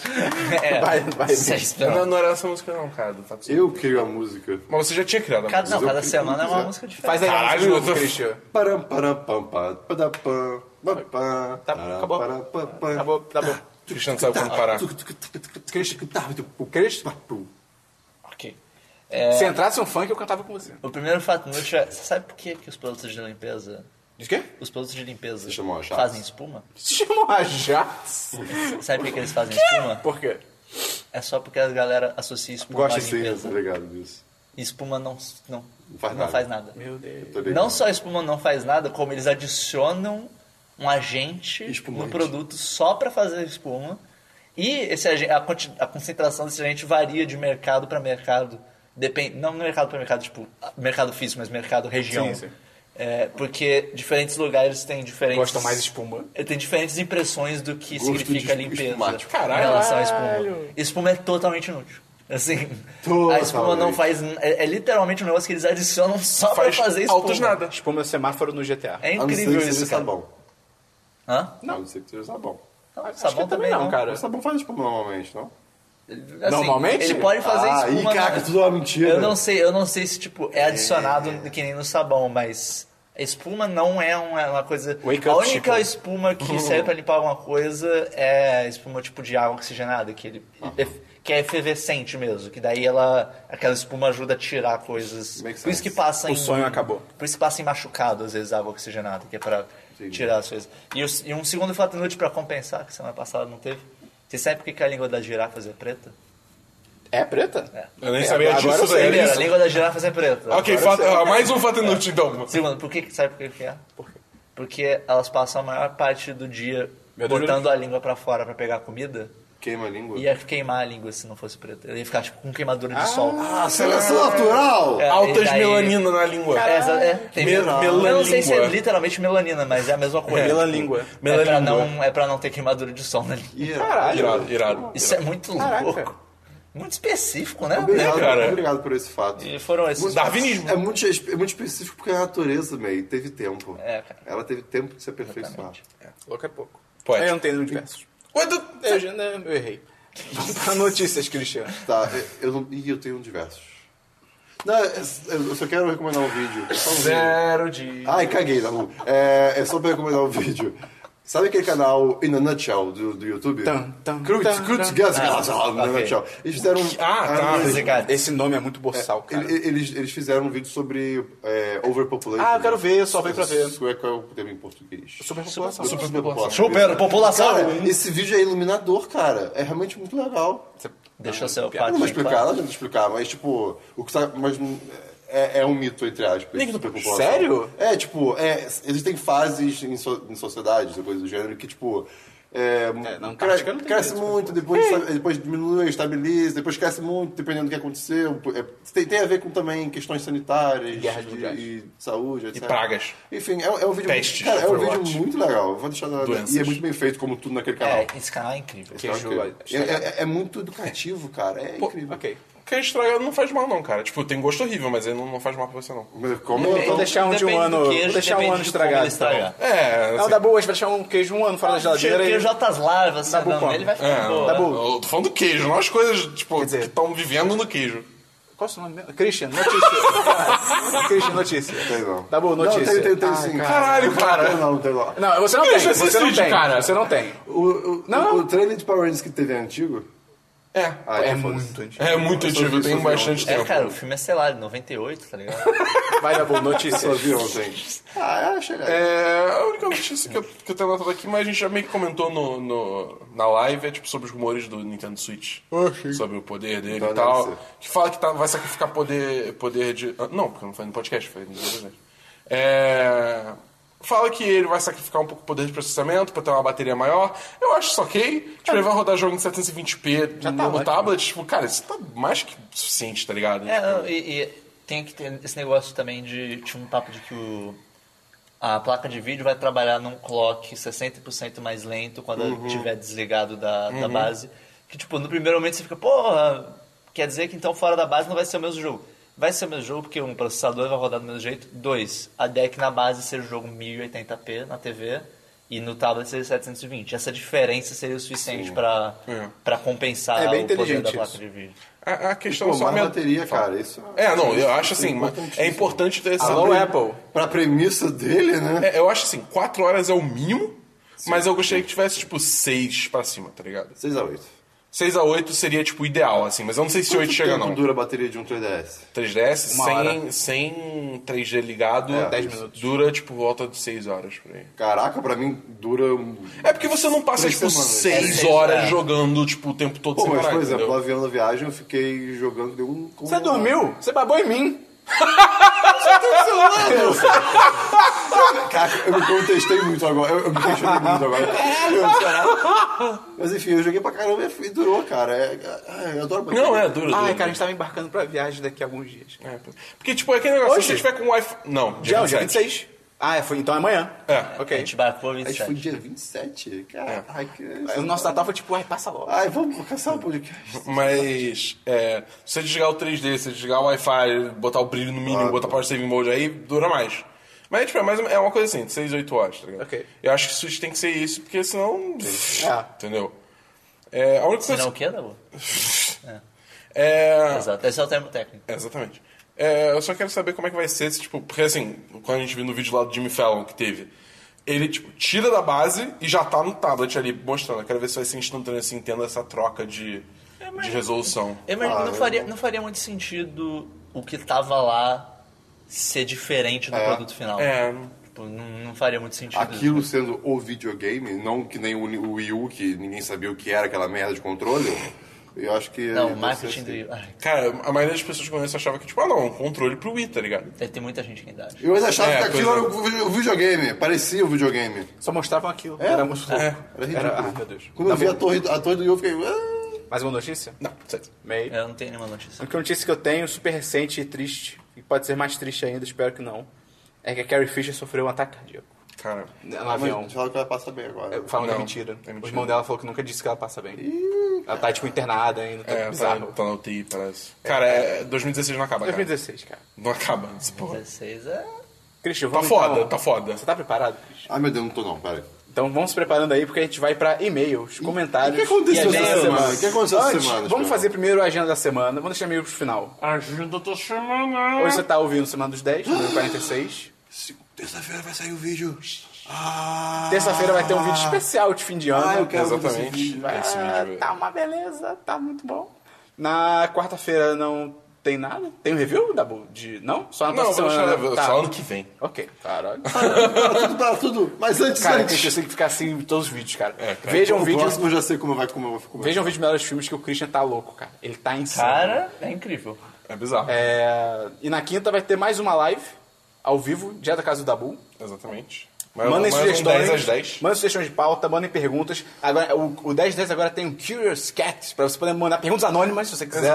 C: É,
A: Vai, vai.
C: Você espera.
B: Não, não era essa música, não, cara. do Fato
D: Eu crio a música.
B: Mas você já tinha criado a música.
C: Cada, não,
D: eu
C: cada
D: queria
C: semana é uma
D: dizer.
C: música diferente.
A: Faz aí,
B: Caralho,
A: Caralho, de
B: eu
A: novo,
B: tô-
A: Christian.
D: Param, param, pam, pam, padam, pam, pam, pam.
A: Tá,
D: Param,
A: acabou.
D: param, pam, pam.
A: Acabou, tá bom.
B: Cristiano sabe
D: Tá.
B: quando parar.
A: Christian, tipo, o Christian.
C: Ok.
A: Se entrasse um funk, eu cantava com você.
C: O primeiro fato inútil é... Você sabe por que, que os produtos de limpeza
A: De quê?
C: Os produtos de limpeza
D: Se chamam achados.
C: fazem espuma?
A: Se chamam ajax?
C: Sabe por que que eles fazem espuma?
A: Por quê?
C: É só porque a galera associa espuma
D: Gosta
C: à
D: de ser, tá
C: limpeza.
D: ligado disso.
C: E espuma não, não,
D: Não faz
C: não
D: nada.
C: faz nada.
A: Meu Deus.
D: Tô ligado.
C: Não é só a espuma não faz nada, como eles adicionam um agente
D: Espumante.
C: no produto só para fazer espuma. E esse agen- a, conti- a concentração desse agente varia de mercado para mercado. Depende, não mercado para mercado, tipo, mercado físico, mas mercado região.
A: Sim, sim.
C: É, porque diferentes lugares têm diferentes.
A: Gostam mais de espuma.
C: Tem diferentes impressões do que
D: Gosto
C: significa
D: de
C: limpeza
D: espumático.
B: Caralho.
C: em relação à espuma. Espuma é totalmente inútil. Assim, a espuma não
D: Totalmente.
C: faz. n- É, é literalmente um negócio que eles adicionam só
B: Faz
C: pra fazer espuma.
B: altos nada.
A: Espuma é semáforo no GTA.
C: É
D: A Ah, não ser
C: incrível
D: que seja
C: isso, cara.
D: sabão.
C: Hã?
D: Não. A não ser que seja sabão.
C: Não,
A: Acho
C: sabão
A: que também não, cara.
D: O sabão faz espuma normalmente, não?
C: Ele- assim,
A: Normalmente?
C: Ele pode fazer
D: ah,
C: espuma. né?
D: Ih, caraca,
C: na-
D: tudo é uma mentira.
C: Eu não sei, eu não sei se tipo é adicionado que nem no sabão, mas a espuma não é uma, uma coisa.
A: Wake
C: a
A: up, tipo.
C: única
A: Chico.
C: espuma que serve pra limpar alguma coisa é a espuma tipo de água oxigenada, que ele
A: Ah.
C: ef- que é efervescente mesmo, que daí ela aquela espuma ajuda a tirar coisas.
D: Makes
C: Por isso que
D: sense.
C: passa
A: O
C: em-
A: sonho acabou.
C: Por isso que passa em machucado às vezes a água oxigenada, que é pra
D: Sim.
C: tirar as coisas. E, o- e um segundo fato inútil pra compensar que semana passada não teve. Você sabe por que que a língua das girafas é preta?
A: É preta?
C: É.
B: Eu nem sabia
A: agora eu
B: disso,
A: sei,
B: velho.
C: Primeiro, a
B: Isso.
C: língua das girafas é preta.
B: Ok,
D: Agora
B: fato-
D: eu sei.
B: ah, mais um fato inútil, então.
C: Segundo, por que, sabe por que que é?
A: Por quê?
C: Porque elas passam a maior parte do dia
A: Meu Deus,
C: botando a língua pra fora pra pegar comida.
D: Queima a língua.
C: E é ia queimar a língua se não fosse preta. Ia ficar tipo com queimadura de sol.
D: Ah, seleção natural!
C: É.
B: Altas
C: e daí-
B: melanina na língua.
C: É, exa- é, tem
B: Mel-
C: melanina. Eu não sei se é
B: melaningua.
C: literalmente melanina, mas é a mesma coisa.
A: Pela
C: Tipo,
A: língua.
C: É pra,
B: Melaningua.
C: não, é pra não ter queimadura de sol na língua.
D: Ih,
A: Caralho.
B: Irado, irado.
C: Isso é muito
A: Caraca.
C: louco. Muito específico, né?
D: Obrigado,
B: Né, cara?
D: obrigado por esse fato.
C: E foram esses.
B: Darwinismo.
D: É muito, es- é muito específico porque a natureza, meio, teve tempo.
C: É, cara.
D: Ela teve tempo de se aperfeiçoar.
A: Louco é pouco.
B: Pode.
A: Eu não tenho de versos.
B: Ué, tu-
A: Eu, já- né, eu errei. Vamos pra notícias, Cristiano.
D: Tá, eu não. Ih, eu tenho um diversos. Não, é, eu eu só quero recomendar um vídeo. Só um vídeo.
B: Zero de...
D: Ai, caguei, Dabu. É, é só pra recomendar um vídeo. Sabe aquele canal In a Nutshell do, do YouTube?
A: Tum, tum,
D: Cruz,
A: tum,
D: Cruz,
A: tum.
D: Gas,
C: Ah,
D: Gas, In a
C: ok.
D: Nutshell. Eles fizeram.
B: Ah, tá.
D: Ah, eles-
C: Música.
A: Esse nome é muito boçal, cara.
D: ele- Eles, eles fizeram um vídeo sobre é, overpopulation.
A: Ah, eu quero ver, eu só veio pra ver.
D: Isso é qual é o termo em português.
A: Superpopulação.
D: Superpopulação.
C: Superpopulação.
D: Cara, esse vídeo é iluminador, cara. É realmente muito legal.
C: Deixa o seu
D: Eu não
C: patinho.
D: vou explicar, não adianta explicar, mas tipo, o que tá. Mas hum, é, é um mito, entre aspas.
A: Nego,
D: sobre a
A: tu-
D: população.
A: sério?
D: É, tipo, é, existem fases em, so, em sociedades, coisa do gênero, que, tipo. É,
A: na
D: cre-
A: Antártica não tem
D: cresce
A: isso,
D: muito, depois, esta- depois diminui, estabiliza, depois cresce muito, dependendo do que aconteceu. É, tem, tem a ver com também questões sanitárias
A: Guerras
D: e-
A: mundiais.
D: e saúde, etc.
B: pragas.
D: Enfim, é, é um vídeo.
B: Pestes,
D: cara, é um
B: Overwatch.
D: vídeo muito legal. Vou deixar na,
B: Doenças.
D: E é muito bem feito, como tudo naquele canal.
C: É, esse canal é incrível.
A: Que
D: Ok.
A: jogo-
D: É, é- é muito educativo, cara. É
B: Pô,
D: incrível.
A: Ok.
B: Queijo estragado não faz mal, não, cara. Tipo, tem gosto horrível, mas ele não, não faz mal pra você, não.
D: Mas Como
A: Vou
D: então,
A: deixar um de
C: Depende
A: um
C: do
A: ano.
C: queijo,
A: Vou deixar
C: depende
A: um
C: de
A: ano
C: como
A: estragado.
C: ele estragar.
B: É,
A: Não,
B: assim,
A: dá boa, a gente vai deixar um queijo um ano fora da geladeira.
C: o
A: e-
C: Ah, queijo altas larvas, sabe?
A: bom,
C: Ele vai
B: é,
C: ficar boa.
A: tá bom.
B: eu tô falando do queijo, não as coisas, tipo,
A: Quer dizer-
B: que estão vivendo no queijo.
A: Qual é o seu nome mesmo? Christian, notícia. Christian, notícia.
D: Tem não.
A: Tá bom, notícia.
D: Não, tem, tem, tem
A: Ah,
D: sim.
B: Caralho, cara.
D: Tem não, tem não.
A: Não, você não tem.
B: Deixa esse
A: Você não
B: vídeo,
A: tem.
B: cara.
A: Você não tem.
D: O, o,
A: Não,
D: o, o trailer de Power Rangers que teve é antigo?
B: É.
D: Ah,
A: É
D: então foda-se.
A: muito antigo.
B: É muito
D: Eu só vi-
B: antigo,
D: só
B: tem
D: vi
B: bastante
C: É,
B: tempo.
C: cara, o filme é, sei lá, de 98, tá ligado?
A: Vai dar bom,
D: Eu
A: notícia.
D: só vi ontem. Ah, é, chega. É.
B: É, a única notícia que eu, que eu tenho notado aqui, mas a gente já meio que comentou no, no- na live, é tipo sobre os rumores do Nintendo Switch.
A: Ah,
B: Sobre o poder dele
D: Então
B: e tal.
D: deve ser.
B: Que fala que tá- vai sacrificar poder, poder de. ah, Não, porque eu não falei no podcast, falei no podcast. É, Fala que ele vai sacrificar um pouco o poder de processamento pra ter uma bateria maior. Eu acho isso ok. Tipo, ele vai rodar jogo em 720p
A: Já tá
B: no
A: ótimo.
B: tablet. Tipo, cara, isso tá mais que suficiente, tá ligado?
C: é, não, e, e tem que ter esse negócio também de. Tinha um papo de que o. A placa de vídeo vai trabalhar num clock 60% mais lento quando
A: Uhum.
C: ela estiver desligado da, da base. Que, tipo, no primeiro momento você fica, porra, quer dizer que então fora da base não vai ser o mesmo jogo. Vai ser o mesmo jogo porque um processador vai rodar do mesmo jeito. Dois, a deck na base seja o jogo 1080p na TV e no tablet seja 720. Essa diferença seria o suficiente para
B: É.
C: pra compensar
A: É bem
C: o poder da
A: inteligente
C: placa
A: isso.
C: de vídeo.
B: A, a questão
D: Pô,
B: só
D: mais
B: aumenta-
D: bateria, cara. Isso
B: É, não, eu acho
D: isso é
B: assim, mas
D: importantíssimo.
B: é importante ter esse
A: Alô, Apple.
D: Pra premissa dele, né?
B: É, eu acho assim, 4 horas é o mínimo, mas eu gostaria que tivesse, tipo, 6 pra cima, tá ligado?
D: 6 a 8.
B: 6x8 seria, tipo, ideal, assim, mas eu não sei se 8
D: Quanto
B: chega,
D: tempo
B: não.
D: dura a bateria de um 3DS?
B: 3DS,
A: Uma
B: sem, sem 3G ligado,
D: É,
B: 10
D: isso.
B: minutos. Dura, tipo, volta de 6 horas por aí.
D: Caraca, pra mim dura... um-
B: É porque você não passa,
D: Três
B: tipo,
D: semanas.
B: 6
C: É,
B: horas
C: é.
B: jogando, tipo, o tempo todo
D: Pô,
B: sem
D: mas,
B: parar,
D: por exemplo, no
B: entendeu?
D: avião da viagem eu fiquei jogando... Deu um...
A: Você dormiu? Você tá babou em mim.
D: Caraca, eu me contestei muito agora. Eu, eu me questionei muito agora. Caralho, será? Mas enfim, eu joguei pra caramba e f- e durou, cara. É, ah, eu adoro bateria.
B: Não, é, dura, dura.
E: Ai, cara, a gente tava embarcando pra viagem daqui a alguns dias.
B: É, porque, tipo, é aquele negócio,
A: Hoje?
B: se você tiver com Wi-Fi... Não, dia
A: Já, dia
B: 27.
A: 26. Ah, é, foi então é amanhã.
B: É.
C: A
A: Ok.
C: gente barcou
D: Mas foi
C: 27.
D: dia 27, cara. Ai, que...
A: O nosso Natal foi tipo, ai, passa logo.
D: Ai, vamos caçar o podcast.
B: Mas, é, se você desligar o 3D, se você desligar o Wi-Fi, botar o brilho no mínimo, botar para saving mode, aí dura mais. Mas, tipo, é, mais, é uma coisa assim, de 6, 8 horas, tá ligado?
E: Ok.
B: Eu acho que Switch tem que ser isso, porque senão...
A: É.
B: Entendeu? É, a única
C: Senão o
B: coisa...
C: quê, Dabu?
B: É,
C: Exato, esse é o termo técnico.
B: É, Exatamente. É, eu só quero saber como é que vai ser, se, tipo, porque assim, quando a gente viu no vídeo lá do Jimmy Fallon que teve, ele, tipo, tira da base e já tá no tablet ali mostrando. Eu quero ver se vai ser instantâneo assim, tendo essa troca de, de resolução.
C: Eu imagino que não faria, não faria muito sentido o que tava lá ser diferente do produto final.
B: É,
C: Tipo, não, não faria muito sentido.
D: Aquilo sendo o videogame, não que nem o Ni- o Wii U, que ninguém sabia o que era aquela merda de controle. Eu acho que...
C: Não,
D: ia
C: o marketing do
D: ser assim.
C: Wii U. Ai,
B: cara, a maioria das pessoas que eu conheço achava que, tipo, ah não, um controle pro Wii, tá ligado?
C: deve ter muita gente que ainda acha.
D: Eu ainda achava
B: É,
D: que aquilo
B: coisa-
D: era o vi- o videogame. Parecia o videogame.
A: Só mostravam aquilo.
D: É.
A: Era muito louco.
B: É.
D: Era ridículo.
A: Era, ah, meu Deus.
D: Quando eu
A: Tá
D: vi a
A: bom.
D: torre, a torre do Wii U, eu fiquei... "Ah".
A: Mais uma notícia?
B: Não, certo.
A: Meio.
C: Eu não tenho nenhuma
A: A
C: notícia.
A: única notícia que eu tenho, super recente e triste, e pode ser mais triste ainda, espero que não, é que a Carrie Fisher sofreu um ataque cardíaco
B: Cara,
A: no
D: Ah, mas
A: avião.
D: fala que ela passa bem agora.
A: Falam que é
B: Não,
A: mentira.
B: é mentira.
A: O irmão dela falou que nunca disse que ela passa bem. ela tá, tipo, internada ainda, tá
B: é, tá,
A: bizarro.
B: tá na UTI, parece. Cara, é, 2016 não acaba, cara.
A: 2016, cara.
B: Não acaba, essa porra.
C: 16 é.
A: Christian,
B: Tá
A: vamos
B: foda,
A: então-
B: tá foda.
A: Você tá preparado, Christian?
D: Ai, meu Deus, não tô não, peraí.
A: Então vamos se preparando aí, porque a gente vai pra e-mails,
D: O
A: comentários.
D: que aconteceu
A: e
C: E
D: essa
C: aí,
A: agenda da
D: semana? O que aconteceu essa
A: Antes,
D: semana? Esperão?
A: Vamos fazer primeiro a agenda da semana, vamos deixar meio pro final.
B: Agenda da semana.
A: Hoje você tá ouvindo Semana dos 10, número 46.
D: Se- Terça-feira vai sair o vídeo. Ah,
A: Terça-feira vai ter um vídeo especial de fim de ano.
D: Ah, eu quero ver esse
B: Exatamente.
D: vídeo. é
B: Esse
A: Ah,
B: vídeo.
A: tá uma beleza, tá muito bom. Na quarta-feira não tem nada? Tem um review, Dabu? De... Não? Só na
B: Não,
A: próxima
B: vou
A: semana.
B: deixar,
A: né?
B: vou-
A: Tá.
B: só ano que vem.
A: Ok, caralho.
D: Tudo para tudo. Mas antes,
A: Cara,
D: antes.
A: Christian, eu tenho que ficar assim em todos os vídeos, cara.
B: É, cara.
A: Vejam
D: o
A: o um vídeo.
D: próximo é um eu já sei como vai como eu vou ficar.
A: Vejam o vídeo melhores filmes que o Christian tá louco, cara. Ele tá insano.
C: Cara, é incrível.
B: É bizarro.
A: É, E na quinta vai ter mais uma live, ao vivo, direto da casa do Dabu.
B: Exatamente.
A: Mandem
B: mais um
A: sugestões.
B: 10 às 10.
A: Mandem sugestões de pauta, mandem perguntas. Agora, o, o 1010 agora tem um Curious Cat pra você poder mandar perguntas anônimas se você quiser.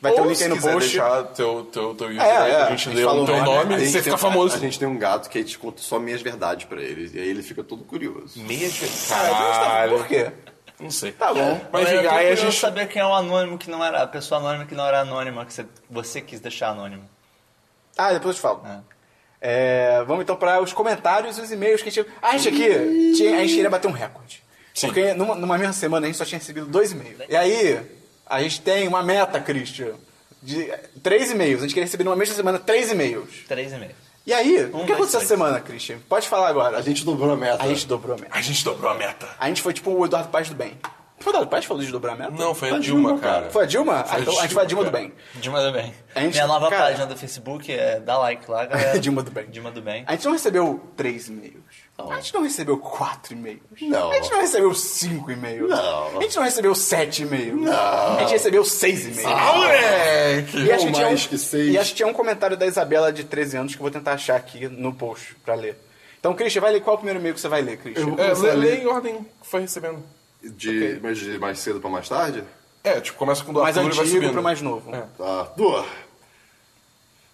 A: Vai ter o link
B: Ou
A: aí
B: se
A: no
B: quiser
A: post.
B: deixar teu, teu, teu user,
A: É,
B: aí,
A: é,
B: a
A: a
B: gente
A: gente
B: lê
A: fala
B: o
A: o
B: teu
A: nome,
B: nome,
A: né?
B: e você
D: tem
B: fica
D: um-
B: famoso.
D: A gente tem um gato que a gente conta só minhas verdades pra ele. E aí ele fica todo curioso.
B: Meias vezes.
A: Por quê?
B: Não sei.
A: Tá bom.
B: Mas
C: eu
B: enfim,
C: tô
B: aí a
C: curioso
B: gente.
C: saber quem é o anônimo que não era. A pessoa anônima que não era anônima, que você, você quis deixar anônimo.
A: Ah, depois eu te falo.
C: É.
A: É, vamos então para os comentários e os e-mails que a gente. Ah, a gente aqui. tinha- a gente queria bater um recorde.
B: Sim.
A: Porque numa, numa mesma semana a gente só tinha recebido dois e-mails. E aí, a gente tem uma meta, Christian, de eh, três e-mails. A gente queria receber numa mesma semana três e-mails.
C: 3,5.
A: E aí, o
C: Um,
A: que
C: dois,
A: aconteceu essa
C: três.
A: semana, Christian? Pode falar agora.
D: A gente dobrou a meta.
A: A gente dobrou a meta.
B: A gente dobrou a meta.
A: A gente foi tipo o Eduardo Paz do Bem. Foi o Eduardo Paz que falou de dobrar a meta?
B: Não, foi a Dilma, cara.
A: Foi a Dilma?
B: Foi
A: Ah, então a gente foi a Dilma do Bem.
C: Dilma do Bem.
A: A gente-
C: Minha nova
A: cara-
C: página do Facebook é dá like lá, galera.
A: Dilma do Bem.
C: Dilma do Bem.
A: A gente não recebeu três e-mails. A gente não recebeu quatro e-mails.
D: Não.
A: A gente não recebeu cinco e-mails.
D: Não.
A: A gente não recebeu sete e-mails. Não. A gente recebeu seis e-mails.
B: Ah, moleque!
A: E a gente
D: Não
A: tinha
D: mais
A: um,
D: que seis.
A: E acho que tinha um comentário da Isabela de 13 anos que eu vou tentar achar aqui no post pra ler. Então, Christian, vai ler qual é o primeiro e-mail que você vai ler, Christian?
D: Eu-
B: É, lê,
D: Você
B: lê
D: lê.
B: em ordem que foi recebendo.
D: De, mas de mais cedo pra mais tarde?
B: É, tipo, começa com o do
A: mais
B: Arthur e vai
A: antigo
B: subindo.
A: pro mais novo.
B: É.
D: Tá. Duas.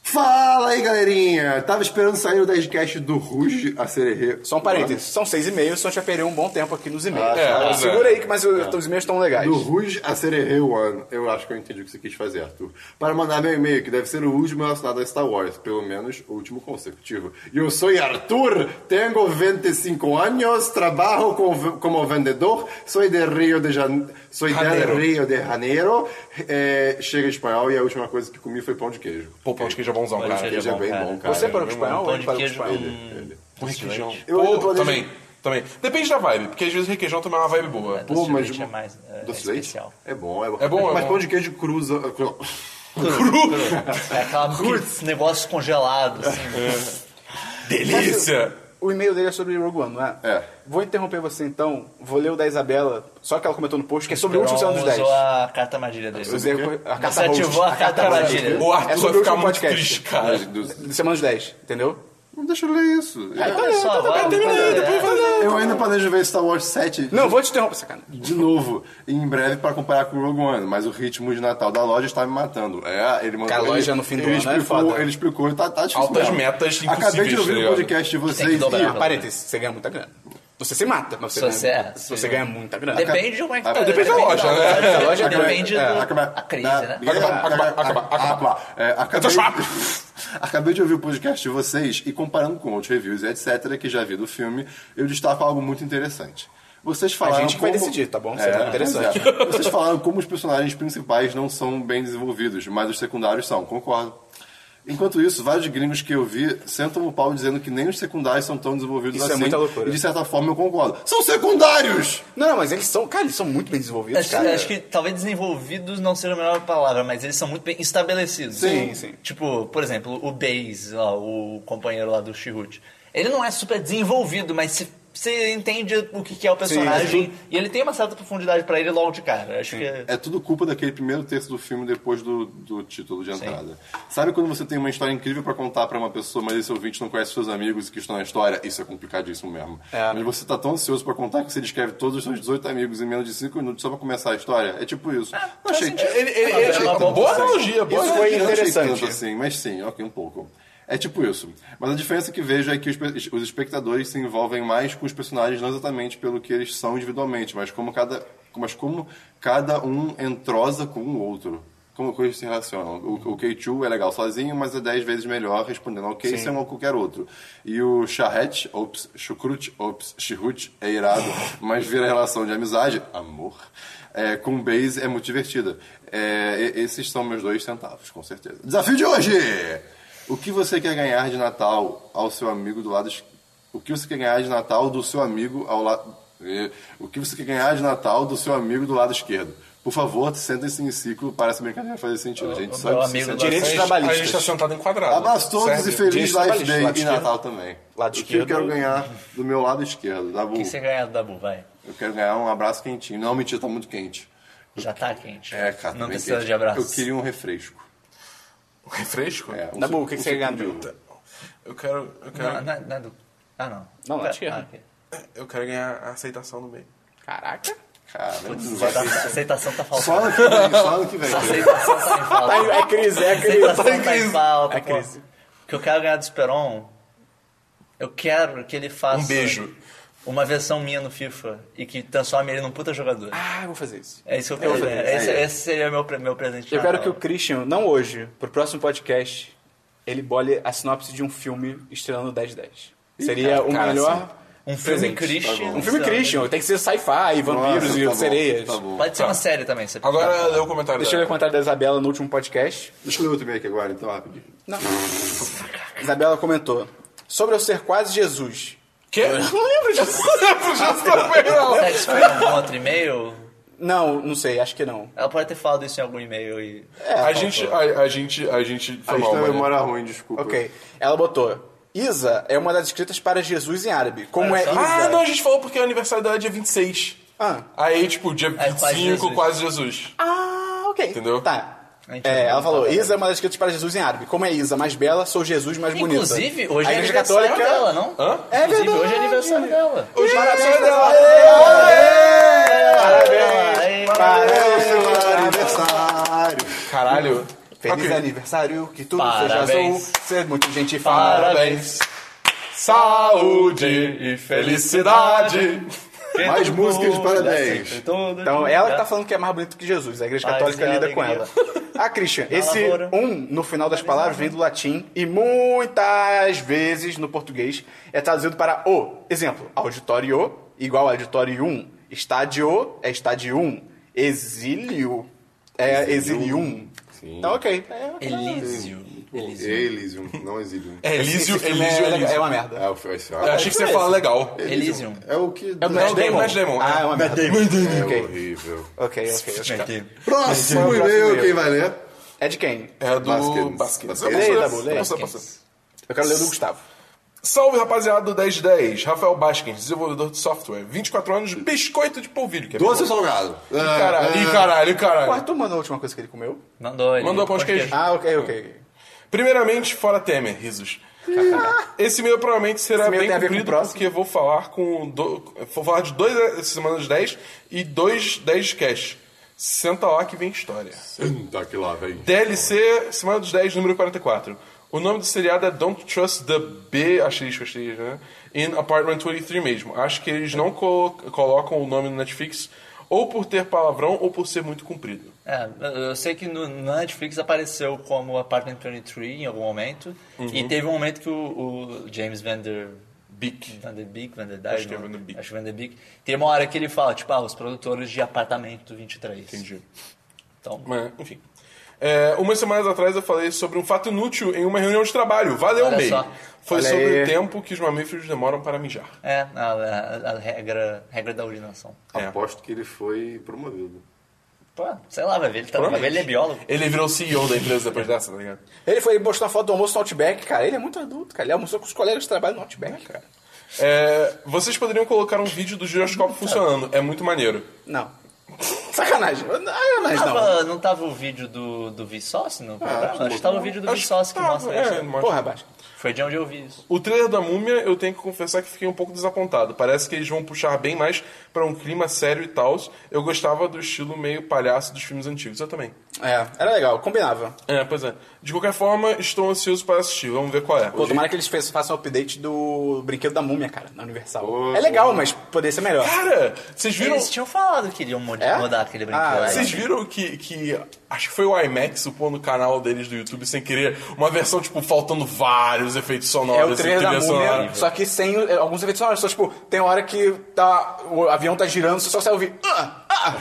D: Fala aí, galerinha! Tava esperando sair o 10cast do Ruge a Sererê.
A: Só um parênteses, são seis e-mails, só a gente vai perder um bom tempo aqui nos e-mails.
D: Ah,
B: é,
A: Então,
B: pois é.
A: Segura aí que mas o- os e-mails estão legais.
D: Do Ruge a Sererê One. Eu acho que eu entendi o que você quis fazer, Arthur. Para mandar meu e-mail, que deve ser o último relacionado a Star Wars, pelo menos o último consecutivo. Eu sou Arthur, tenho 25 anos, trabalho com- como vendedor, sou de Rio de Janeiro. Sou
B: Janeiro.
D: de Rio de Janeiro. eh, chega espanhol e a última coisa que comi foi pão de queijo.
B: Pô, pão de queijo é bonzão,
C: Pão de
B: cara.
C: queijo
D: Queijo é bem
C: cara.
D: bom, cara.
A: Você parou com o espanhol ou
C: Pão
A: ele
C: de
A: parou com o
C: queijo
A: espanhol?
D: ele, ele.
B: Com
C: com
B: requeijão.
C: requeijão.
D: Eu ainda
B: Pô,
D: planejo-
B: também. Também. Depende da vibe, porque às vezes requeijão também é uma vibe boa.
C: Doce
D: Pô,
C: de
D: mas.
C: leite é mais, é,
D: doce de
C: é
D: leite?
C: especial.
D: É bom, é bom.
B: É bom, é
D: Mas
B: bom.
D: pão de queijo cruza. cru-
C: É aquela, aquele negócio congelado, assim.
B: Delícia!
A: O e-mail dele é sobre Rogue One, não é?
D: É.
A: Vou interromper você então, vou ler o da Isabela, só que ela comentou no post, que é sobre o
C: Peron
A: último Céu dos 10.
C: usou a carta armadilha dele.
A: Você a
C: Você ativou a carta armadilha.
B: O Arthur
A: É
B: vai
A: sobre o
B: ficar
A: último
B: muito
A: podcast.
B: triste, cara.
D: dos-
A: De Semana dos 10, entendeu?
D: Não deixa eu ler isso. É,
C: Olha só, agora... é.
B: terminei, depois vai lá.
D: Eu ainda planejo ver Star Wars 7
A: Não, vou te interromper, sacana.
D: de novo em breve pra comparar com o Rogue One, mas o ritmo de Natal da loja está me matando. É, ele mandou.
A: Cara, a loja
D: ele-
A: no fim do
D: ele
A: ano é
D: explicou,
A: foda.
D: Ele explicou, tá, tá difícil.
B: Altas
D: mesmo.
B: metas
D: Acabei
B: impossíveis,
D: de
B: tá
D: ouvir o
B: ligado?
D: podcast de
C: Tem que
D: vocês.
C: dobrar.
D: e-
A: Ah, parênteses, você ganha muita grana. Você se mata, mas você,
C: Se você
A: ganha,
C: é,
A: se
C: se
A: você
C: você-
A: ganha muita grana.
C: Depende de como é que
D: Ah,
C: tá.
D: depende
B: da loja, né?
C: da loja,
D: Acabei-
C: Depende
D: é,
C: da
D: acabei-
C: da
D: da-
C: crise, né?
D: é,
B: Acaba- acaba-
D: acaba-
B: acaba-
D: é,
B: Então,
D: acabei-
B: chapa.
D: Acabei de ouvir o podcast de vocês e comparando com outros reviews e etc. que já vi do filme, eu destaco algo muito interessante. Vocês falaram
A: gente que vai
D: como-
A: decidir, tá bom? Será interessante.
D: pois é. Vocês falaram como os personagens principais não são bem desenvolvidos, mas os secundários são, concordo. Enquanto isso, vários gringos que eu vi sentam o pau dizendo que nem os secundários são tão desenvolvidos
A: Isso é
D: assim.
A: muita loucura.
D: E de certa forma eu concordo. São secundários!
A: Não, não, mas eles são, cara, eles são muito bem desenvolvidos,
C: Acho,
A: cara. é
C: acho que talvez desenvolvidos não seja a melhor palavra, mas eles são muito bem estabelecidos.
A: Sim, sim.
C: Tipo, por exemplo, o Baze, lá, o companheiro lá do Chihut. Ele não é super desenvolvido, mas você entende o que, que é o personagem
A: Sim,
C: e ele tem uma certa profundidade pra ele logo de cara. Acho que
D: É tudo culpa daquele primeiro terço do filme depois do, do título de entrada. Sabe quando você tem uma história incrível pra contar pra uma pessoa, mas esse ouvinte não conhece seus amigos que estão na história? Isso é complicadíssimo mesmo. Mas você tá tão ansioso pra contar que você descreve todos os seus 18 amigos em menos de 5 minutos só pra começar a história? É tipo isso. não achei,
B: Ele- ele- ele- tipo,
C: É uma boa
B: Boa
C: conversa.
B: analogia, boa
D: isso
A: Isso
B: analogia. tá,
A: foi
D: eu não achei
A: interessante.
D: tanto assim, mas sim, ok, um pouco. É tipo isso. Mas a diferença que vejo é que os, pe- os espectadores se envolvem mais com os personagens não exatamente pelo que eles são individualmente, mas como cada, mas como cada um entrosa com o outro. Como que eles se relacionam. O, o K2 é legal sozinho, mas é 10 vezes melhor respondendo ao K100 ou qualquer outro. E o Charret, ops, Chukrut, ops, Chihut é irado, mas vira relação de amizade, amor. É, com base é muito divertida. É, e- esses são meus dois centavos, com certeza. Desafio de hoje! O que você quer ganhar de Natal ao seu amigo do lado. es- O que você quer ganhar de Natal do seu amigo ao lado. eh, O que você quer ganhar de Natal do seu amigo do lado esquerdo? Por favor, sentem-se em ciclo para essa brincadeira fazer sentido. A gente
C: o
D: sabe
C: meu
D: que se
C: amigo
D: sente-
C: do
A: Direitos
B: A gente- A
A: trabalhistas.
B: gente tá sentado em quadrado.
D: Abraço todos
B: Serve.
D: e feliz
A: Direito
D: Life
A: trabalhista,
D: Day
A: lado
D: e
A: esquerdo.
D: Natal também.
A: Lado
D: O que eu
A: esquerdo.
D: quero ganhar do meu lado esquerdo? Da
C: o que você ganha do Dabu, vai.
D: Eu quero ganhar um abraço quentinho. Não, mentira, tá muito quente.
C: Já tá quente.
D: É, cara.
C: Não
D: também
C: precisa
D: quente.
C: de abraço.
D: Eu queria um refresco.
B: Um Refresco?
D: É, um
A: Dabu,
D: suco-
A: o que
D: um
A: que você quer
D: suco
A: ganhar,
D: de
A: Dabu?
D: uva.
B: Eu quero.
D: um
B: Eu
C: Não,
B: quero,
C: não, não é do- Ah, não.
A: Não,
C: Tá,
A: acho que é.
C: ah, ok.
B: eu quero ganhar a aceitação no meio.
A: Caraca.
D: Cara, não
C: Vai
D: vai
C: dar-
D: ser.
C: A aceitação tá
D: Só
C: faltando.
D: ano que vem, só ano que vem.
C: A aceitação tá em falta.
A: Aí, é crise, é crise.
C: aceitação
A: é
C: tá em
A: crise.
C: falta.
A: É
C: pô.
A: crise.
C: O que eu quero ganhar do Esperon, eu quero que ele faça...
B: Um beijo.
C: Uma versão minha no FIFA e que transforme ele num puta jogador.
A: Ah, eu vou fazer isso.
C: É isso que eu quero.
D: é,
C: esse,
D: é.
C: esse seria meu, pre- meu presente. de
A: Eu quero
C: Natal.
A: que o Christian, não hoje, pro próximo podcast, ele bole a sinopse de um filme estrelando 10-10. Seria o
B: cara,
A: melhor.
C: Um filme
A: presente.
C: Christian.
A: Um filme Christian, tem que ser sci-fi, vampiros
D: Nossa,
A: e
D: tá bom,
A: sereias.
D: Tá bom.
C: Pode ser uma série também. Você
B: Agora lê o comentário
A: Deixa eu ler o
B: dela.
A: comentário da Isabela no último podcast.
D: Deixa eu ler outro e-mail aqui agora, então, rapidinho.
A: Isabela comentou. Sobre eu ser quase Jesus.
B: Quê? Eu não lembro disso. Não lembro disso também, não.
C: Tá escrevendo um outro e-mail?
A: Não, não sei, acho que não.
C: Ela pode ter falado isso em algum e-mail e...
D: É,
B: A gente. A, a gente. A gente.
D: A
B: Foi mal,
D: gente tá
B: né?
D: tem uma
B: Maria.
D: memória ruim, desculpa.
A: Ok. Ela botou. Isa é uma das escritas para Jesus em árabe. Como é
C: Olha
A: Isa?
C: só.
B: Ah, não, a gente falou porque o aniversário dela é dia 26.
A: Ah.
B: Aí, tipo, dia
C: Aí, É, quase
B: 25,
C: Jesus.
B: quase Jesus.
A: Ah, ok.
B: Entendeu?
A: Tá.
C: A gente
A: É,
C: não
A: ela
C: tá
A: falou,
C: vendo.
A: Isa é uma das escritas para Jesus em árabe. Como é Isa? Mais bela, sou Jesus mais bonita.
C: Inclusive, hoje
A: A
C: é
A: Igreja
C: aniversário
A: Católica-
C: dela, não?
B: Hã?
A: É
C: Inclusive,
A: verdade.
C: hoje é aniversário dela.
B: Hoje é aniversário dela.
A: Parabéns!
C: Parabéns.
A: Parabéns!
D: Feliz aniversário!
B: Caralho.
A: Feliz
B: Ok.
A: aniversário, que tudo seja
C: Parabéns.
A: azul. Ser muito gente fala.
B: Parabéns. Saúde e felicidade.
D: Mais músicas de parabéns.
A: Então, ela que tá falando que é mais bonito que Jesus. A igreja
C: Paz
A: católica
C: e
A: lida com ela.
C: alegria.
A: Ah, Christian, esse
C: lavoura.
A: um no final das palavras vem do latim e muitas vezes no português é traduzido para o. Exemplo, auditório igual auditorium. Estádio é estadium. Exílio é exilium. Então, um. ok. É,
C: Elísio.
D: Elysium, não Exilium.
B: É Elísio,
A: Esse filme
B: Elísio,
A: é, legal,
B: Elísio.
A: é uma merda.
D: É, o filme. esse-
B: Eu achei que você ia falar legal.
C: Elysium.
D: É o que.
A: É o Matt
B: Não, tem o
A: Damon.
B: Matt Damon,
A: Ah,
B: é.
A: é uma merda.
D: É
A: Ok.
D: horrível.
A: Ok, ok, ok.
D: Próximo
A: Próximo
D: e-mail,
A: e-mail.
D: quem vai ler?
A: É de quem?
B: É do
D: Baskins.
B: Baskins.
D: Baskins.
B: Eu
A: Leia,
B: posso-
A: Dabu,
B: eu
A: leia.
B: posso- eu posso-
A: Eu quero ler o do Gustavo.
B: Salve, rapaziada do 1010. Rafael Baskins, desenvolvedor de software. 24 anos, biscoito de polvilho. Que é
D: Doce ou
B: bom.
D: salgado? Ah,
B: Ih, caralho, ih, caralho, ih,
A: Ué,
B: caralho.
A: tu mandou a última coisa que ele comeu?
C: Mandou ele.
B: Mandou pão de queijo.
A: Ah, ok, ok.
B: Primeiramente, fora Temer, risos. Esse e-mail provavelmente será
A: Esse e-mail
B: bem
A: tem a ver com o
B: cumprido,
A: próximo.
B: porque eu vou falar com. do- Vou falar de dois eh, semanas 10 e dois 10 cash. Senta lá que vem história.
D: Senta que lá, vem.
B: DLC, Semana dos 10, número 44. O nome do seriado é Don't Trust the B, asterisco, asterisco, né? In Apartment 23 mesmo. Acho que eles não co- colocam o nome no Netflix ou por ter palavrão ou por ser muito comprido.
C: É, eu eu sei que no na Netflix apareceu como Apartment 23 em algum momento. E teve um momento que o, o James Vander...
B: Bic.
C: Van der Beek, Van der Dyke,
B: Acho que é
C: não.
B: Van der Beek.
C: Acho que Van der Beek. Tem uma hora que ele fala, tipo, ah, os produtores de apartamento 23.
B: Entendi.
C: Então,
B: Mas, enfim. É, umas semanas atrás eu falei sobre um fato inútil em uma reunião de trabalho. Valeu,
C: Olha
B: May.
C: só.
B: Foi
A: Olha
B: sobre
A: aí.
B: o tempo que os mamíferos demoram para mijar.
C: é a, a- a regra, regra da ordenação.
B: É.
D: Aposto que ele foi promovido.
C: Pô, sei lá, vai ver, ele, tá, vai ver,
B: Provavelmente.
C: ele é biólogo.
B: Ele virou CEO da empresa depois dessa, tá ligado?
A: Ele foi postar foto do almoço no Outback, cara. Ele é muito adulto, cara. Ele almoçou com os colegas de trabalho no Outback, cara.
B: É, vocês poderiam colocar um vídeo do giroscópio
C: Tá.
B: funcionando. É muito maneiro.
A: Não. Sacanagem. Sacanagem, não.
C: Tava- não tava o vídeo do, do Vsauce no programa?
D: acho que
C: Acho que tava o vídeo do
B: Acho
C: Vsauce que
B: tava,
C: mostra
B: é,
C: isso.
B: ele mostra.
A: Porra, Basco.
C: Foi de onde eu vi isso.
B: O trailer da Múmia, eu tenho que confessar que fiquei um pouco desapontado. Parece que eles vão puxar bem mais pra um clima sério e tal. Eu gostava do estilo meio palhaço dos filmes antigos. Eu também.
A: É, era legal, combinava.
B: É, pois é. De qualquer forma, estou ansioso para assistir. Vamos ver qual é.
A: Pô, tomara que eles fe- façam um update do brinquedo da múmia, cara, na Universal.
D: Pô,
A: é legal, mas poderia ser melhor.
B: Cara, vocês viram...
C: Eles tinham falado que iriam mod-
A: É?
C: mudar aquele
A: Ah,
C: brinquedo. né?
B: Vocês viram que, que. Acho que foi o IMAX upou no canal deles do YouTube sem querer uma versão, tipo, faltando vários efeitos
A: É
B: sonoros.
A: o
B: e
A: trailer da
B: trilha sonora.
A: múmia, só que sem é, alguns efeitos sonoros. Só, tipo, tem hora que tá, o avião tá girando, você só sai ouvir. "Ah, ah,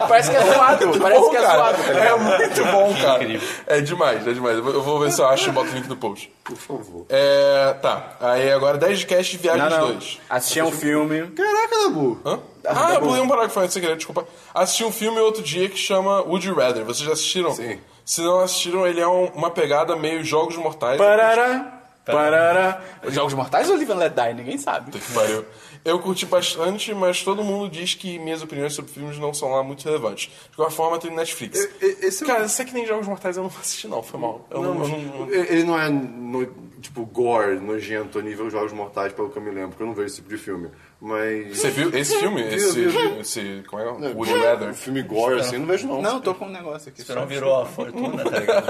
A: ah". Parece que é zoado, parece
B: Bom,
A: que é
B: cara,
A: zoado. Cara.
B: é muito bom, cara.
C: Incrível.
B: É demais, é demais. Eu vou- eu vou ver se eu acho e boto o link no post.
D: Por favor.
B: É, tá. Aí agora 10 de cast Viagens 2.
A: Assistir a um filme.
D: Caraca, Dabu.
B: Hã? Ah, eu pulei um parágrafo antes, sem querer, desculpa. Assisti um filme outro dia que chama Would You Rather. Vocês já assistiram?
D: Sim.
B: Se não assistiram, ele é um- uma pegada meio Jogos Mortais.
A: Parará, parará. Os Jogos Mortais ou Live and Let Die? Ninguém sabe.
B: Puta que pariu. Eu curti bastante, mas todo mundo diz que minhas opiniões sobre filmes não são lá muito relevantes. De qualquer forma, tem Netflix.
D: E- e- esse é o-
B: Cara, isso é que nem Jogos Mortais eu não vou assistir, não. Foi mal. Eu não, eu não-
D: Ele não é, no- tipo, gore, nojento, nível Jogos Mortais, pelo que eu me lembro, porque eu não vejo esse tipo de filme. Mas...
B: Você viu esse filme? Esse,
D: vi.
B: esse como é? Would You Rather?
D: Filme gore, assim, eu não vejo, não.
A: Não, eu tô com um negócio aqui.
C: Você não virou a fortuna, tá ligado?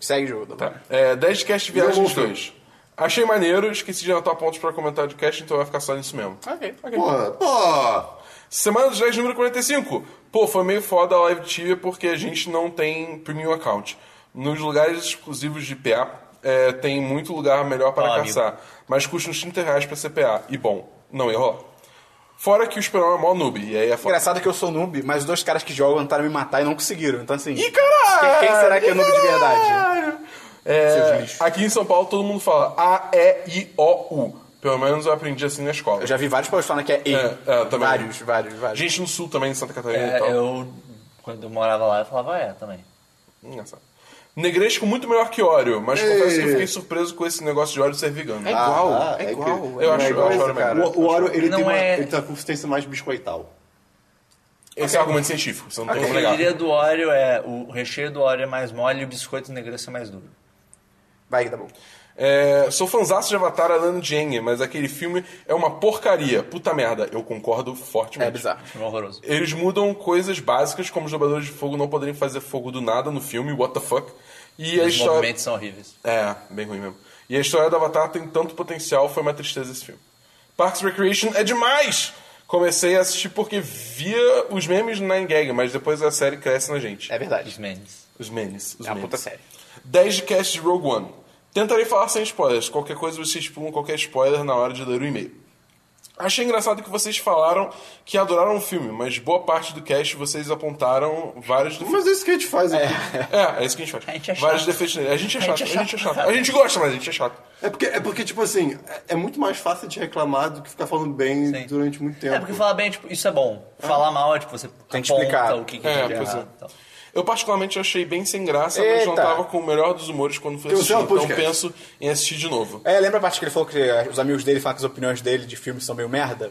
A: Segue o jogo. Tá.
B: É, 10 cast viagens
D: Virou
B: 2. Achei maneiro, esqueci de anotar pontos pra comentar de cast, então vai ficar só nisso mesmo.
A: Ok.
D: Porra, pô!
B: Semana dos 10, número 45. Pô, foi meio foda a live TV porque a gente não tem premium account. Nos lugares exclusivos de PA, é, tem muito lugar melhor para
C: Ah,
B: caçar, mas custa uns 30 reais pra CPA. E bom, não ia rolar. Fora que o espanhol é mó noob, e aí é foda.
A: Engraçado que eu sou noob, mas os dois caras que jogam tentaram me matar e não conseguiram. Então assim.
B: Ih, caralho!
A: Quem, quem será que é noob de verdade?
B: Caralho! É, aqui em São Paulo todo mundo fala A, E, I, O, U. Pelo menos eu aprendi assim na escola.
A: Eu já vi vários povos falando que é E.
B: É, é, eu também.
A: Vários, vários, vários.
B: Gente no sul também, em Santa Catarina e
C: É,
B: tal.
C: eu, quando eu morava lá, eu falava, é, também.
B: Engraçado. Negresco muito melhor que óleo, mas
D: Ei.
B: confesso que eu fiquei surpreso com esse negócio de óleo ser vegano.
A: É igual,
D: Ah,
A: é
D: que-
A: igual.
B: Eu acho- eu acho
D: igual,
B: Oreo melhor.
D: O, o Oreo, ele
C: Não
D: tem uma,
C: é-
D: ele tem uma consistência mais biscoital.
B: Esse é um argumento científico, você não tem
C: O
B: como
C: que eu
B: negar.
C: diria do Oreo é, o recheio do Oreo é mais mole e o biscoito negreço é mais duro.
A: Vai, tá bom.
B: É, sou fãzaço de Avatar Alan Jeng, mas aquele filme é uma porcaria. Puta merda, eu concordo fortemente.
A: É bizarro.
C: Filme horroroso.
B: Eles mudam coisas básicas, como os jogadores de fogo não poderem fazer fogo do nada no filme, what the fuck. E a
C: Os
B: história.
C: movimentos são horríveis.
B: É, bem ruim mesmo. E a história do Avatar tem tanto potencial, foi uma tristeza esse filme. Parks and Recreation é demais! Comecei a assistir porque via os memes na Gag, mas depois a série cresce na gente.
A: É verdade.
C: Os memes.
B: Os memes. Os
A: É uma
B: memes.
A: puta série.
B: 10 de cast de Rogue One. Tentarei falar sem spoilers. Qualquer coisa vocês pulam qualquer spoiler na hora de ler o e-mail. Achei engraçado que vocês falaram que adoraram o filme, mas boa parte do cast vocês apontaram vários defeitos.
D: Mas é isso que a gente faz aqui.
B: É, é isso que a gente faz.
C: A gente é chato.
B: vários defeitos nele. A gente é
C: A
B: chato, a
C: gente é
B: gente é
C: chato.
B: chato. A gente gosta, mas a gente é chato.
D: É porque, é porque, tipo assim, é- é muito mais fácil de reclamar do que ficar falando bem
C: Sim.
D: durante muito tempo.
C: É, porque falar bem, tipo, isso é bom. Falar mal é, tipo, você
A: Tem que explicar.
C: aponta o que, que
B: É,
C: tem
B: pois é.
C: errado e tal.
B: Eu particularmente achei bem sem graça, mas não
A: Eita.
B: tava com o melhor dos humores quando fui
D: Tem o
B: assistir.
D: seu
B: Então
D: podcast.
B: penso em assistir de novo.
A: É, lembra a parte que ele falou que eh, os amigos dele falam que as opiniões dele de filmes são meio merda?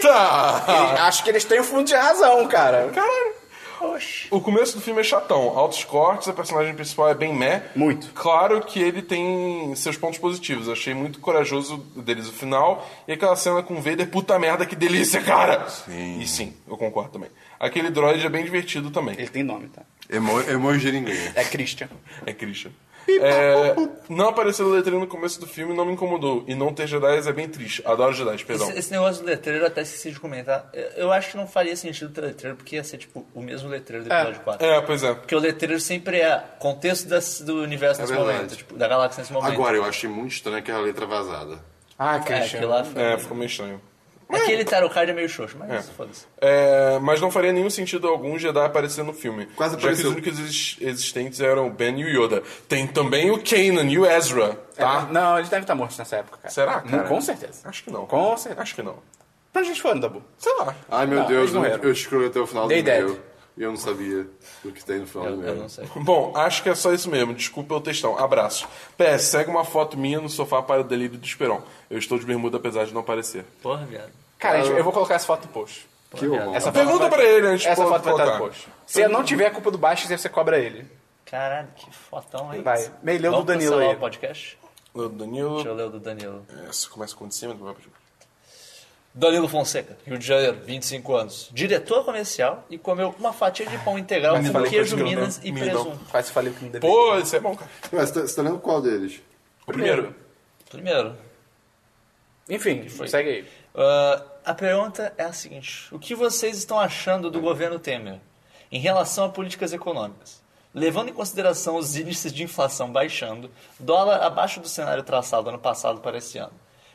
B: Eita!
A: Ele- acho que eles têm um fundo de razão, cara.
B: Caralho!
C: Oxi.
B: O começo do filme é chatão, altos cortes, a personagem principal é bem meh.
A: Muito.
B: Claro que ele tem seus pontos positivos. Achei muito corajoso deles o final. E aquela cena com o Vader, puta merda, que delícia, cara! Sim. E sim, eu concordo também. Aquele droid é bem divertido também.
E: Ele tem nome, tá?
D: Emo, emoji ninguém.
E: É Christian.
B: É Christian. É, não apareceu o letreiro no começo do filme, não me incomodou. E não ter Jedi é bem triste. Adoro Jedi, perdão.
C: Esse, esse negócio do letreiro eu até esqueci de comentar. Eu- Eu acho que não faria sentido ter letreiro, porque ia ser, tipo, o mesmo letreiro do episódio 4.
B: É, pois é.
C: Porque o letreiro sempre é contexto das- do
A: É
C: universo nesse
D: verdade.
C: momento, tipo, da galáxia nesse momento.
D: Agora, eu achei muito estranho aquela letra vazada.
A: Ah,
C: é, aquilo lá foi...
B: É, ficou meio estranho.
C: Aquele tarocard é meio xoxo, mas foda-se.
B: É, mas não faria nenhum sentido algum Jedi aparecer no filme.
D: Quase
B: já que
D: apareceu.
B: os únicos exis- existentes eram o Ben e o Yoda. Tem também o Kanan e o Ezra,
D: É.
B: tá?
A: Não, eles devem estar mortos nessa época, cara.
B: Será,
A: Não,
B: cara?
A: Hum, Com certeza.
B: Acho que não.
A: Com certeza.
B: Acho que não.
A: Pra Então gente foram, Dabu.
B: Sei lá.
D: Ai, meu
A: Não,
D: Deus,
A: eles não
D: eu-
A: eram.
D: eu escrevi até o final
A: Dei
D: do
A: ideia.
D: meu. E eu não sabia o que tem no
A: É
D: final do
C: Eu,
D: meu.
C: eu não sei.
B: Bom, acho que é só isso mesmo. Desculpa o textão. Abraço. PS, segue uma foto minha no sofá para o delírio do Esperão. Eu estou de bermuda apesar de não parecer.
C: Porra, viado.
A: Cara, gente, eu vou colocar essa foto no post.
D: Que horror.
A: Essa
B: Pergunta
A: foto vai-
B: pra ele antes de
A: Essa foto vai estar
B: colocar.
A: no post. Se eu não tiver a culpa do baixo, você cobra ele.
C: Caralho, que fotão, hein?
A: Vai. Meio leu do
C: Vamos
A: Danilo
C: cancelar
A: aí.
C: o podcast?
B: O Danilo.
C: Deixa eu ler o do Danilo.
B: É, se começa com o de cima, vai pra baixo.
C: Danilo Fonseca, Rio de Janeiro, 25 anos. Diretor comercial e comeu uma fatia de pão integral
A: Mas
C: com
A: falei
C: queijo,
B: que eu não-
C: minas e
B: me
C: presunto.
A: Faz falei que não deveria.
B: Pô, isso é bom, cara.
D: Ué, você, tá, você tá lendo qual deles?
B: O primeiro.
C: Primeiro,
A: Enfim,
C: foi?
A: segue aí.
C: ah, a pergunta é a seguinte: O que vocês estão achando do governo Temer em relação a políticas econômicas? Levando em consideração os índices de inflação baixando, dólar abaixo do cenário traçado ano passado para esse ano.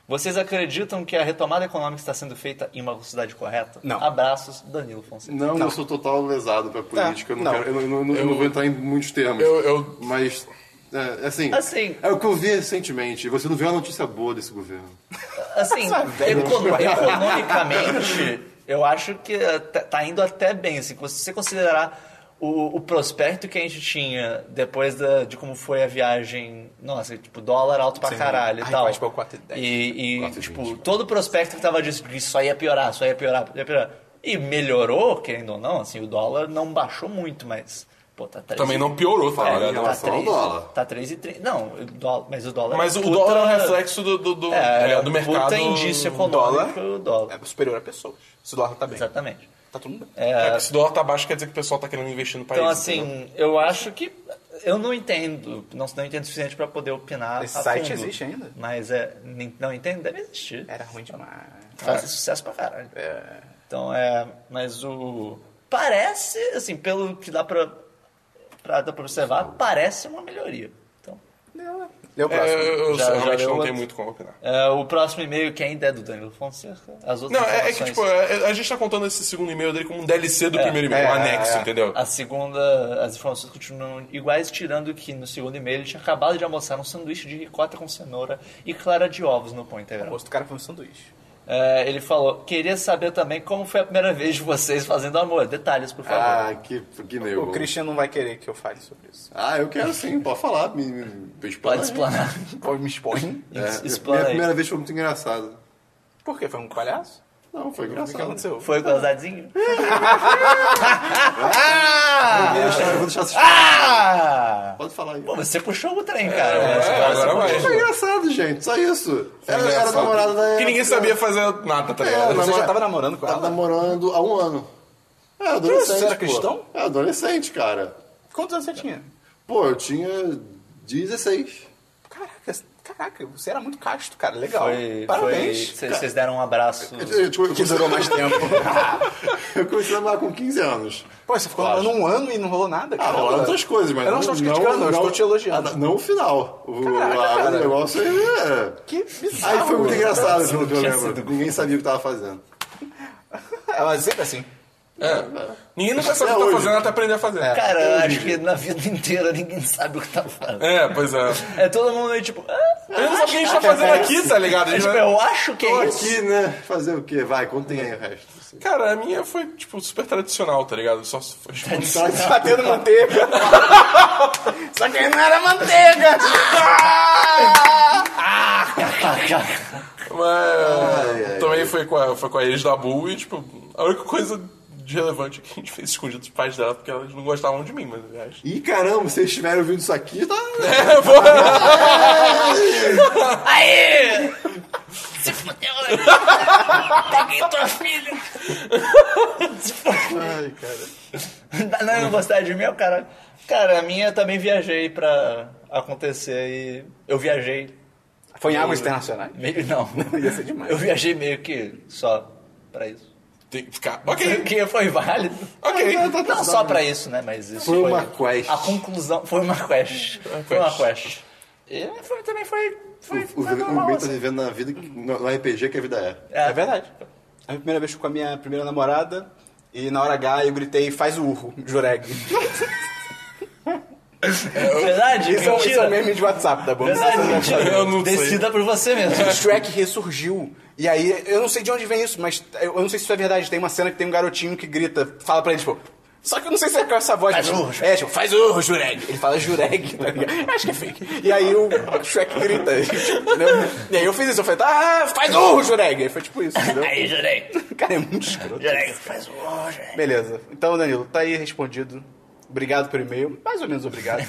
C: Vocês acreditam que a retomada econômica está sendo feita em uma velocidade correta?
A: Não.
C: Abraços, Danilo Fonseca.
D: Não, eu sou total lesado pra política. eu, não
A: não.
D: Quero, eu, não- eu não- eu não vou entrar em muitos termos.
B: Eu- eu-
D: Mas, é, assim,
C: Assim.
D: É o que eu vi recentemente. Você não viu a notícia boa desse governo.
C: Assim, econo- economicamente, eu acho que eh, tá tá indo até bem. Assim, se você considerar o, o prospecto que a gente tinha depois da- de como foi a viagem, nossa, tipo, dólar alto pra caralho
A: Aí
C: e tal.
A: foi, tipo, 4,10.
C: E, e,
D: 4,20,
C: tipo,
D: cara.
C: todo o prospecto que tava disso, isso aí ia piorar, isso aí ia piorar, ia piorar. E melhorou, querendo ou não, assim, o dólar não baixou muito, mas... Pô, tá três
B: Também não piorou, tá
C: é,
B: ligado?
C: tá
D: relação ao
C: três-
D: dólar.
C: Tá 3,30. Não, o dólar, mas o dólar...
B: Mas o
C: puta-
B: dólar é um reflexo do, do, do, é,
C: é,
B: do
C: um
B: mercado.
C: Puta indício econômico
A: dólar.
C: o dólar.
A: É superior a pessoas. Se o dólar tá bem.
C: Exatamente.
A: Tá tudo bem.
B: É, porque se o dólar tá baixo, quer dizer que o pessoal tá querendo investir no país.
C: Então,
B: entendeu?
C: assim, eu acho que. Eu não entendo, não, não entendo o suficiente para poder opinar.
A: Esse
C: a
A: site
C: fundo.
A: existe ainda?
C: Mas é, nem- não entendo, deve existir.
B: É.
A: Era ruim demais.
C: Faz sucesso pra caralho. Então, é. Mas o. Parece, assim, pelo que dá pra, pra, dá pra observar, parece uma melhoria. Então,
A: Lê o
B: É,
A: próximo.
B: eu, eu
C: Já- já leu
B: realmente não
C: outro?
B: tenho muito como opinar.
C: é, o próximo e-mail que ainda é do Danilo Fonseca. As outras
B: Não, é, é que,
C: informações-
B: tipo, é- é- a gente tá contando esse segundo e-mail dele como um DLC do primeiro e-mail, um
A: é,
B: anexo,
A: é.
B: entendeu?
C: A segunda, as informações continuam iguais, tirando que no segundo e-mail ele tinha acabado de almoçar um sanduíche de ricota com cenoura e clara de ovos no pão
A: O
C: integral.
A: rosto do cara foi um sanduíche.
C: É, ele falou, queria saber também como foi a primeira vez de vocês fazendo amor. Detalhes, por favor.
D: Ah, que, que meio
A: O Christian não vai querer que eu fale sobre isso.
D: Ah, eu quero sim, pode falar. Me, me, me explana
C: Pode
D: aí.
C: explanar.
A: Pô, me expõe.
D: É,
C: Ex-
D: minha
C: Explana aí.
D: primeira vez foi muito engraçada.
A: Por quê? Foi um palhaço?
D: Não, foi
A: O que, que
D: engraçado.
A: aconteceu?
C: Foi gozadinho?
D: Eu vou deixar- eu vou deixar assistir.
C: Ah!
D: Pode falar aí.
C: Pô, você puxou o trem, cara. Você
B: é, agora
C: puxou.
B: vai.
D: Foi engraçado, gente. Só isso. Era, era
B: Engraçado.
D: namorada da
B: Que ninguém sabia fazer nada, tá ligado?
D: É, mas-
A: Você já tava namorando com
D: Tava
A: ela?
D: namorando há um ano. É, adolescente.
A: Você era
D: pô.
A: cristão?
D: É, adolescente, cara.
A: Quantos anos você tinha?
D: Pô, eu tinha 16.
A: Caraca,
E: Caraca, você era muito casto, cara. Legal.
C: Foi,
E: Parabéns.
C: foi- cês- Vocês deram um abraço.
D: Eu, tipo, eu
A: Que
D: comecei-
A: durou mais tempo.
D: eu comecei a namorar com 15 anos.
E: Pô, você ficou namorando um ano e não rolou nada,
D: Ah,
E: cara.
D: rolaram outras coisas, mas
E: Eu não
D: não
E: estou te criticando, eu estou te elogiando.
D: Ah, Não o final. O,
E: Caraca,
D: a-
E: cara.
D: o negócio é.
E: Que bizarro.
D: Aí
A: Ah,
D: foi muito engraçado, pelo que eu
C: tinha
D: lembro.
C: sido.
D: Ninguém sabia o que tava fazendo.
E: Ela sempre assim.
B: É. Ninguém nunca sabe o que
D: hoje.
B: tá fazendo até aprender a fazer. É,
C: Cara, eu acho que na vida inteira ninguém sabe o que tá fazendo.
B: pois é.
C: É todo mundo meio tipo, ah,
B: A gente não sabe o que a gente tá fazendo aqui, tá ligado? A
C: é,
B: gente
C: tipo,
B: vai-
C: eu acho que
D: Tô
C: é isso.
D: aqui, né? Fazer o quê? Vai, contem aí o resto. assim.
B: Cara, a minha foi, tipo, super tradicional, tá ligado? Só foi tipo,
E: Batendo manteiga. Só que não era manteiga.
B: Mas
D: ai,
B: também foi com, a, foi com a ex da Bull e, tipo, a única coisa de relevante é que a gente fez escondido dos pais dela, porque elas não gostavam de mim, mas aliás.
D: Ih, caramba, se vocês estiverem ouvindo isso aqui, tá.
C: Aí! Se fudeu, né? Peguei tua filha!
D: Ai, cara.
C: Não eu não gostar de mim, eu, cara. Cara, a minha eu também viajei pra acontecer e eu viajei
E: Foi em águas internacionais?
C: meio. Não,
E: Ia ser demais.
C: eu viajei meio que só pra isso.
B: Tem que ficar. Ok,
C: Que foi válido.
B: ok.
C: Não só pra isso, né? Mas isso
D: Foi
C: foi.
D: uma quest.
C: A conclusão foi uma quest. Foi uma quest. E foi- também foi. Foi,
D: O, o,
C: foi
D: o
C: normal,
D: Ben tá
C: assim.
D: vivendo na vida, que- no, no RPG que a vida é.
E: É verdade. A primeira vez que eu com a minha primeira namorada e na hora H eu gritei, faz o urro, jureg.
C: Verdade?
A: Então,
E: Isso é um- isso é
C: Mentira.
E: um meme de WhatsApp, tá bom?
C: Verdade, mentira.
B: Eu não sei.
C: Decida por você mesmo.
E: O Shrek ressurgiu. E aí, eu não sei de onde vem isso, mas eu eu não sei se isso é verdade. Tem uma cena que tem um garotinho que grita, fala pra ele, tipo. Só que eu não sei se é com essa voz.
C: Faz
E: mas-
C: urro, Shrek.
E: É, tipo, faz urro, Jureg. Ele fala Jureg, tá ligado? Acho que é fake. E aí o Shrek grita, entendeu? E aí eu fiz isso, eu falei, ah, faz urro, Jureg. Aí foi tipo isso, entendeu?
C: Aí, Jurei.
E: Cara, é muito escroto.
C: Jurei, faz o hoje.
E: Beleza. Então, Danilo, tá aí respondido. Obrigado pelo e-mail. Mais ou menos obrigado.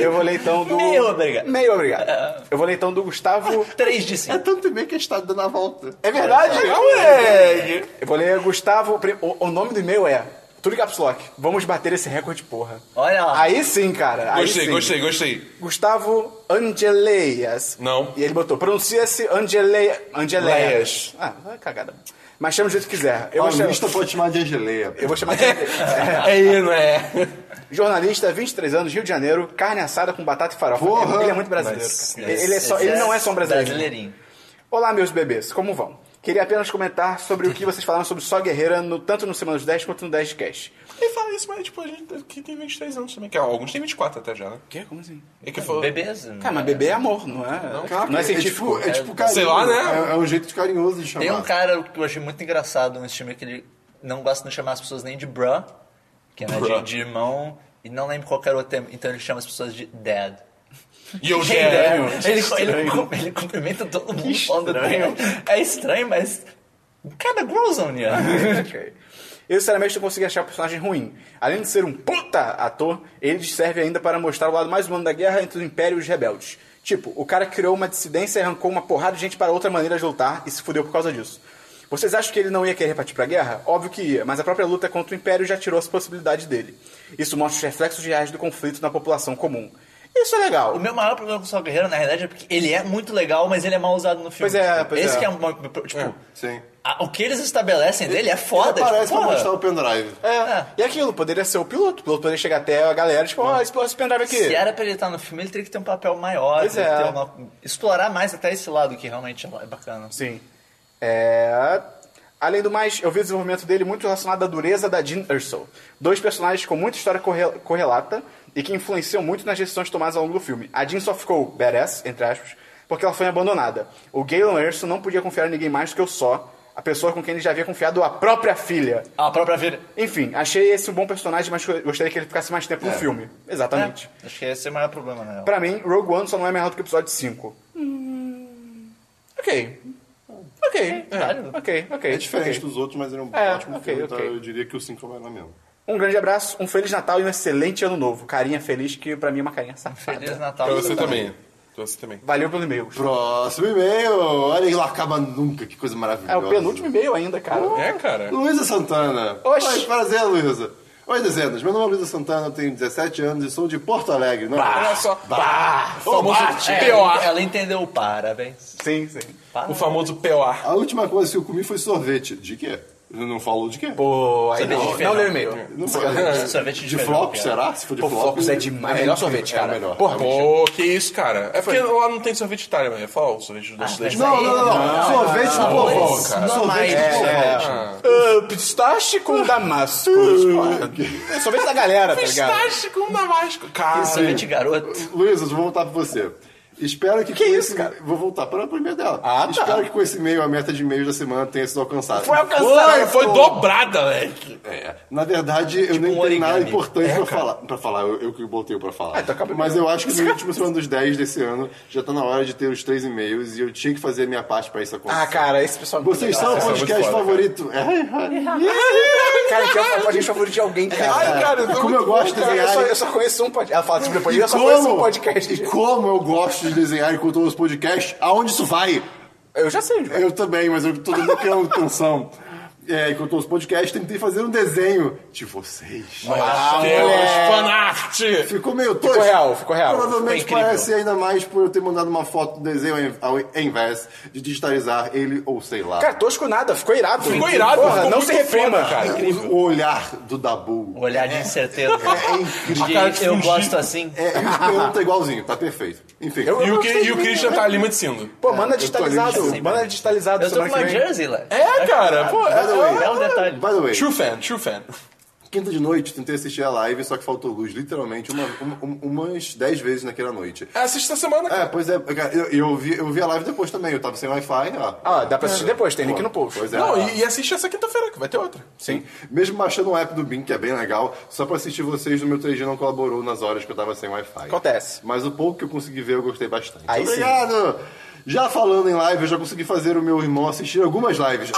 E: Eu vou ler então do...
C: Meio obrigado.
E: Meio obrigado. Eu vou ler então do Gustavo...
C: 3 de 5.
D: Tanto bem que a gente tá dando a volta.
E: É verdade? moleque! Eu vou ler Gustavo. prim- O, o nome do e-mail é. Tudo em caps lock. Vamos bater esse recorde, porra.
C: Olha lá.
E: Aí sim, cara. aí
B: Gostei,
E: sim.
B: gostei, gostei.
E: Gustavo Angeleias.
B: Não.
E: E ele botou, pronuncia-se Angele... Angeleias.
B: Leias.
E: Ah, vai cagada. Mas chama do jeito que é- quiser. Eu
D: Eu
E: vou chamar...
D: Paulista pode chamar de Angeleia.
E: Eu vou chamar de...
B: Aí, não é?
E: Jornalista, 23 anos, Rio de Janeiro, carne assada com batata e farofa.
D: Porra!
E: Ele é muito brasileiro,
B: Nice,
E: cara. Ele, é só, ele não é só um brasileiro.
C: Brasileirinho.
E: Olá, meus bebês, como vão? Queria apenas comentar sobre o que vocês falaram sobre Só Guerreira, no, tanto no Semana dos 10 quanto no 10 de Cash.
B: Ele fala isso, mas, tipo, a gente aqui tem 23 anos também. Que, ó, alguns tem 24 até já, né?
E: O quê? Como assim?
B: E que falou.
C: Beleza.
E: Cara, mas bebê é amor, não é? Não, é científico.
D: É tipo, é tipo carinho.
B: Sei lá, né?
D: É, é um jeito carinhoso de chamar.
C: Tem um cara que eu achei muito engraçado nesse time que ele não gosta de chamar as pessoas nem de bruh, que é né,
B: Bruh.
C: de, de irmão, e não lembro qual era o termo, então ele chama as pessoas de dad.
B: E eu
C: Ele-
B: já.
C: Ele, ele, cum- ele cumprimenta todo mundo falando dad. É estranho, mas. Cara, um grows on you.
E: Ok. Eu, sinceramente, não consegui achar o personagem ruim. Além de ser um puta ator, ele serve ainda para mostrar o lado mais humano da guerra entre o Império e os rebeldes. Tipo, o cara criou uma dissidência e arrancou uma porrada de gente para outra maneira de lutar e se fudeu por causa disso. Vocês acham que ele não ia querer partir pra guerra? Óbvio que ia, mas a própria luta contra o Império já tirou essa possibilidade dele. Isso mostra os reflexos reais do conflito na população comum. Isso é legal.
C: O meu maior problema com o Saul Guerreiro, na realidade, é porque ele é muito legal, mas ele é mal usado no filme.
E: Pois é,
C: Tipo,
E: pois
C: Esse
E: é.
C: que é um. Tipo,
D: Sim.
C: a- o que eles estabelecem dele é foda.
D: Ele aparece
C: tipo,
D: pra
C: porra.
D: mostrar o pendrive.
E: É.
C: É.
E: E aquilo, poderia ser o piloto. O piloto poderia chegar até a galera e tipo, ó, esse esse pendrive aqui.
C: Se era pra ele estar no filme, ele teria que ter um papel maior,
E: Pois
C: teria que
E: é.
C: ter uma- explorar mais até esse lado que realmente é bacana.
E: Sim. É... Além do mais, eu vi o desenvolvimento dele muito relacionado à dureza da Jean Erso. Dois personagens com muita história corre- correlata e que influenciam muito nas decisões tomadas ao longo do filme. A Jean só ficou badass, entre aspas, porque ela foi abandonada. O Galen Erso não podia confiar em ninguém mais do que eu só, a pessoa com quem ele já havia confiado a própria filha.
C: Ah, A própria vida. né?
E: Enfim, achei esse um bom personagem, mas gostaria que ele ficasse mais tempo no filme. Exatamente.
C: É, acho que esse é o maior problema, na real.
E: Pra mim, Rogue One só não é melhor do que o episódio 5. Ok. Ok.
C: válido.
E: É. Ok, ok.
D: É diferente
E: ok.
D: dos outros, mas ele é um
E: É,
D: ótimo
E: ok,
D: filme, então
E: ok.
D: eu diria que o 5 vai lá mesmo.
E: Um grande abraço, um Feliz Natal e um excelente Ano Novo. Carinha feliz, que pra mim é uma carinha safada.
C: Feliz Natal.
B: Pra você também. Pra você assim também.
E: Valeu pelo e-mail.
D: Próximo e-mail! Olha, ele acaba nunca, que coisa
E: É
D: maravilhosa.
B: Uh!
E: o penúltimo e-mail ainda, cara.
B: É, cara.
D: Luísa Santana.
E: Oxi.
D: Oi, prazer, Luísa. Oi, dezenas. Meu nome é Luísa Santana, eu tenho 17 anos e sou de Porto Alegre. Não, é?
B: Olha só. Bah, o
D: Ô,
B: famoso
D: bate.
C: É,
B: POA.
C: ela entendeu, parabéns.
E: Sim, sim.
B: O famoso POA.
D: A última coisa que eu comi foi sorvete. De quê? Eu Não falou de quê?
E: Pô, aí
C: Sorvete de
E: não,
C: feijão.
E: não leu o e-mail.
D: Não falei.
C: Sorvete de
D: de
C: feijão,
D: flocos,
C: pior.
D: será? Se for de
E: Pô,
D: flocos,
E: flocos é demais.
D: é
E: melhor sorvete,
D: é
E: cara.
D: melhor.
E: Porra,
B: Pô, que isso, cara. É porque lá não tem sorvete de Itália, mas eu ia falar o sorvete do doce de leite.
C: mas
D: Não,
C: aí-
D: não, não, não. Sorvete não,
B: não,
D: provoca.
B: cara.
D: Sorvete
C: Não, é
D: não provoca.
E: ah, pistache com damasco. Tipo, ah, Claro. sorvete da galera, tá ligado?
B: Uh! Pistache com damasco. Cara,
C: Sorvete garoto.
D: Luísa, eu vou voltar pra você. Espero que.
E: Que
D: com
E: isso,
D: esse-
E: cara?
D: Vou voltar para o e-mail dela.
E: Ah, tá.
D: Espero que com esse e-mail a meta de e-mails da semana tenha sido alcançada.
E: Foi alcançado.
B: Cara, foi
E: pô.
B: dobrada, velho.
D: É. Na verdade, eu nem
C: um
D: tenho nada
C: origami.
D: importante pra falar. Pra falar, eu, eu que botei pra falar.
E: então acaba
D: Mas eu acho que no último semana dos 10 desse ano já tá na hora de ter os três e-mails e eu tinha que fazer a minha parte pra isso acontecer.
E: Ah, cara, esse pessoal é muito
D: Vocês
E: legal.
D: são o
B: Essa é muito
D: podcast
B: foda,
D: favorito. É.
E: Cara, que é o podcast favorito de alguém, cara.
B: Ai, cara,
D: Como eu gosto de
E: Cara, eu
D: desenhar.
E: só, eu só conheço um podcast. Ela fala sobre
D: E
E: podcast, eu só conheço um podcast.
D: e como eu gosto de desenhar enquanto eu ouço podcast, aonde isso vai?
E: Eu já sei onde vai.
D: Eu também, mas eu tô dando aquela canção. É, enquanto eu ouço podcast, tentei fazer um desenho de vocês.
E: Ah,
B: Deus,
E: moleque.
B: fanart.
D: Ficou meio tosco.
E: Ficou real, ficou real.
D: Provavelmente
C: Ficou incrível.
D: parece ainda mais por eu ter mandado uma foto do desenho ao ao invés de digitalizar ele ou sei lá.
E: Cara, É, tosco nada, ficou irado.
B: Ficou irado,
E: Porra,
B: ficou
E: não
B: muito
E: se reprima.
B: foda, cara.
D: o, o olhar do Dabu.
C: O olhar de incerteza.
D: É incrível.
C: De,
B: A cara de
C: eu
B: fugir.
C: gosto assim.
D: É, e o Esperão tá igualzinho, tá perfeito. Enfim.
E: Eu-
B: E o, que,
E: gostei
B: e o
E: de mim,
B: Christian
E: né?
B: tá ali meditando.
E: Pô, manda
D: eu tô
E: digitalizado.
D: ali,
E: Manda digitalizado
C: Eu tô com
E: semana que
C: uma
E: vem.
C: jersey lá.
B: É, cara, pô.
D: By the
B: É,
D: way,
C: É um detalhe.
D: by the way,
B: true fan, true fan.
D: quinta de noite tentei assistir a live, só que faltou luz, literalmente, uma- um- um- umas 10 vezes naquela noite.
B: É, assiste essa semana, cara.
D: É, pois é, cara, eu, eu vi, eu vi a live depois também, eu tava sem Wi-Fi, ó.
E: Ah, dá pra assistir depois, tem link no post.
D: Pois é.
B: Não, e, e assiste essa quinta-feira, que vai ter outra.
D: Sim. Mesmo baixando um app do Bing, que é bem legal, só pra assistir vocês, o meu 3G não colaborou nas horas que eu tava sem Wi-Fi.
E: Acontece.
D: Mas o pouco que eu consegui ver, eu gostei bastante.
E: Aí sim.
D: Obrigado! Já falando em live, eu já consegui fazer o meu irmão assistir algumas lives.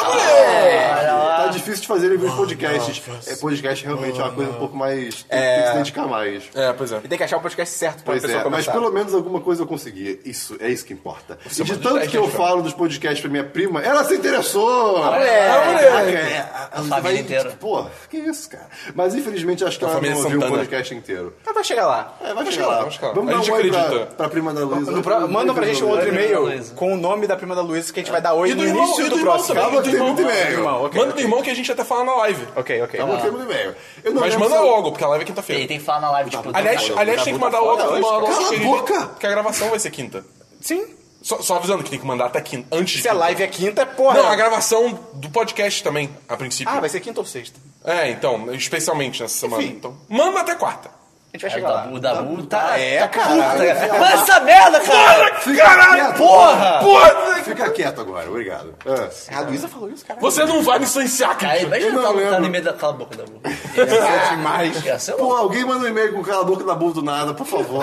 D: Ah, tá difícil de fazer ele ver os podcasts. É, podcast realmente é uma coisa um pouco mais. Tem, tem que se dedicar mais.
B: É, pois é.
E: E tem que achar o podcast certo pra
D: Pois
E: pessoa
D: é, mas
E: começar.
D: pelo menos alguma coisa eu consegui. Isso, é isso que importa. E de
B: mas
D: tanto
B: isso
D: que
B: é
D: eu
B: legal.
D: falo dos podcasts pra minha prima, ela se interessou! Ah,
B: Ah, moleque.
D: a
C: família inteira.
D: é, Pô, que isso, cara. Mas infelizmente acho que
B: A
D: ela
B: família
D: não ouviu o
B: Santana.
D: podcast inteiro.
E: Mas vai chegar Tá, lá.
D: É, vai chegar lá.
B: vai chegar lá.
D: Vamos
B: A
D: dar
B: gente
D: um oi pra,
B: acredita.
D: pra prima da Luísa.
E: No pro- Manda pra gente um outro
C: Luísa.
E: e-mail
C: Luísa.
E: com o nome da prima da Luísa que a gente vai dar
B: E
E: oi
B: do
E: no
B: irmão,
E: início
B: e do
E: do
B: irmão
E: próximo.
B: também.
D: Calma,
B: e do
D: tem muito
B: irmão.
D: e-mail.
E: Irmão, ok.
B: Manda do irmão que a gente até fala na live.
E: Ok, ok.
D: Tá bom, tem muito e-mail. Eu não
B: Mas
D: lembro
B: manda
D: se eu-
B: logo, porque a live
C: E
B: é
C: aí
B: quinta-feira.
C: tem que falar na live, tipo...
B: Aliás,
C: tá-
B: aliás tem que mandar outra
D: fora,
B: uma
D: cala a
B: nossa
D: boca!
B: Porque a gravação vai ser quinta.
E: Sim.
B: Só, só avisando que tem que mandar até quinta, antes de
E: Se a
B: quinta.
E: live é quinta, porra.
B: Não, a gravação do podcast também, a princípio.
E: Ah, vai ser quinta ou sexta.
B: É, então, especialmente nessa semana.
E: Enfim.
B: Então, manda até quarta.
E: A gente vai
C: É, o
E: chegar lá.
C: Dabu, o Dabu tá...
E: É,
C: tá
E: cara.
C: puta, cara. Mas essa merda, cara!
D: Fica quieto,
C: Porra!
B: Porra!
D: Fica quieto agora, obrigado. Ah.
E: A Luísa falou isso, cara.
B: Você não vai licenciar, cara.
C: Cara,
D: Eu
C: imagina
D: não
C: o Dabu tá
D: lembro.
C: no meio da... Cala a boca, Dabu.
E: é
C: é Ia ser demais. Ia ser
D: Pô,
C: louco.
D: alguém manda um e-mail com cala a boca da boca do nada, por favor.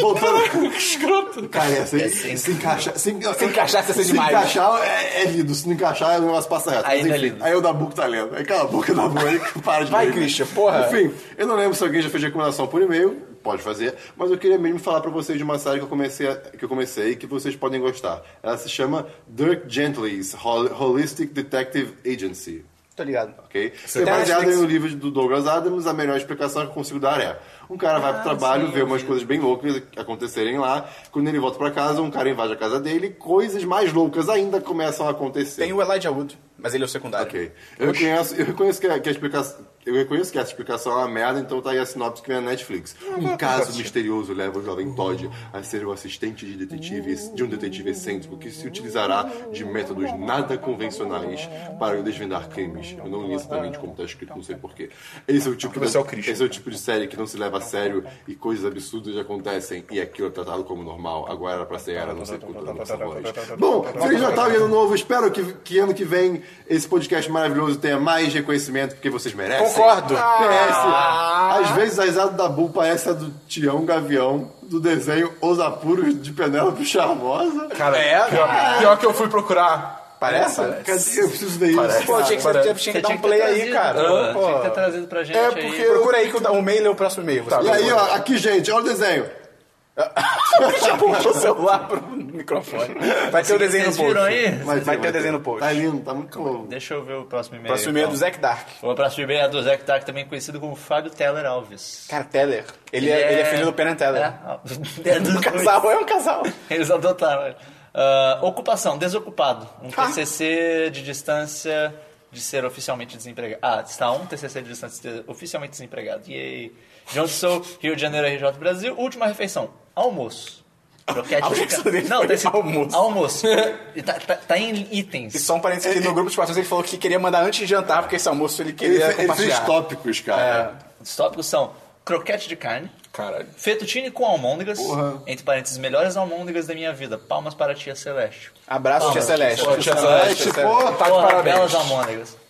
D: Botando...
B: Assim, Que escroto.
D: Cara, ia ser-
C: ser
D: se encaixar. Se, se
E: encaixar, ia ser demais.
D: Se encaixar é, é lido, se não encaixar, o negócio passa reto.
C: Aí
D: Mas,
C: não é
D: enfim,
C: lido.
D: Aí o Dabu que tá lendo. Aí cala a boca da aí que para de
E: Vai,
D: ler. né?
E: Christian, porra.
D: Enfim, eu não lembro se alguém já fez recomendação por e-mail, pode fazer, mas eu queria mesmo falar pra vocês de uma série que eu comecei, a- que eu comecei e que vocês podem gostar. Ela se chama Dirk Gently's Hol- Holistic Detective Agency
E: Tô ligado.
D: ok? Que é
E: Tem
D: baseado
E: Netflix.
D: no livro do Douglas Adams, a melhor explicação que eu consigo dar é: um cara vai pro trabalho, vê umas coisas bem loucas acontecerem lá, quando ele volta pra casa, um cara invade a casa dele, coisas mais loucas ainda começam a acontecer.
E: Tem o Elijah Wood, mas ele é o secundário.
D: Ok. Eu reconheço, eu reconheço que, a, que a explicação. Eu reconheço que essa explicação é uma merda, então tá aí a sinopse que vem na Netflix.
B: é
D: Um caso misterioso leva o jovem Todd a ser o assistente de detetives de um detetive excêntrico que se utilizará de métodos nada convencionais para desvendar crimes. Eu não li exatamente como tá escrito, não sei porquê. Esse é o tipo
B: você é o Christian.
D: esse é o tipo de série que não se leva a sério e coisas absurdas acontecem e aquilo é tratado como normal. Agora era pra ser era, não sei quanto ano são nós. Bom, feliz Natal e Ano Novo. Espero que, que ano que vem esse podcast maravilhoso tenha mais reconhecimento porque vocês
B: é
D: merecem.
E: Concordo.
D: Merece. Às vezes a risada da Bu parece a do Tião Gavião do desenho Os Apuros de Penélope Charmosa.
B: Cara,
E: É,
B: pior, pior que eu fui procurar.
E: Parece?
D: Cadê? Eu preciso ver
B: Parece.
D: isso.
E: Pô, tinha que,
B: Parece.
E: tinha que
C: Você
E: dar
C: tinha
E: um
C: que
E: play
C: ter
E: aí,
C: trazido, Ah.
E: cara.
C: mano.
E: Pô,
C: Tinha que ter trazido pra gente
D: É
C: aí.
D: porque-
E: um
C: Tá
E: Procura aí que o da- o mail é o próximo e-mail.
D: E aí, ó, aqui, gente, olha o desenho.
E: Já apontou o celular pro microfone. Vai ter o desenho no
C: Vocês viram
E: post.
C: aí?
E: Vai, ter o desenho no post.
D: Tá lindo, tá muito bom.
C: Deixa eu ver o próximo e-mail.
E: Próximo e-mail é
C: então.
E: do Zack Dark.
C: O próximo e-mail é do Zack Tark, também conhecido como Fábio Teller Alves.
E: Cara, Teller. Ele, é, ele é filho do Penn and Teller.
C: É, é do
E: Um casal, é um casal.
C: Eles adotaram. ele. Ah, ocupação, desocupado. Um
E: Ah.
C: TCC de distância de ser oficialmente desempregado. Ah, está um TCC de distância de ser oficialmente desempregado. Yay. John Sou, Rio de Janeiro, RJ Brasil. Última refeição, almoço. Croquete
E: A refeição dele foi
C: tá escrito
E: almoço.
C: Almoço. E tá, tá- tá em itens.
E: E só um parênteses que no grupo de patrões ele falou que queria mandar antes de jantar, porque esse almoço ele
D: Ele,
E: queria
D: ele
E: compartilhar.
D: fez tópicos, cara.
C: Os tópicos são croquete de carne,
B: Caralho.
C: fettuccine com almôndegas,
D: Porra.
C: entre parênteses, melhores almôndegas da minha vida. Palmas para a tia Celeste.
E: Abraço, tia Celeste.
B: Ah, Pô, tia Celeste,
E: Tia
D: pô.
E: Tá de
C: Porra,
E: parabéns.
C: belas almôndegas.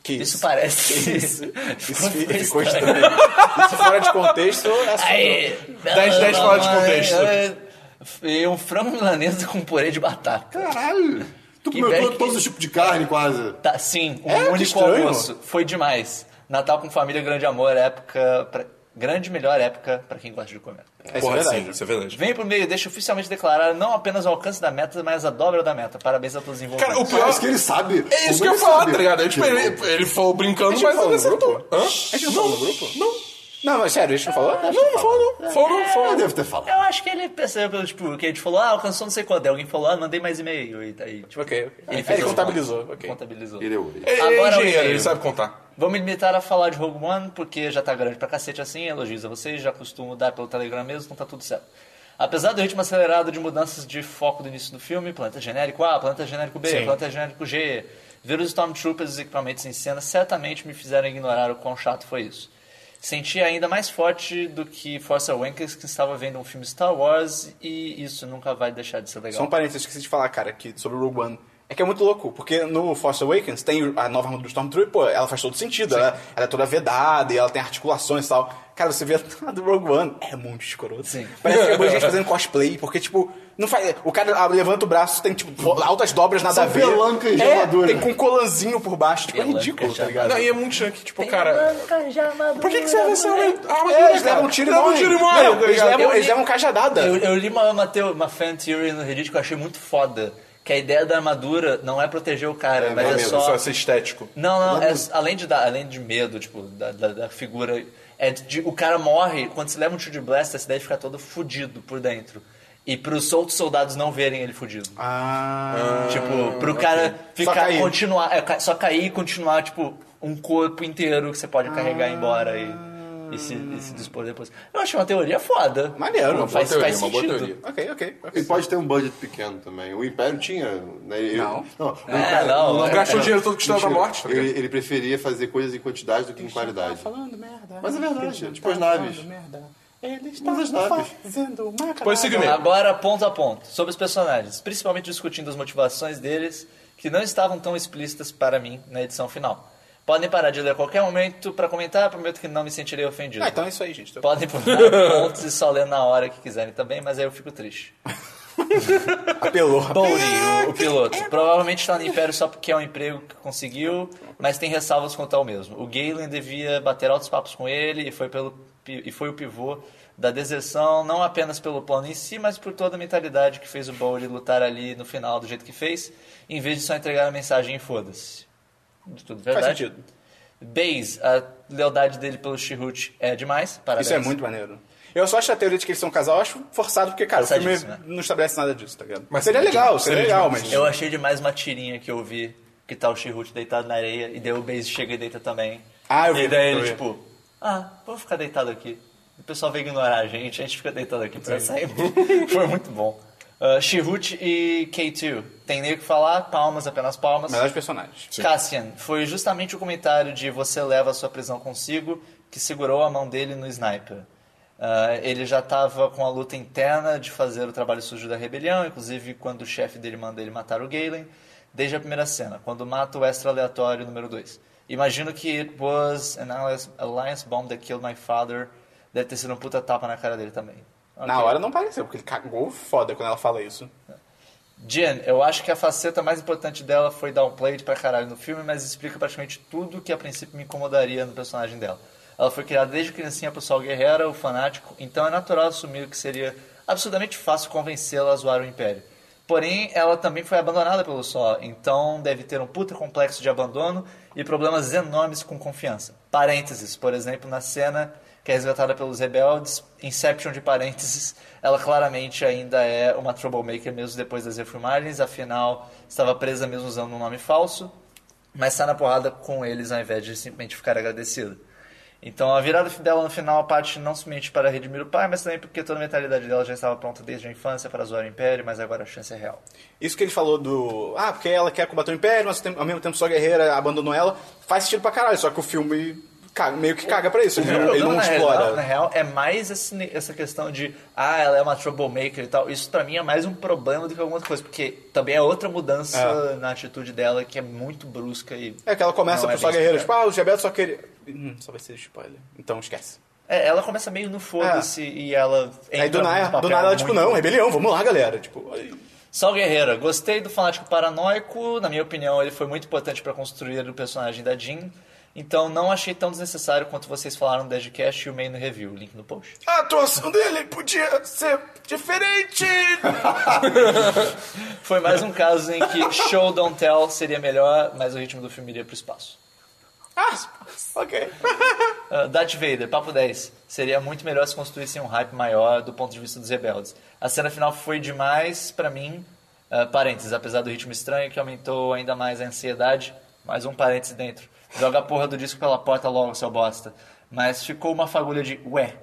E: Que
C: Isso parece... Isso,
E: Isso fi- ficou
C: ficou
E: estranho. Se fora de contexto, é assim.
C: Aí,
B: 10, 10 fora de contexto.
C: E um frango milanesa com purê de batata.
D: Caralho. Tu
C: Que
D: comeu
C: velho
D: todo,
C: que-
D: todos os tipos de carne, quase.
C: Tá, sim, um
E: É, que
C: único
E: estranho.
C: almoço. Foi demais. Natal com família, grande amor, época... pra- Grande melhor época pra quem gosta de comer.
E: É, isso é
B: Porra,
E: verdade.
B: sim, isso é verdade.
C: Vem pro meio, deixa oficialmente declarar não apenas o alcance da meta, mas a dobra da meta. Parabéns a todos os envolvidos.
B: Cara, o
D: Eu
B: pior
D: acho que ele sabe.
B: É isso
D: Como
B: que eu ia
D: ele
B: falar,
D: sabe?
B: tá ligado? Eu
D: Tipo, é
B: esperei, ele falou brincando,
E: gente
B: mas
E: falou
B: ele
E: no grupo?
B: acertou. Hã?
E: A gente não falou no grupo? Não. Não, mas sério, a gente não falou?
B: Não, não falou não. Falou não,
D: Eu
B: falou não.
D: devo É, ter falado.
C: Eu acho que ele percebeu, pelo, tipo, que a gente falou, ah, alcançou não sei quanto. Aí alguém falou, ah, mandei mais e-mail. E daí, tipo,
E: Ok, ok. É, Ele,
C: fez as
E: contabilizou.
C: contas.
E: ok.
C: Contabilizou.
D: Ele é o-
B: Ele
C: Agora
B: é
C: eu
B: engenheiro, ele
C: entendo.
B: sabe contar.
C: Vou me limitar a falar de Rogue One, porque já tá grande pra cacete assim, elogios a vocês, já costumo dar pelo Telegram mesmo, então tá tudo certo. Apesar do ritmo acelerado de mudanças de foco do início do filme, planta genérico A, planta genérico B, planta genérico G, ver os Stormtroopers e os equipamentos em cena certamente me fizeram ignorar o quão chato foi isso. Senti ainda mais forte do que Force Awakens que estava vendo um filme Star Wars e isso nunca vai deixar de ser legal.
E: Só um parênteses, esqueci de falar, cara, que sobre o Rogue One. É que é muito louco, porque no Force Awakens tem a nova arma do Stormtrooper, pô, ela faz todo sentido, ela, ela é toda vedada e ela tem articulações e tal. Cara, você vê a do Rogue One, é muito escroto.
C: Sim.
E: Parece que é boa gente fazendo cosplay, porque, tipo, não faz, o cara ah, levanta o braço, tem, tipo, vo- altas dobras, nada
D: São
E: a ver.
D: pelancas de
E: é,
D: armadura.
E: tem com colanzinho por baixo, tipo, é
C: Pelancas
E: ridículo,
C: de
E: tá ligado?
B: Não, e é muito chan que, tipo, cara. Por que, que você vai ser um uma
E: É, eles levam um tiro e
B: levam um
E: morrem.
B: tiro e
E: Não,
B: morrem, tá
E: eles
B: ligado?
E: levam,
C: Eu
E: eles
C: li-
E: levam um cajadada.
C: Eu, eu li uma, uma, teo- uma fan theory no Reddit que eu achei muito foda. Que a ideia da armadura não é proteger o cara, mas é
B: Isso
C: só...
B: vai ser estético.
C: Não, não, é- além, de dar- além de medo, tipo, da, da- da figura... É de- o cara morre, quando você leva um tiro de blaster, a cidade fica todo fudido por dentro. E pros outros soldados não verem ele fudido.
E: Ah,
C: tipo, pro cara
E: Só
C: ficar,
E: cair.
C: continuar... é, ca- só cair e continuar, tipo, um corpo inteiro que você pode carregar e ir embora e... E se, e se dispor depois. Eu achei uma teoria foda.
E: Maneiro, uma boa
C: faz,
B: teoria,
C: faz
B: uma boa
C: sentido.
B: teoria.
E: ok, ok. ok.
D: Ele pode ter um budget pequeno também. O Império tinha. Né? Ele-
E: Não.
D: não. o
C: É,
D: Império-
C: não,
D: o
C: é.
D: Império-
B: Gastou dinheiro todo que estava na
D: Mentira.
B: morte, tá ligado?
D: Ele, ele preferia fazer coisas em quantidade do que em qualidade.
E: falando merda.
D: Mas é verdade,
E: Ele
D: tipo as
E: tá
D: naves.
E: falando merda. Ele
D: Mas as naves.
E: fazendo uma
B: Pois siga o e-mail.
C: Agora, ponto a ponto, sobre os personagens, principalmente discutindo as motivações deles, que não estavam tão explícitas para mim na edição final. Podem parar de ler a qualquer momento para comentar, prometo que não me sentirei ofendido.
E: Ah, então é isso aí, gente.
C: Podem pular pontos e só ler na hora que quiserem também, mas aí eu fico triste.
E: Apelou.
C: Bowling, o piloto, provavelmente está no Império só porque é um emprego que conseguiu, mas tem ressalvas quanto ao mesmo. O Galen devia bater altos papos com ele e foi, pelo, pi- e foi o pivô da deserção, não apenas pelo plano em si, mas por toda a mentalidade que fez o Bowling lutar ali no final do jeito que fez, em vez de só entregar a mensagem e foda-se. De tudo verdade.
E: sentido.
C: Baze, a lealdade dele pelo Chirrut é demais, parabéns.
E: Isso é muito maneiro. Eu ssó acho a teoria de que eles são um casal, eu acho forçado, porque, cara, o filme
C: Forçadíssimo, né?
E: não estabelece nada disso, tá ligado?
B: Mas
E: seria
B: seria
E: legal,
B: demais,
E: seria
B: seria
E: legal,
B: demais.
E: mas...
C: Eu achei demais uma tirinha que eu vi que tá o Chirrut deitado na areia e daí o Base chega e deita também.
E: Ah, eu vi,
C: E daí
E: eu
C: ele,
E: vi.
C: tipo, ah, vou ficar deitado aqui. O pessoal vai ignorar a gente, a gente fica deitado aqui pra sempre. Foi muito bom. Uh, Chirrut e K2. Tem nem o que falar, palmas, apenas palmas.
E: Melhores personagens.
C: Cassian, foi justamente o comentário de você leva a sua prisão consigo que segurou a mão dele no sniper. Ah, ele já estava com a luta interna de fazer o trabalho sujo da rebelião, inclusive quando o chefe dele manda ele matar o Galen, desde a primeira cena, quando mata o extra aleatório número 2. Imagino que it was an alliance- alliance bomb that killed my father. Deve ter sido um puta tapa na cara dele também.
E: Na
C: Ok.
E: hora não pareceu, porque ele cagou foda quando ela fala isso.
C: Jen, eu acho que a faceta mais importante dela foi dar um downplayed pra caralho no filme, mas explica praticamente tudo que a princípio me incomodaria no personagem dela. Ela foi criada desde criancinha pro Sol Guerrera, o fanático, então é natural assumir que seria absurdamente fácil convencê-la a zoar o Império. Porém, ela também foi abandonada pelo Sol, então deve ter um puta complexo de abandono e problemas enormes com confiança. Parênteses, por exemplo, na cena que é resgatada pelos rebeldes, Inception de parênteses, ela claramente ainda é uma troublemaker mesmo depois das refilmagens, afinal estava presa mesmo usando um nome falso, mas está na porrada com eles ao invés de simplesmente ficar agradecida. Então a virada dela no final parte não somente para redimir o pai, mas também porque toda a mentalidade dela já estava pronta desde a infância para zoar o Império, mas agora a chance é real.
E: Isso que ele falou do. Ah, porque ela quer combater o Império, mas ao mesmo tempo sua guerreira abandonou ela. Faz sentido pra caralho, só que o filme caga- meio que caga pra isso. Ele,
C: É, O
E: não, ele
C: problema,
E: não
C: na
E: explora.
C: Real, na real, é mais esse- essa questão de, ah, ela é uma troublemaker e tal. Isso pra mim é mais um problema do que alguma outra coisa, porque também é outra mudança na atitude dela que é muito brusca e.
E: É que ela começa
C: não
E: por
C: é
E: sua
C: bem
E: guerreira, tipo,
C: explicada.
E: ah, o Gebeto só queria. Hum, só vai ser spoiler. Então esquece.
C: É, ela começa meio no foda-se e ela.
E: É. Aí do
C: entra num
E: nada, do
C: papel
E: nada ela, tipo,
C: muito-
E: não, rebelião, vamos lá, galera. Tipo,
C: Sal Guerreira, gostei do fanático paranoico. Na minha opinião, ele foi muito importante para construir o personagem da Jean. Então não achei tão desnecessário quanto vocês falaram no Deadcast e o main no review. Link no post.
E: a atuação dele podia ser diferente.
C: Foi mais um caso em que show don't tell seria melhor, mas o ritmo do filme iria pro espaço.
E: ok.
C: Ah, Darth Vader, papo 10. Seria muito melhor se construíssem um hype maior do ponto de vista dos rebeldes. A cena final foi demais pra mim. Ah, parênteses, apesar do ritmo estranho que aumentou ainda mais a ansiedade. Mais um parênteses dentro. Joga a porra do disco pela porta logo, seu bosta. Mas ficou uma fagulha de ué.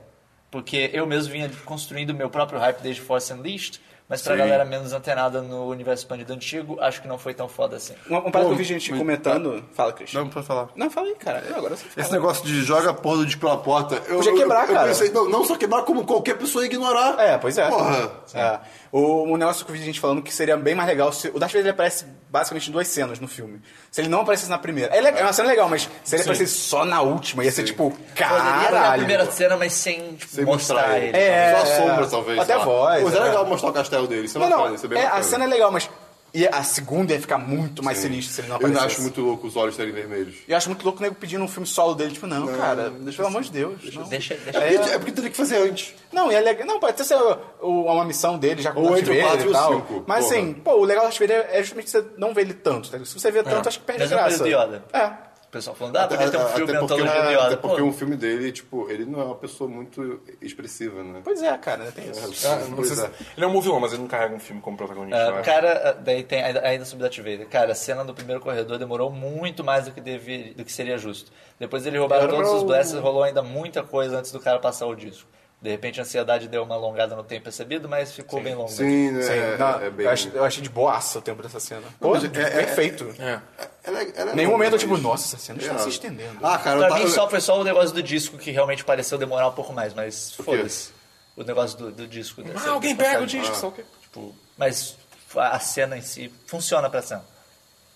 C: Porque eu mesmo vinha construindo meu próprio hype desde Force Unleashed. Mas pra galera menos antenada no universo expandido antigo, acho que não foi tão foda assim.
E: Um, um parado que eu vi gente comentando. Ah, Fala, Christian.
D: Não, pode falar.
E: Não, fala aí, cara. Eu agora você
D: Esse
E: fala.
D: negócio de joga a porra do disco pela porta. Eu,
E: Podia quebrar,
D: eu- eu
E: cara.
D: pensei, não, não só quebrar, como qualquer pessoa ignorar.
E: É, pois é.
D: Porra.
E: É. O, um negócio que eu vi gente falando que seria bem mais legal se. O Darth Vader ele aparece basicamente em duas cenas no filme. Se ele não aparecesse na primeira. É, legal, é uma cena legal, mas se ele aparecesse só na última, ia ser tipo,
C: Poderia ter a
E: caralho.
C: primeira cena, mas sem, tipo,
D: Sem
C: mostrar,
D: mostrar
C: ele.
D: ele.
E: É,
D: Só a
E: é.
D: sombra, talvez.
E: Até
D: sei lá.
E: a voz,
D: Mas é
E: é.
D: legal mostrar o castelo dele. Isso é
E: Não,
D: bacana,
E: não.
D: isso é bem
E: é, a
D: bacana.
E: cena é legal, mas. E a segunda ia ficar muito mais sinistro se ele não
D: Eu ainda
E: aparecesse.
D: acho muito louco os olhos serem vermelhos.
E: E eu acho muito louco o nego pedindo um filme solo dele. Tipo, não, cara, pelo amor de Deus. não.
C: Deixa, deixa.
D: É, é porque teria que fazer antes.
E: Não, e é legal. Não, pode até ser o- o- uma missão dele já com
D: Ou
E: Darth
D: entre o
E: Vader
D: quatro e o
E: tal.
D: cinco,
E: Mas
D: porra.
E: assim, pô, o legal do Darth Vader é justamente você não ver ele tanto. tá ligado? Se você vê tanto, acho que perde
C: Mas é uma
E: graça.
C: coisa do Yoda.
E: É.
C: O pessoal falando, ah, podia ter um filme
D: é, até porque,
C: antologia do Yoda.
D: até porque
C: Pô,
D: um filme dele, tipo, ele não é uma pessoa muito expressiva, né?
E: Pois é, cara, tem isso.
B: Ah, não
D: Pois
B: sei se-
D: é.
B: Ele é um movilão, mas ele não carrega um filme como protagonista.
C: ah,
B: eu acho.
C: cara, ah, daí tem ainda, ainda sobre Darth Vader. Cara, a cena do primeiro corredor demorou muito mais do que, deveria, do que seria justo. Depois ele roubaram todos os blasters, rolou ainda muita coisa antes do cara passar o disco. De repente a ansiedade deu uma alongada no tempo percebido, mas ficou bem longa.
D: Sim, né?
E: Sim,
D: é,
E: não,
D: é bem...
E: eu, achei, eu achei de boaça o tempo dessa cena. Pô,
D: mas é- é-
E: perfeito.
B: É.
D: Ela é- ela é
E: Em nenhum
D: longa,
E: momento eu,
D: mas-
E: tipo, nossa, essa cena está
D: É.
E: se estendendo.
D: Ah, cara, eu
C: Pra
D: tava...
C: mim só foi só o negócio do disco que realmente pareceu demorar um pouco mais, mas foda-se. O negócio do, do disco. né?
B: Ah, alguém pega o disco, só o quê?
C: Tipo, mas a cena em si funciona pra cena.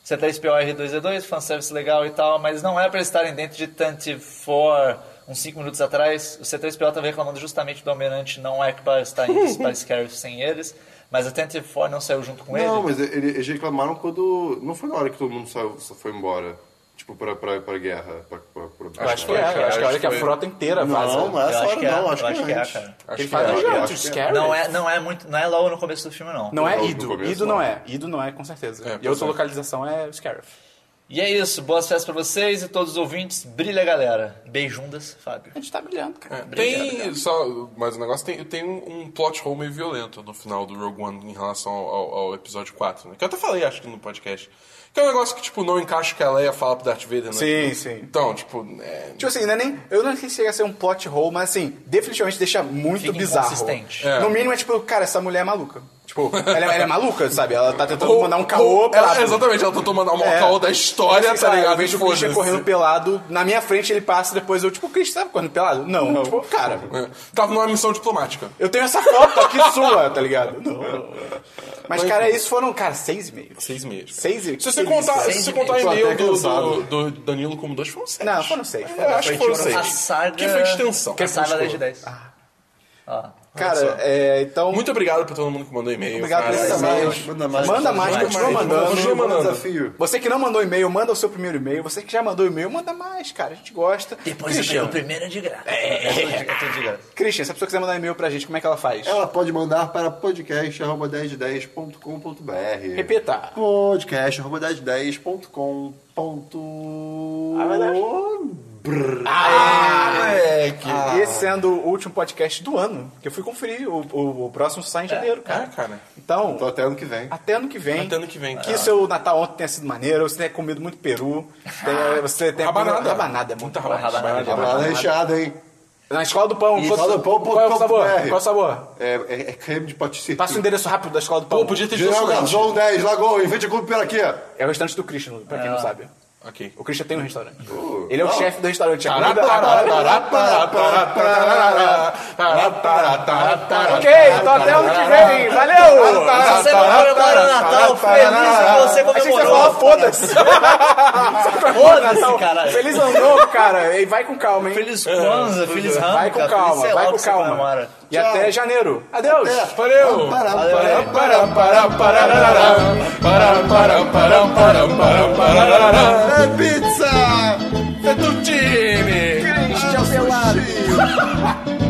C: C3PO R2-D2, fanservice legal e tal, mas não é pra estarem dentro de Tante 4 uns 5 minutos atrás. O C3PO tava reclamando justamente do Almirante, não é pra estar indo para Scarif sem eles, mas a Tante 4 não saiu junto com
D: Não,
C: ele.
D: mas ele- eles reclamaram quando... Não foi na hora que todo mundo saiu, só foi embora. Tipo, pra, pra, pra guerra. Pra, pra, pra...
E: acho que é,
B: cara,
E: acho que é a hora
B: acho
E: que a
B: que foi.
E: frota inteira vaza.
D: Não, não é
C: Eu
D: essa
C: acho
D: hora
C: que é,
D: não,
C: eu
D: acho,
C: acho
D: que
C: que
D: é
C: é,
D: antes.
C: cara.
B: Acho
E: Ele
B: que é.
E: faz
D: acho que é,
E: antes,
D: acho que é.
E: Scary.
C: Não é, não é muito, não é logo no começo do filme não.
E: Não é
D: No
E: Ido.
D: começo,
E: Ido
D: não.
E: não é. Ido não é, com certeza.
B: É,
E: e
B: pois
E: outra
B: é.
E: localização é o Scarif.
C: E é isso, boas festas pra vocês e todos os ouvintes. Brilha, galera. Beijundas, Fábio.
E: A gente tá brilhando, cara.
B: É, tem só mais um negócio, tem, tem um, um plot hole meio violento no final do Rogue One em relação ao, ao- ao episódio 4, né? Que eu até falei, acho que no podcast. Que é um negócio que, tipo, não encaixa o que a Leia fala pro Darth Vader, né?
E: Sim, sim.
B: Então, tipo, é,
E: Tipo assim, não é nem. Eu não sei se chega a ser um plot hole, mas assim, definitivamente deixa muito
C: Fica
E: bizarro.
C: inconsistente.
B: É.
E: No mínimo é tipo, cara, essa mulher é maluca.
B: tipo...
E: Ela, é- ela é maluca, sabe? Ela tá tentando mandar um caô
B: ou-
E: pra.
B: ela, é, Exatamente, ela tentou mandar um
E: É.
B: caô da história,
E: Assim,
B: tá
E: cara,
B: ligado?
E: Eu vejo o
B: Foda-se.
E: Christian correndo pelado, na minha frente ele passa, depois eu, tipo, o Christian tava correndo pelado? Não, tipo, cara.
B: É. Tava numa missão diplomática.
E: Eu tenho essa foto aqui sua, tá ligado? Não. Mas, cara, isso foram, cara, seis e meio.
B: Seis meses.
E: Seis e
B: Se você contar,
E: seis
B: se você
E: e-
B: contar o
D: Eu tô
B: e-mail
D: até
B: do,
D: cansado.
B: do, do Danilo como dois, foram seis.
E: Não, foram seis.
B: Eu acho que foram
C: A
B: seis.
C: saga...
B: Que foi extensão. Ah.
C: A saga 10 de 10. Ó.
E: Cara, é, então.
B: Muito obrigado pra todo mundo que mandou e-mail.
E: Obrigado por
B: cara.
E: esses e-mails.
D: Manda mais.
E: Manda mais,
B: mais,
E: continua
B: mais.
E: mandando.
B: Continua mandando.
D: desafio.
E: Você que não mandou e-mail, manda o seu primeiro e-mail. Você que já mandou e-mail, manda mais, cara. A gente gosta.
C: Depois eu
E: Christian,
C: pego o primeiro de graça. É tudo de graça.
E: Christian, se a pessoa quiser mandar e-mail pra gente, como é que ela faz?
D: Ela pode mandar para podcast.1010.com.br.
E: Repita.
D: Podcast.1010.com.br.
B: Ah, moleque.
E: E esse sendo o último podcast do ano, que eu fui conferir. O, o- o próximo sai em janeiro,
B: É,
E: cara.
B: cara.
E: Então,
D: Tô até ano que vem.
E: até ano que vem.
B: Até ano que vem,
E: Que
B: cara.
E: seu Natal ontem tenha sido maneiro, você tenha comido muito peru. tenha- você tenha comido-
B: Ah, Rabanada.
E: Rabanada, é muito
B: Muita rabanada.
C: Rabanada.
B: Rabanada.
D: Tá Lá recheada, hein?
E: Na escola do pão.
D: Escola
E: qual-
D: do pão,
E: Qual é o
D: ponto
E: sabor?
D: com.br.
E: Qual é o sabor?
D: É, é, é creme de patisserie.
E: Passa o endereço rápido da escola do pão.
B: Pô, podia ter feito
D: General
B: isso
D: Garzon 10, Lagoa, invente clube pela aqui.
E: É o restaurante do Christian, pra quem não sabe.
B: Ok.
E: O Christian tem um restaurante. Ele é o chefe do restaurante. A comida- Ok, então até ano que vem. Valeu!
C: Se você não comemora o Natal, feliz que você
E: Achei que você ia
C: comemorou.
E: falar foda-se.
C: Foda-se, caralho.
E: Feliz ano novo, cara. E vai com calma, hein?
C: Feliz Kwanzaa, feliz Hanukkah.
E: vai com
C: feliz
E: calma,
C: sei lá
E: vai
C: o
E: com
C: que você
E: calma.
C: comemora.
E: E até janeiro. Adeus.
B: Valeu!
D: Pará,
C: Valeu.
B: Pará, pará, pará, pará, pará, pará, pará, pará, pará, pará, pará.
D: É pizza!
B: Fettuccine!
D: Christian Pelado!